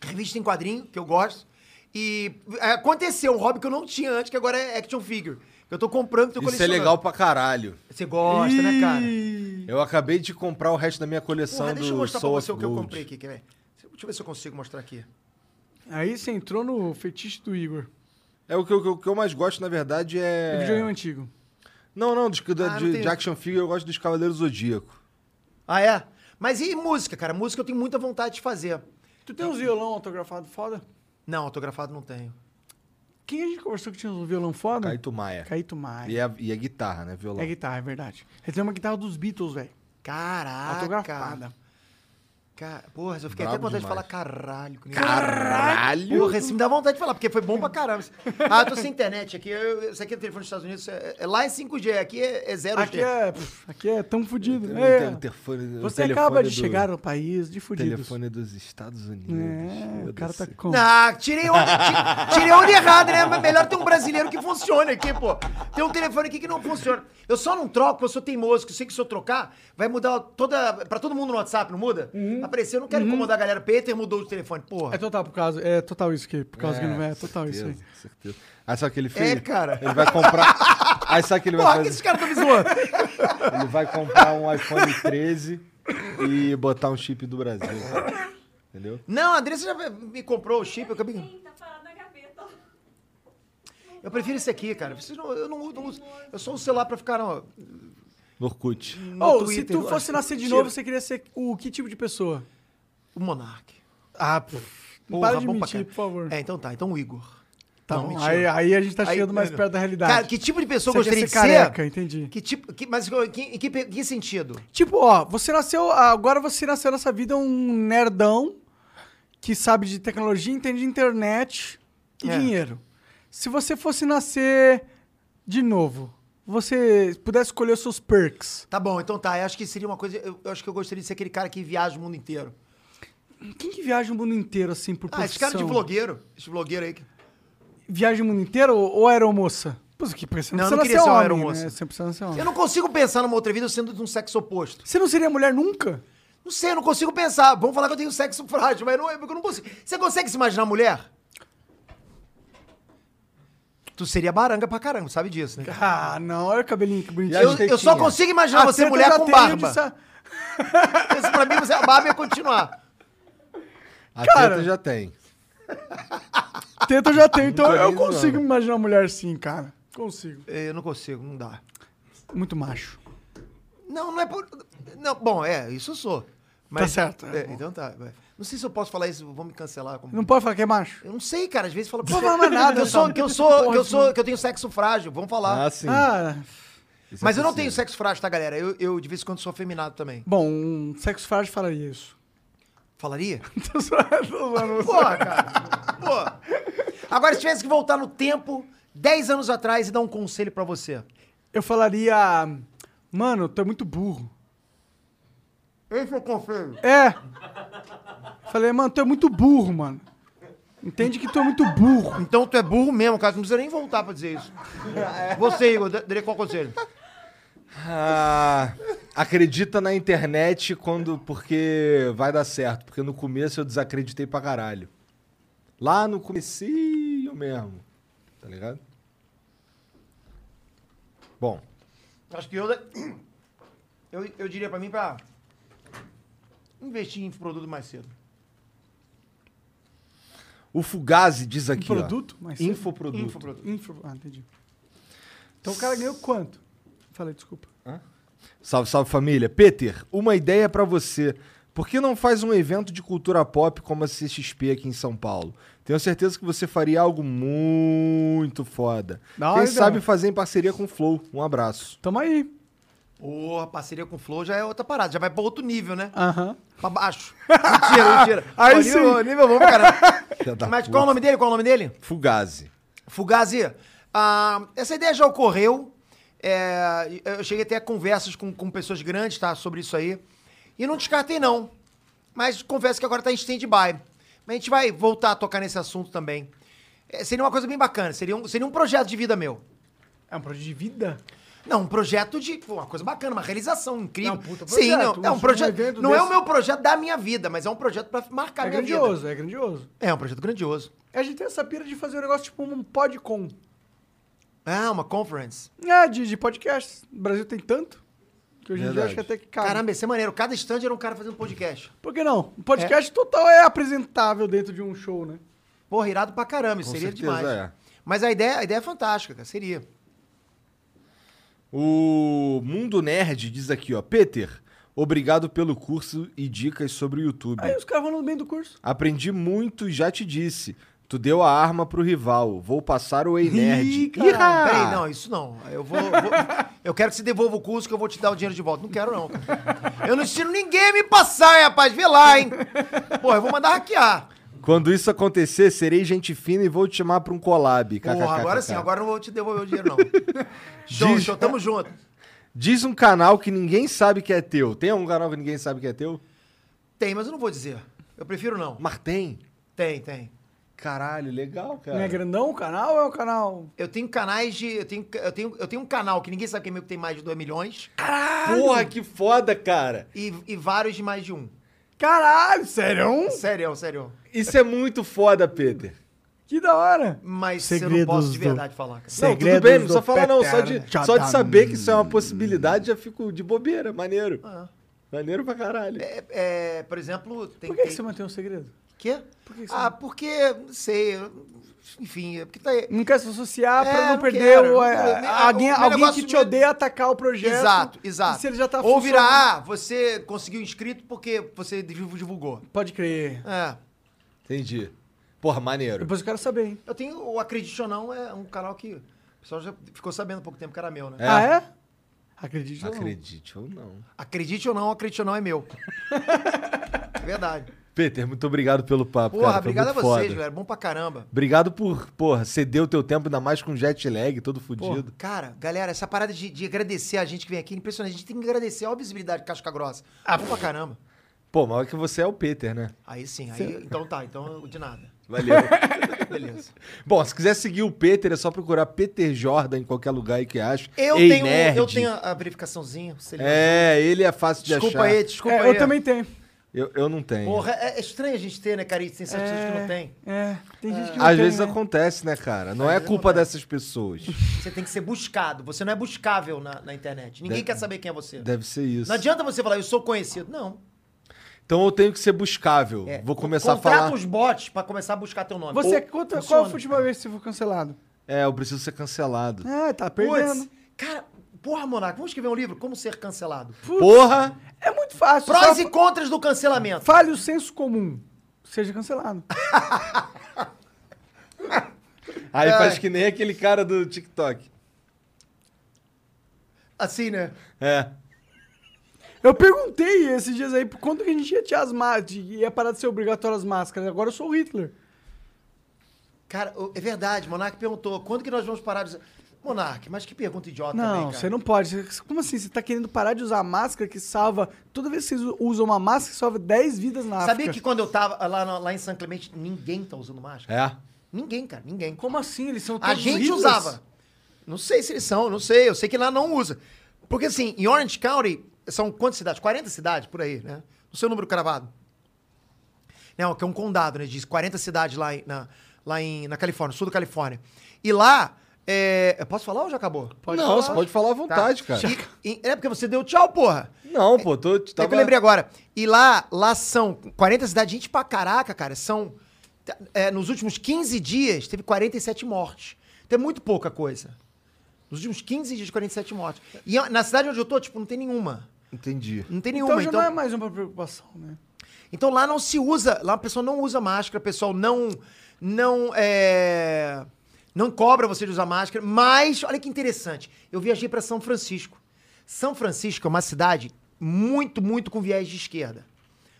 C: revista em quadrinho, que eu gosto, e é, aconteceu um hobby que eu não tinha antes, que agora é action figure. que Eu tô comprando, tô
B: Isso é
C: colecionando.
B: legal pra caralho.
C: Você gosta, né, cara?
B: Eu acabei de comprar o resto da minha coleção
C: Porra,
B: do
C: deixa eu mostrar pra
B: Soul of
C: você o que eu
B: Gold.
C: comprei aqui, quer ver? Deixa eu ver se eu consigo mostrar aqui.
G: Aí você entrou no fetiche do Igor.
B: É o que, eu- o que eu mais gosto, na verdade,
G: É. Videogame
B: é...
G: antigo.
B: Não, não, dos- da-
C: Ah, não
B: de,
C: tem-
B: de action figure eu gosto dos Cavaleiros Zodíaco.
C: Ah, é? Mas e música, cara? Música eu tenho muita vontade de fazer.
G: Tu tem uns violão autografado foda?
C: Não, autografado não tenho.
G: Quem a gente conversou que tinha uns violão foda?
B: Caíto Maia.
G: Hum. Caíto Maia.
B: E é a, e a guitarra, né? Violão.
G: É guitarra, é verdade. Ele tem uma guitarra dos Beatles, velho.
C: Caraca.
G: Autografada.
C: Ca- Porra, eu fiquei
B: Brabo
C: até com vontade de falar
B: demais.
C: caralho. com ninguém.
B: Caralho!
C: Porra, isso me dá vontade de falar, porque foi bom pra caramba. Ah, eu tô sem internet aqui. eu- eu- Isso aqui é telefone dos Estados Unidos. É, é- lá é 5G, aqui é, é 0G.
G: Aqui é, pff, aqui é tão fudido.
B: O
G: É.
B: te- o telefone- o
G: Você
B: telefone
G: acaba de
B: do-
G: chegar ao país de fudidos.
B: Telefone dos Estados Unidos.
G: É,
B: Meu
G: o cara
B: Deus
G: tá
B: do céu.
A: um.
G: com...
C: Ah, tirei onda, ti- tirei onda errada, né? Mas melhor ter um brasileiro que funcione aqui, pô. Tem um telefone aqui que não funciona. Eu só não troco, eu sou teimoso, que eu sei que se eu trocar, vai mudar toda. Pra todo mundo no WhatsApp, não muda? Apareceu, eu não quero incomodar a galera. Peter mudou de telefone, porra.
A: É total por causa. É total isso que. Por causa que não é. É total
B: certeza,
A: isso aí.
B: Certeza. Aí sabe o que ele fez?
C: É, cara.
B: Ele vai comprar. Aí sabe o que ele vai
C: Porra, que esses
B: fazer?
C: caras estão me zoando?
B: Ele vai comprar um iPhone 13 e botar um chip do Brasil. Entendeu?
C: Não, a Andressa já me comprou o chip, eu acabei...
E: Sim, tá parado na gaveta.
C: Eu prefiro esse aqui, cara. Vocês não- eu não, eu não uso... Eu só uso celular pra ficar no,
B: No Orkut.
C: no
A: Ou, se
C: Twitter,
A: tu
C: eu
A: fosse
C: acho.
A: nascer de novo, você queria ser o que tipo de pessoa?
C: O Monark.
A: Ah, pô. Não
C: Porra,
A: para de
C: bom pra
A: mentir,
C: caralho.
A: por favor.
C: É, então tá. Então o Igor.
A: Tá
C: não,
A: bom.
C: mentira.
A: aí, aí a gente tá chegando
C: Aí-
A: mais perto da realidade.
C: Cara, que tipo de pessoa
A: Você
C: eu gostaria
A: quer
C: de
A: ser careca,
C: ser?
A: entendi.
C: Que tipo... Que, mas que, em que, pe- que sentido?
A: Tipo, ó, você nasceu. Agora você nasceu nessa vida um nerdão que sabe de tecnologia, entende de internet e
C: É.
A: dinheiro. Se você fosse nascer de novo, você pudesse escolher os seus perks.
C: Tá bom, então tá. Eu acho que seria uma coisa... Eu, eu acho que eu gostaria de ser aquele cara que viaja o mundo inteiro.
A: Quem que viaja o mundo inteiro, assim, por
C: Ah,
A: profissão?
C: esse cara de blogueiro. Esse blogueiro aí. que-
A: Viaja o mundo inteiro ou ou aeromoça? Pô, que- porque você não,
C: Não,
A: precisa
C: eu não queria
A: nascer
C: ser uma
A: homem,
C: aeromoça.
A: né? Você precisa nascer homem.
C: Eu não consigo pensar numa outra vida sendo de um sexo oposto.
A: Você não seria mulher nunca?
C: Não sei, eu não consigo pensar. Vamos falar que eu tenho sexo frágil, mas não, eu não consigo. Você consegue se imaginar mulher? Tu seria baranga pra caramba, sabe disso, né?
A: Ah, não, olha o cabelinho que bonitinho.
C: Eu, eu só consigo imaginar
A: A
C: você
A: teta
C: mulher
A: já
C: com
A: tem, eu
C: barba.
A: disse, ah,
C: Isso pra mim, você, a barba ia continuar.
B: A
A: Cara.
B: teta já tem.
A: Teta eu já tenho, então
B: Nunca
A: eu
B: vi,
A: consigo
B: mano.
A: imaginar mulher sim, cara. Consigo.
C: Eu não consigo, não dá.
A: Muito macho.
C: Não, não é por... Não, bom, é, isso eu sou.
A: Tá certo, é
C: é,
A: bom.
C: então tá. vai. Não sei se eu posso falar isso, vão me cancelar. como-
A: Não pode falar que é macho?
C: Eu não sei, cara, às vezes fala...
A: Não fala mais nada,
C: que eu sou,
A: então.
C: que eu sou, que eu
A: Porra,
C: sou, que eu tenho sexo frágil, vamos falar.
B: Ah, sim.
A: Ah,
B: Isso é
C: Mas eu não tenho
B: possível.
C: sexo frágil, tá, galera? Eu, eu de vez em quando sou afeminado também.
A: bom, um sexo frágil falaria isso.
C: Falaria?
A: Tô zoando, tô zoando.
C: Porra, cara. Porra. Agora, se tivesse que voltar no tempo, 10 anos atrás, e dar um conselho pra você.
A: Eu falaria. Mano, tu é muito burro.
C: Esse é o conselho.
A: É! Falei, mano, tu é muito burro, mano. Entende que tu é muito burro.
C: Então tu é burro mesmo, cara. Tu não precisa nem voltar pra dizer isso. Você, Igor, daria qual conselho?
B: Ah, acredita na internet quando porque vai dar certo, porque no começo eu desacreditei pra caralho. Lá no comecinho mesmo. Tá ligado? Bom,
C: Acho que eu... Eu, eu diria pra mim pra... Investir em produto mais cedo.
B: o Fugazi diz aqui, ó.
A: Produto? Mas
B: Infoproduto.
C: Infoproduto.
A: Infra... Ah, entendi. Então o cara ganhou quanto? Falei, desculpa.
B: Salve, salve família. Peter, uma ideia pra você. Por que não faz um evento de cultura pop como a CXP aqui em São Paulo? Tenho certeza que você faria algo muito foda.
A: Da
B: Quem
A: hora,
B: sabe
A: então.
B: fazer em parceria com o Flow. Um abraço.
A: Tamo aí.
C: Porra, parceria com o Flow já é outra parada. Já vai pra outro nível, né?
A: Aham.
C: Pra baixo. Mentira, mentira.
A: Aí
C: Ó,
A: sim. Tá,
C: nível, nível bom pra caramba.
B: Filha da
C: Mas
B: puta.
C: qual é o nome dele? Qual o nome dele?
B: Fugazi.
C: Fugazi, ah, essa ideia já ocorreu. é, eu cheguei até a conversas com, com pessoas grandes tá, sobre isso aí. E não descartei, não. Mas confesso que agora está em stand-by. Mas a gente vai voltar a tocar nesse assunto também. É, seria uma coisa bem bacana. Seria um, seria um projeto de vida meu.
A: É um projeto de vida?
C: Não, um projeto de. pô, uma coisa bacana, uma realização incrível.
A: Não, puta
C: Sim,
A: projeto,
C: não. É um
A: um
C: projeto.
A: evento
C: Não é o
A: desse.
C: meu projeto da minha vida, mas é um projeto para marcar
A: é
C: minha
A: grandioso,
C: vida.
A: é grandioso.
C: É um projeto grandioso.
A: A gente tem essa pira de fazer um negócio tipo um podcom.
C: Ah, uma conference.
A: É, de, de podcasts. No Brasil tem tanto. Que hoje em dia
B: Verdade.
A: acho que até que cabe.
C: Caramba, ia ser maneiro. Cada stand era um cara fazendo podcast.
A: Por que não? Um podcast total é apresentável dentro de um show, né?
C: Porra, irado pra caramba, isso
B: Com
C: seria
B: certeza
C: demais.
B: é.
C: Mas a ideia, a ideia é fantástica, cara, seria.
B: O Mundo Nerd diz aqui, ó. Peter, obrigado pelo curso e dicas sobre o YouTube.
C: Ah,
A: Aí os caras falando bem do curso.
B: Aprendi muito e já te disse. Tu deu a arma pro rival. Vou passar o Ei
A: Ih,
B: Nerd.
A: caralho.
B: Ihá!
C: Peraí, não, isso não. Eu vou, vou- Eu quero que você devolva o curso que eu vou te dar o dinheiro de volta. Não quero, não. cara. Eu não ensino ninguém a me passar, hein, rapaz. Vê lá, hein? Porra, eu vou mandar hackear.
B: Quando isso acontecer, serei gente fina e vou te chamar pra um collab.
C: Porra,
B: KKKK.
C: agora sim, agora eu não vou te devolver o dinheiro, não. Show,
B: Diz-
C: show, tamo junto.
B: Diz um canal que ninguém sabe que é teu. Tem algum canal que ninguém sabe que é teu?
C: Tem, mas eu não vou dizer. Eu prefiro não.
B: Mas tem.
C: Tem, tem.
B: Caralho, legal, cara.
A: Não é grandão o canal ou é o canal?
C: Eu tenho canais de. Eu tenho, eu tenho, eu tenho um canal que ninguém sabe quem é meu que tem mais de 2 milhões
B: Porra, que foda, cara.
C: e, e vários de mais de um.
A: Caralho, sério? É um?
C: Sério, sério.
B: Isso é muito foda, Peter.
A: Que da hora.
C: Mas eu não
A: Segredos
C: posso de
A: do-
C: verdade falar, cara.
B: Não, tudo
A: Segredos
B: bem, não
A: do
B: precisa falar não. Só
A: Peter.
B: de, só de saber que isso é uma possibilidade, já fico de bobeira. Maneiro.
C: Ah.
B: Maneiro pra caralho.
C: É, é, por exemplo, tem
A: Por que, que
C: tem-
A: você mantém um segredo?
C: Quê? ah, porque, não sei, eu- enfim, é porque tá aí.
A: Não quer se associar
C: É,
A: pra não
C: não
A: perder
C: quero.
A: o,
C: Não,
A: é,
C: nem-
A: alguém,
C: o meu
A: alguém
C: negócio
A: que te
C: mesmo-
A: odeia atacar o projeto.
C: Exato,
A: E
C: exato.
A: se ele já tá
C: Ou
A: funcionando-
C: virar, ah, você conseguiu inscrito porque você div- divulgou.
A: Pode crer.
C: É.
B: Entendi. Porra, maneiro.
A: Depois eu quero saber, hein?
C: Eu tenho o Acredite ou Não, é um canal que o pessoal já ficou sabendo há pouco tempo que era meu, né?
B: É.
A: Ah, é? Acredite ou não. É,
B: Acredite ou não.
C: Acredite ou não, Acredite ou Não é meu. é verdade.
B: Peter, muito obrigado pelo papo,
C: Porra,
B: cara. Foi
C: obrigado a
B: muito
C: vocês,
B: foda.
C: galera. Bom pra caramba.
B: Obrigado por, porra, ceder o teu tempo, ainda mais com jet lag, todo fudido.
C: Cara, galera, essa parada de, de agradecer a gente que vem aqui é impressionante. A gente tem que agradecer a visibilidade de Casca Grossa.
A: Ah,
C: Bom pra caramba.
B: Pô, mas é que você é o Peter, né?
C: Aí sim, aí, então tá, então de nada.
B: Valeu.
C: Beleza.
B: Bom, se quiser seguir o Peter, é só procurar Peter Jordan em qualquer lugar aí que acha.
C: Eu,
B: Ei,
C: tenho,
B: nerd.
C: eu tenho a verificaçãozinha. se ele-
B: É, ele é fácil de
C: Desculpa
B: achar.
C: aí, desculpa
A: É,
C: aí.
A: eu também tenho.
B: Eu, eu não tenho.
C: Porra, é, é estranho a gente ter, né, cara? E tem certas pessoas que não tem.
A: É, tem gente que não
B: Às
A: tem,
B: vezes
A: né?
B: acontece, né, cara? Não é
C: vezes
B: culpa
C: acontece.
B: dessas pessoas.
C: Você tem que ser buscado. Você não é buscável na, na internet. Ninguém quer saber quem é você.
B: Deve ser isso.
C: Não adianta você falar, eu sou conhecido. Não.
B: Então eu tenho que ser buscável.
C: É,
B: Vou começar a
C: contrata
B: falar.
C: os bots pra começar a buscar teu nome.
A: Você
C: Ou-
A: conta
C: funciona.
A: qual é futebol vez que você foi cancelado?
B: É, eu preciso ser cancelado.
C: É,
A: Ah, tá perdendo.
C: Putz, cara, porra, Monaco, vamos escrever um livro? Como ser cancelado?
B: Porra!
A: É muito fácil.
C: Prós
A: Só
C: e contras do cancelamento.
A: Fale o senso comum. Seja cancelado.
B: Aí
C: É.
B: faz que nem aquele cara do TikTok.
C: Assim, né?
B: É.
A: Eu perguntei esses dias aí por quanto que a gente ia te asmar, de, ia parar de ser obrigatório as máscaras. Agora eu sou o Hitler.
C: Cara, o- é verdade, Monark perguntou, quando que nós vamos parar de... Monark, mas que pergunta idiota também,
A: Não,
C: cara.
A: você não pode. Você- Como assim? Você tá querendo parar de usar a máscara que salva. Toda vez que vocês usam uma máscara, que salva 10 vidas na
C: Sabia
A: África.
C: que quando eu tava lá, na- lá em São Clemente, ninguém tá usando máscara?
B: É.
C: Ninguém, cara, ninguém.
A: Como assim? Eles são todos
C: A gente
A: Hitlers?
C: usava. Não sei se eles são, não sei. Eu sei que lá não usa. Porque assim, em Orange County, são quantas cidades? 40 cidades por aí, né? Não sei o número cravado. Não, que é um condado, né? Diz 40 cidades lá, em- na, lá em, na Califórnia, sul da Califórnia. E lá, é... eu posso falar Tá. ou já acabou?
B: não, você pode falar à vontade, cara.
C: E- e- é porque você deu tchau, porra.
B: Não, pô, tô.
C: É
B: Tava...
C: que eu lembrei agora. E lá, lá são 40 cidades, gente pra caraca, cara. São. é, nos últimos 15 dias, teve 47 mortes. Então é muito pouca coisa. Nos últimos 15 dias, 47 mortes. E é na cidade onde eu tô, tipo, não tem nenhuma.
B: Entendi.
C: Não tem
A: Então
C: nenhuma.
A: já
C: Então,
A: não é mais uma preocupação, né?
C: então lá não se usa. Lá a pessoa não usa máscara, o pessoal não. Não. É, não cobra você de usar máscara. Mas, olha que interessante. Eu viajei pra São Francisco. São Francisco é uma cidade muito, muito com viés de esquerda.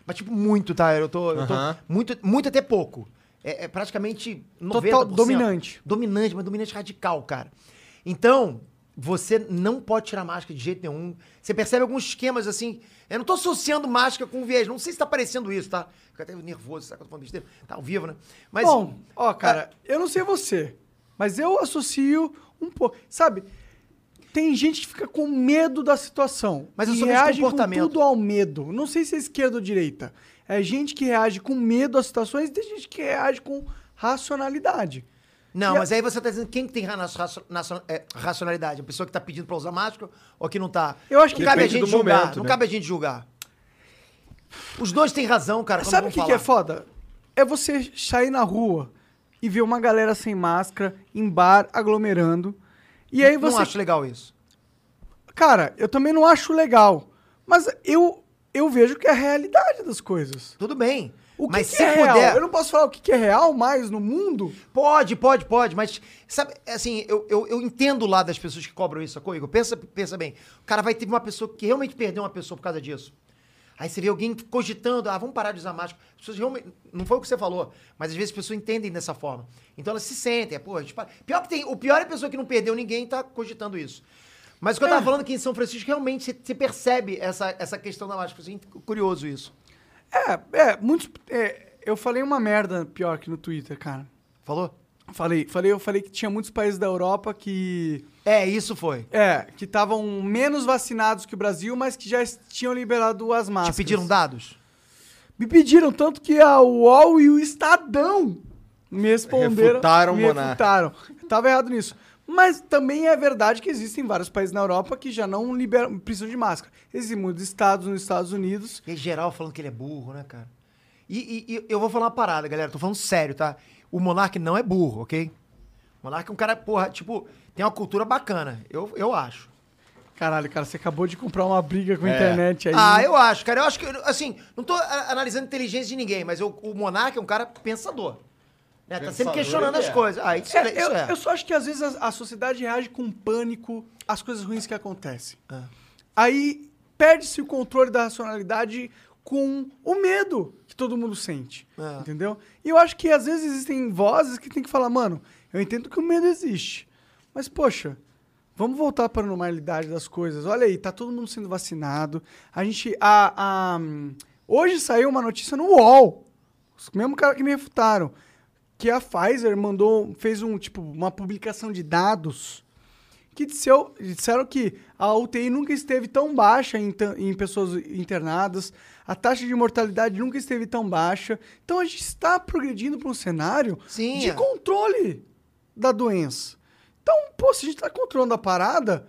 C: Mas, tipo, muito, tá? Eu tô. eu tô
B: Aham.
C: muito, muito até pouco. É, é praticamente 90%.
A: dominante.
C: Dominante, mas dominante radical, cara. Então, você não pode tirar máscara de jeito nenhum. Você percebe alguns esquemas assim. Eu não tô associando máscara com viés. Não sei se tá parecendo isso, tá? Fico até nervoso, sabe? que eu tô falando besteira. Tá ao vivo, né? Mas.
A: Bom, ó, cara, eu não sei você, mas eu associo um pouco. Sabe, tem gente que fica com medo da situação.
C: Mas eu
A: e
C: sou meio de
A: reage
C: comportamento.
A: com tudo ao medo. Não sei se é esquerda ou direita. É gente que reage com medo às situações e tem gente que reage com racionalidade.
C: Não,
A: E a-
C: mas aí você tá dizendo quem que tem ra- nas- raço- naço- é, racionalidade? A pessoa que tá pedindo pra usar máscara ou que não tá?
A: Eu acho que-
C: não cabe a
B: Depende
C: gente
B: do
C: julgar.
B: momento,
C: não
B: né?
C: cabe a gente julgar. Os dois têm razão, cara. quando
A: Sabe
C: vão
A: o que, que
C: falar.
A: é foda? É você sair na rua e ver uma galera sem máscara, em bar, aglomerando. E aí você
C: Não acho legal isso.
A: Cara, eu também não acho legal. Mas eu, eu vejo que é a realidade das coisas.
C: Tudo bem.
A: O que,
C: mas
A: que
C: se
A: é
C: puder.
A: real? Eu não posso falar o que, que é real mais no mundo.
C: Pode, pode, pode, mas sabe, assim, eu, eu, eu entendo lá das pessoas que cobram isso, sacou, Igor? Pensa, pensa bem. O cara vai ter uma pessoa que realmente perdeu uma pessoa por causa disso. Aí você vê alguém cogitando, ah, vamos parar de usar máscara. As pessoas realmente. Não foi o que você falou, mas às vezes as pessoas entendem dessa forma. Então elas se sentem, é, pô, a gente para. Pior que tem, o pior é a pessoa que não perdeu ninguém e tá cogitando isso. Mas o que eu tava falando aqui em São Francisco, realmente você, você percebe essa, essa questão da máscara. Assim, curioso isso.
A: É, é, muitos. é, eu falei uma merda pior que no Twitter, cara.
C: Falou?
A: Falei, falei, eu falei que tinha muitos países da Europa que.
C: É, isso foi.
A: É, que estavam menos vacinados que o Brasil, mas que já es- tinham liberado as máscaras.
C: Te pediram dados?
A: Me pediram tanto que a UOL e o Estadão me responderam.
B: Refutaram
A: me
B: o Monark.
A: refutaram. Eu Tava errado nisso. Mas também é verdade que existem vários países na Europa que já não liberam prisão de máscara. Existem muitos estados nos Estados Unidos.
C: E aí, geral falando que ele é burro, né, cara? E, e- e eu vou falar uma parada, galera. Tô falando sério, tá? O Monark não é burro, ok? O Monark é um cara, porra, tipo, tem uma cultura bacana. Eu, eu acho.
A: Caralho, cara, você acabou de comprar uma briga
B: É.
A: com a internet aí.
C: Ah, eu acho, cara. Eu acho que, assim, não tô a- analisando inteligência de ninguém, mas eu- o Monark é um cara pensador. Né? Tá sempre questionando as coisas. Ah, isso é.
A: É, eu,
C: isso é.
A: eu só acho que às vezes a, a sociedade reage com pânico às coisas ruins que acontecem.
C: É.
A: Aí perde-se o controle da racionalidade com o medo que todo mundo sente.
C: É.
A: Entendeu? E eu acho que às vezes existem vozes que tem que falar, mano, eu entendo que o medo existe. Mas, poxa, vamos voltar para a normalidade das coisas. Olha aí, tá todo mundo sendo vacinado. A gente. A, a- hoje saiu uma notícia no UOL. Os mesmo cara que me refutaram. Que a Pfizer mandou. fez um tipo uma publicação de dados que disseu- disseram que a UTI nunca esteve tão baixa em, tan- em pessoas internadas, a taxa de mortalidade nunca esteve tão baixa. Então a gente está progredindo para um cenário
C: Sim,
A: de
C: é.
A: controle da doença. Então, pô, se a gente está controlando a parada,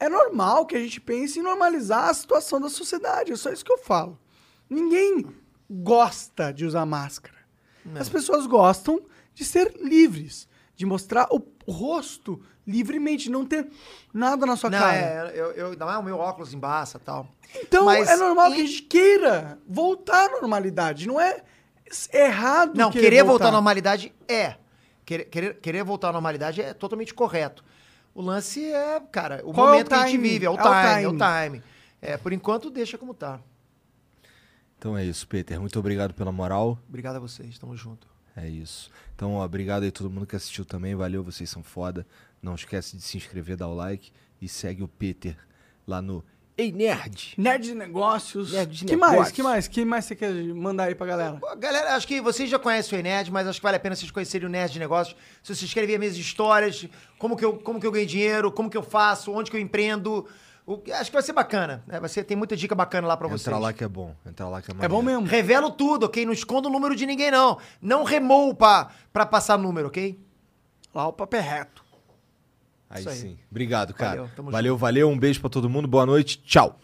A: é normal que a gente pense em normalizar a situação da sociedade. É só isso que eu falo. Ninguém gosta de usar máscara.
C: É.
A: As pessoas gostam de ser livres, de mostrar o rosto livremente, não ter nada na sua
C: Não,
A: cara.
C: é, eu, eu, não é o meu óculos embaça e tal.
A: Então
C: Mas
A: é normal que
C: em-
A: a gente queira voltar à normalidade, não é s- errado
C: Não, querer, voltar. à normalidade é. Querer, querer, querer voltar à normalidade é totalmente correto. O lance é, cara, o
A: Qual é o
C: momento que a gente
A: timing?
C: vive, é o,
A: É o
C: time, é o time. É, por enquanto, deixa como tá.
B: Então é isso, Peter. Muito obrigado pela moral.
C: Obrigado a vocês, tamo junto.
B: É isso. Então, ó, obrigado aí todo mundo que assistiu também. Valeu, vocês são foda. Não esquece de se inscrever, dar o like e segue o Peter lá no Ei Nerd.
A: Nerd de negócios.
B: Nerd de
A: que mais?
B: negócios.
A: Que mais? Que mais você quer mandar aí pra galera?
C: Pô, Galera, acho que vocês já conhecem o Nerd, mas acho que vale a pena vocês conhecerem o Nerd de Negócios. Se vocês querem ver minhas histórias, como que eu, como que eu ganho dinheiro, como que eu faço, onde que eu empreendo. o- acho que vai ser bacana. Né? Vai ser, tem muita dica bacana lá pra
B: Entra
C: vocês.
B: lá que é bom. Entra lá que é
A: É
B: maneiro.
A: bom mesmo.
C: Revelo tudo, ok? Não escondo o número de ninguém, não. Não remou pra, pra passar número, ok?
A: Lá o papo é reto.
B: Aí
C: Isso aí.
B: sim. Obrigado, cara.
C: Valeu, tamo
B: valeu, valeu. Um beijo pra todo mundo. Boa noite. Tchau.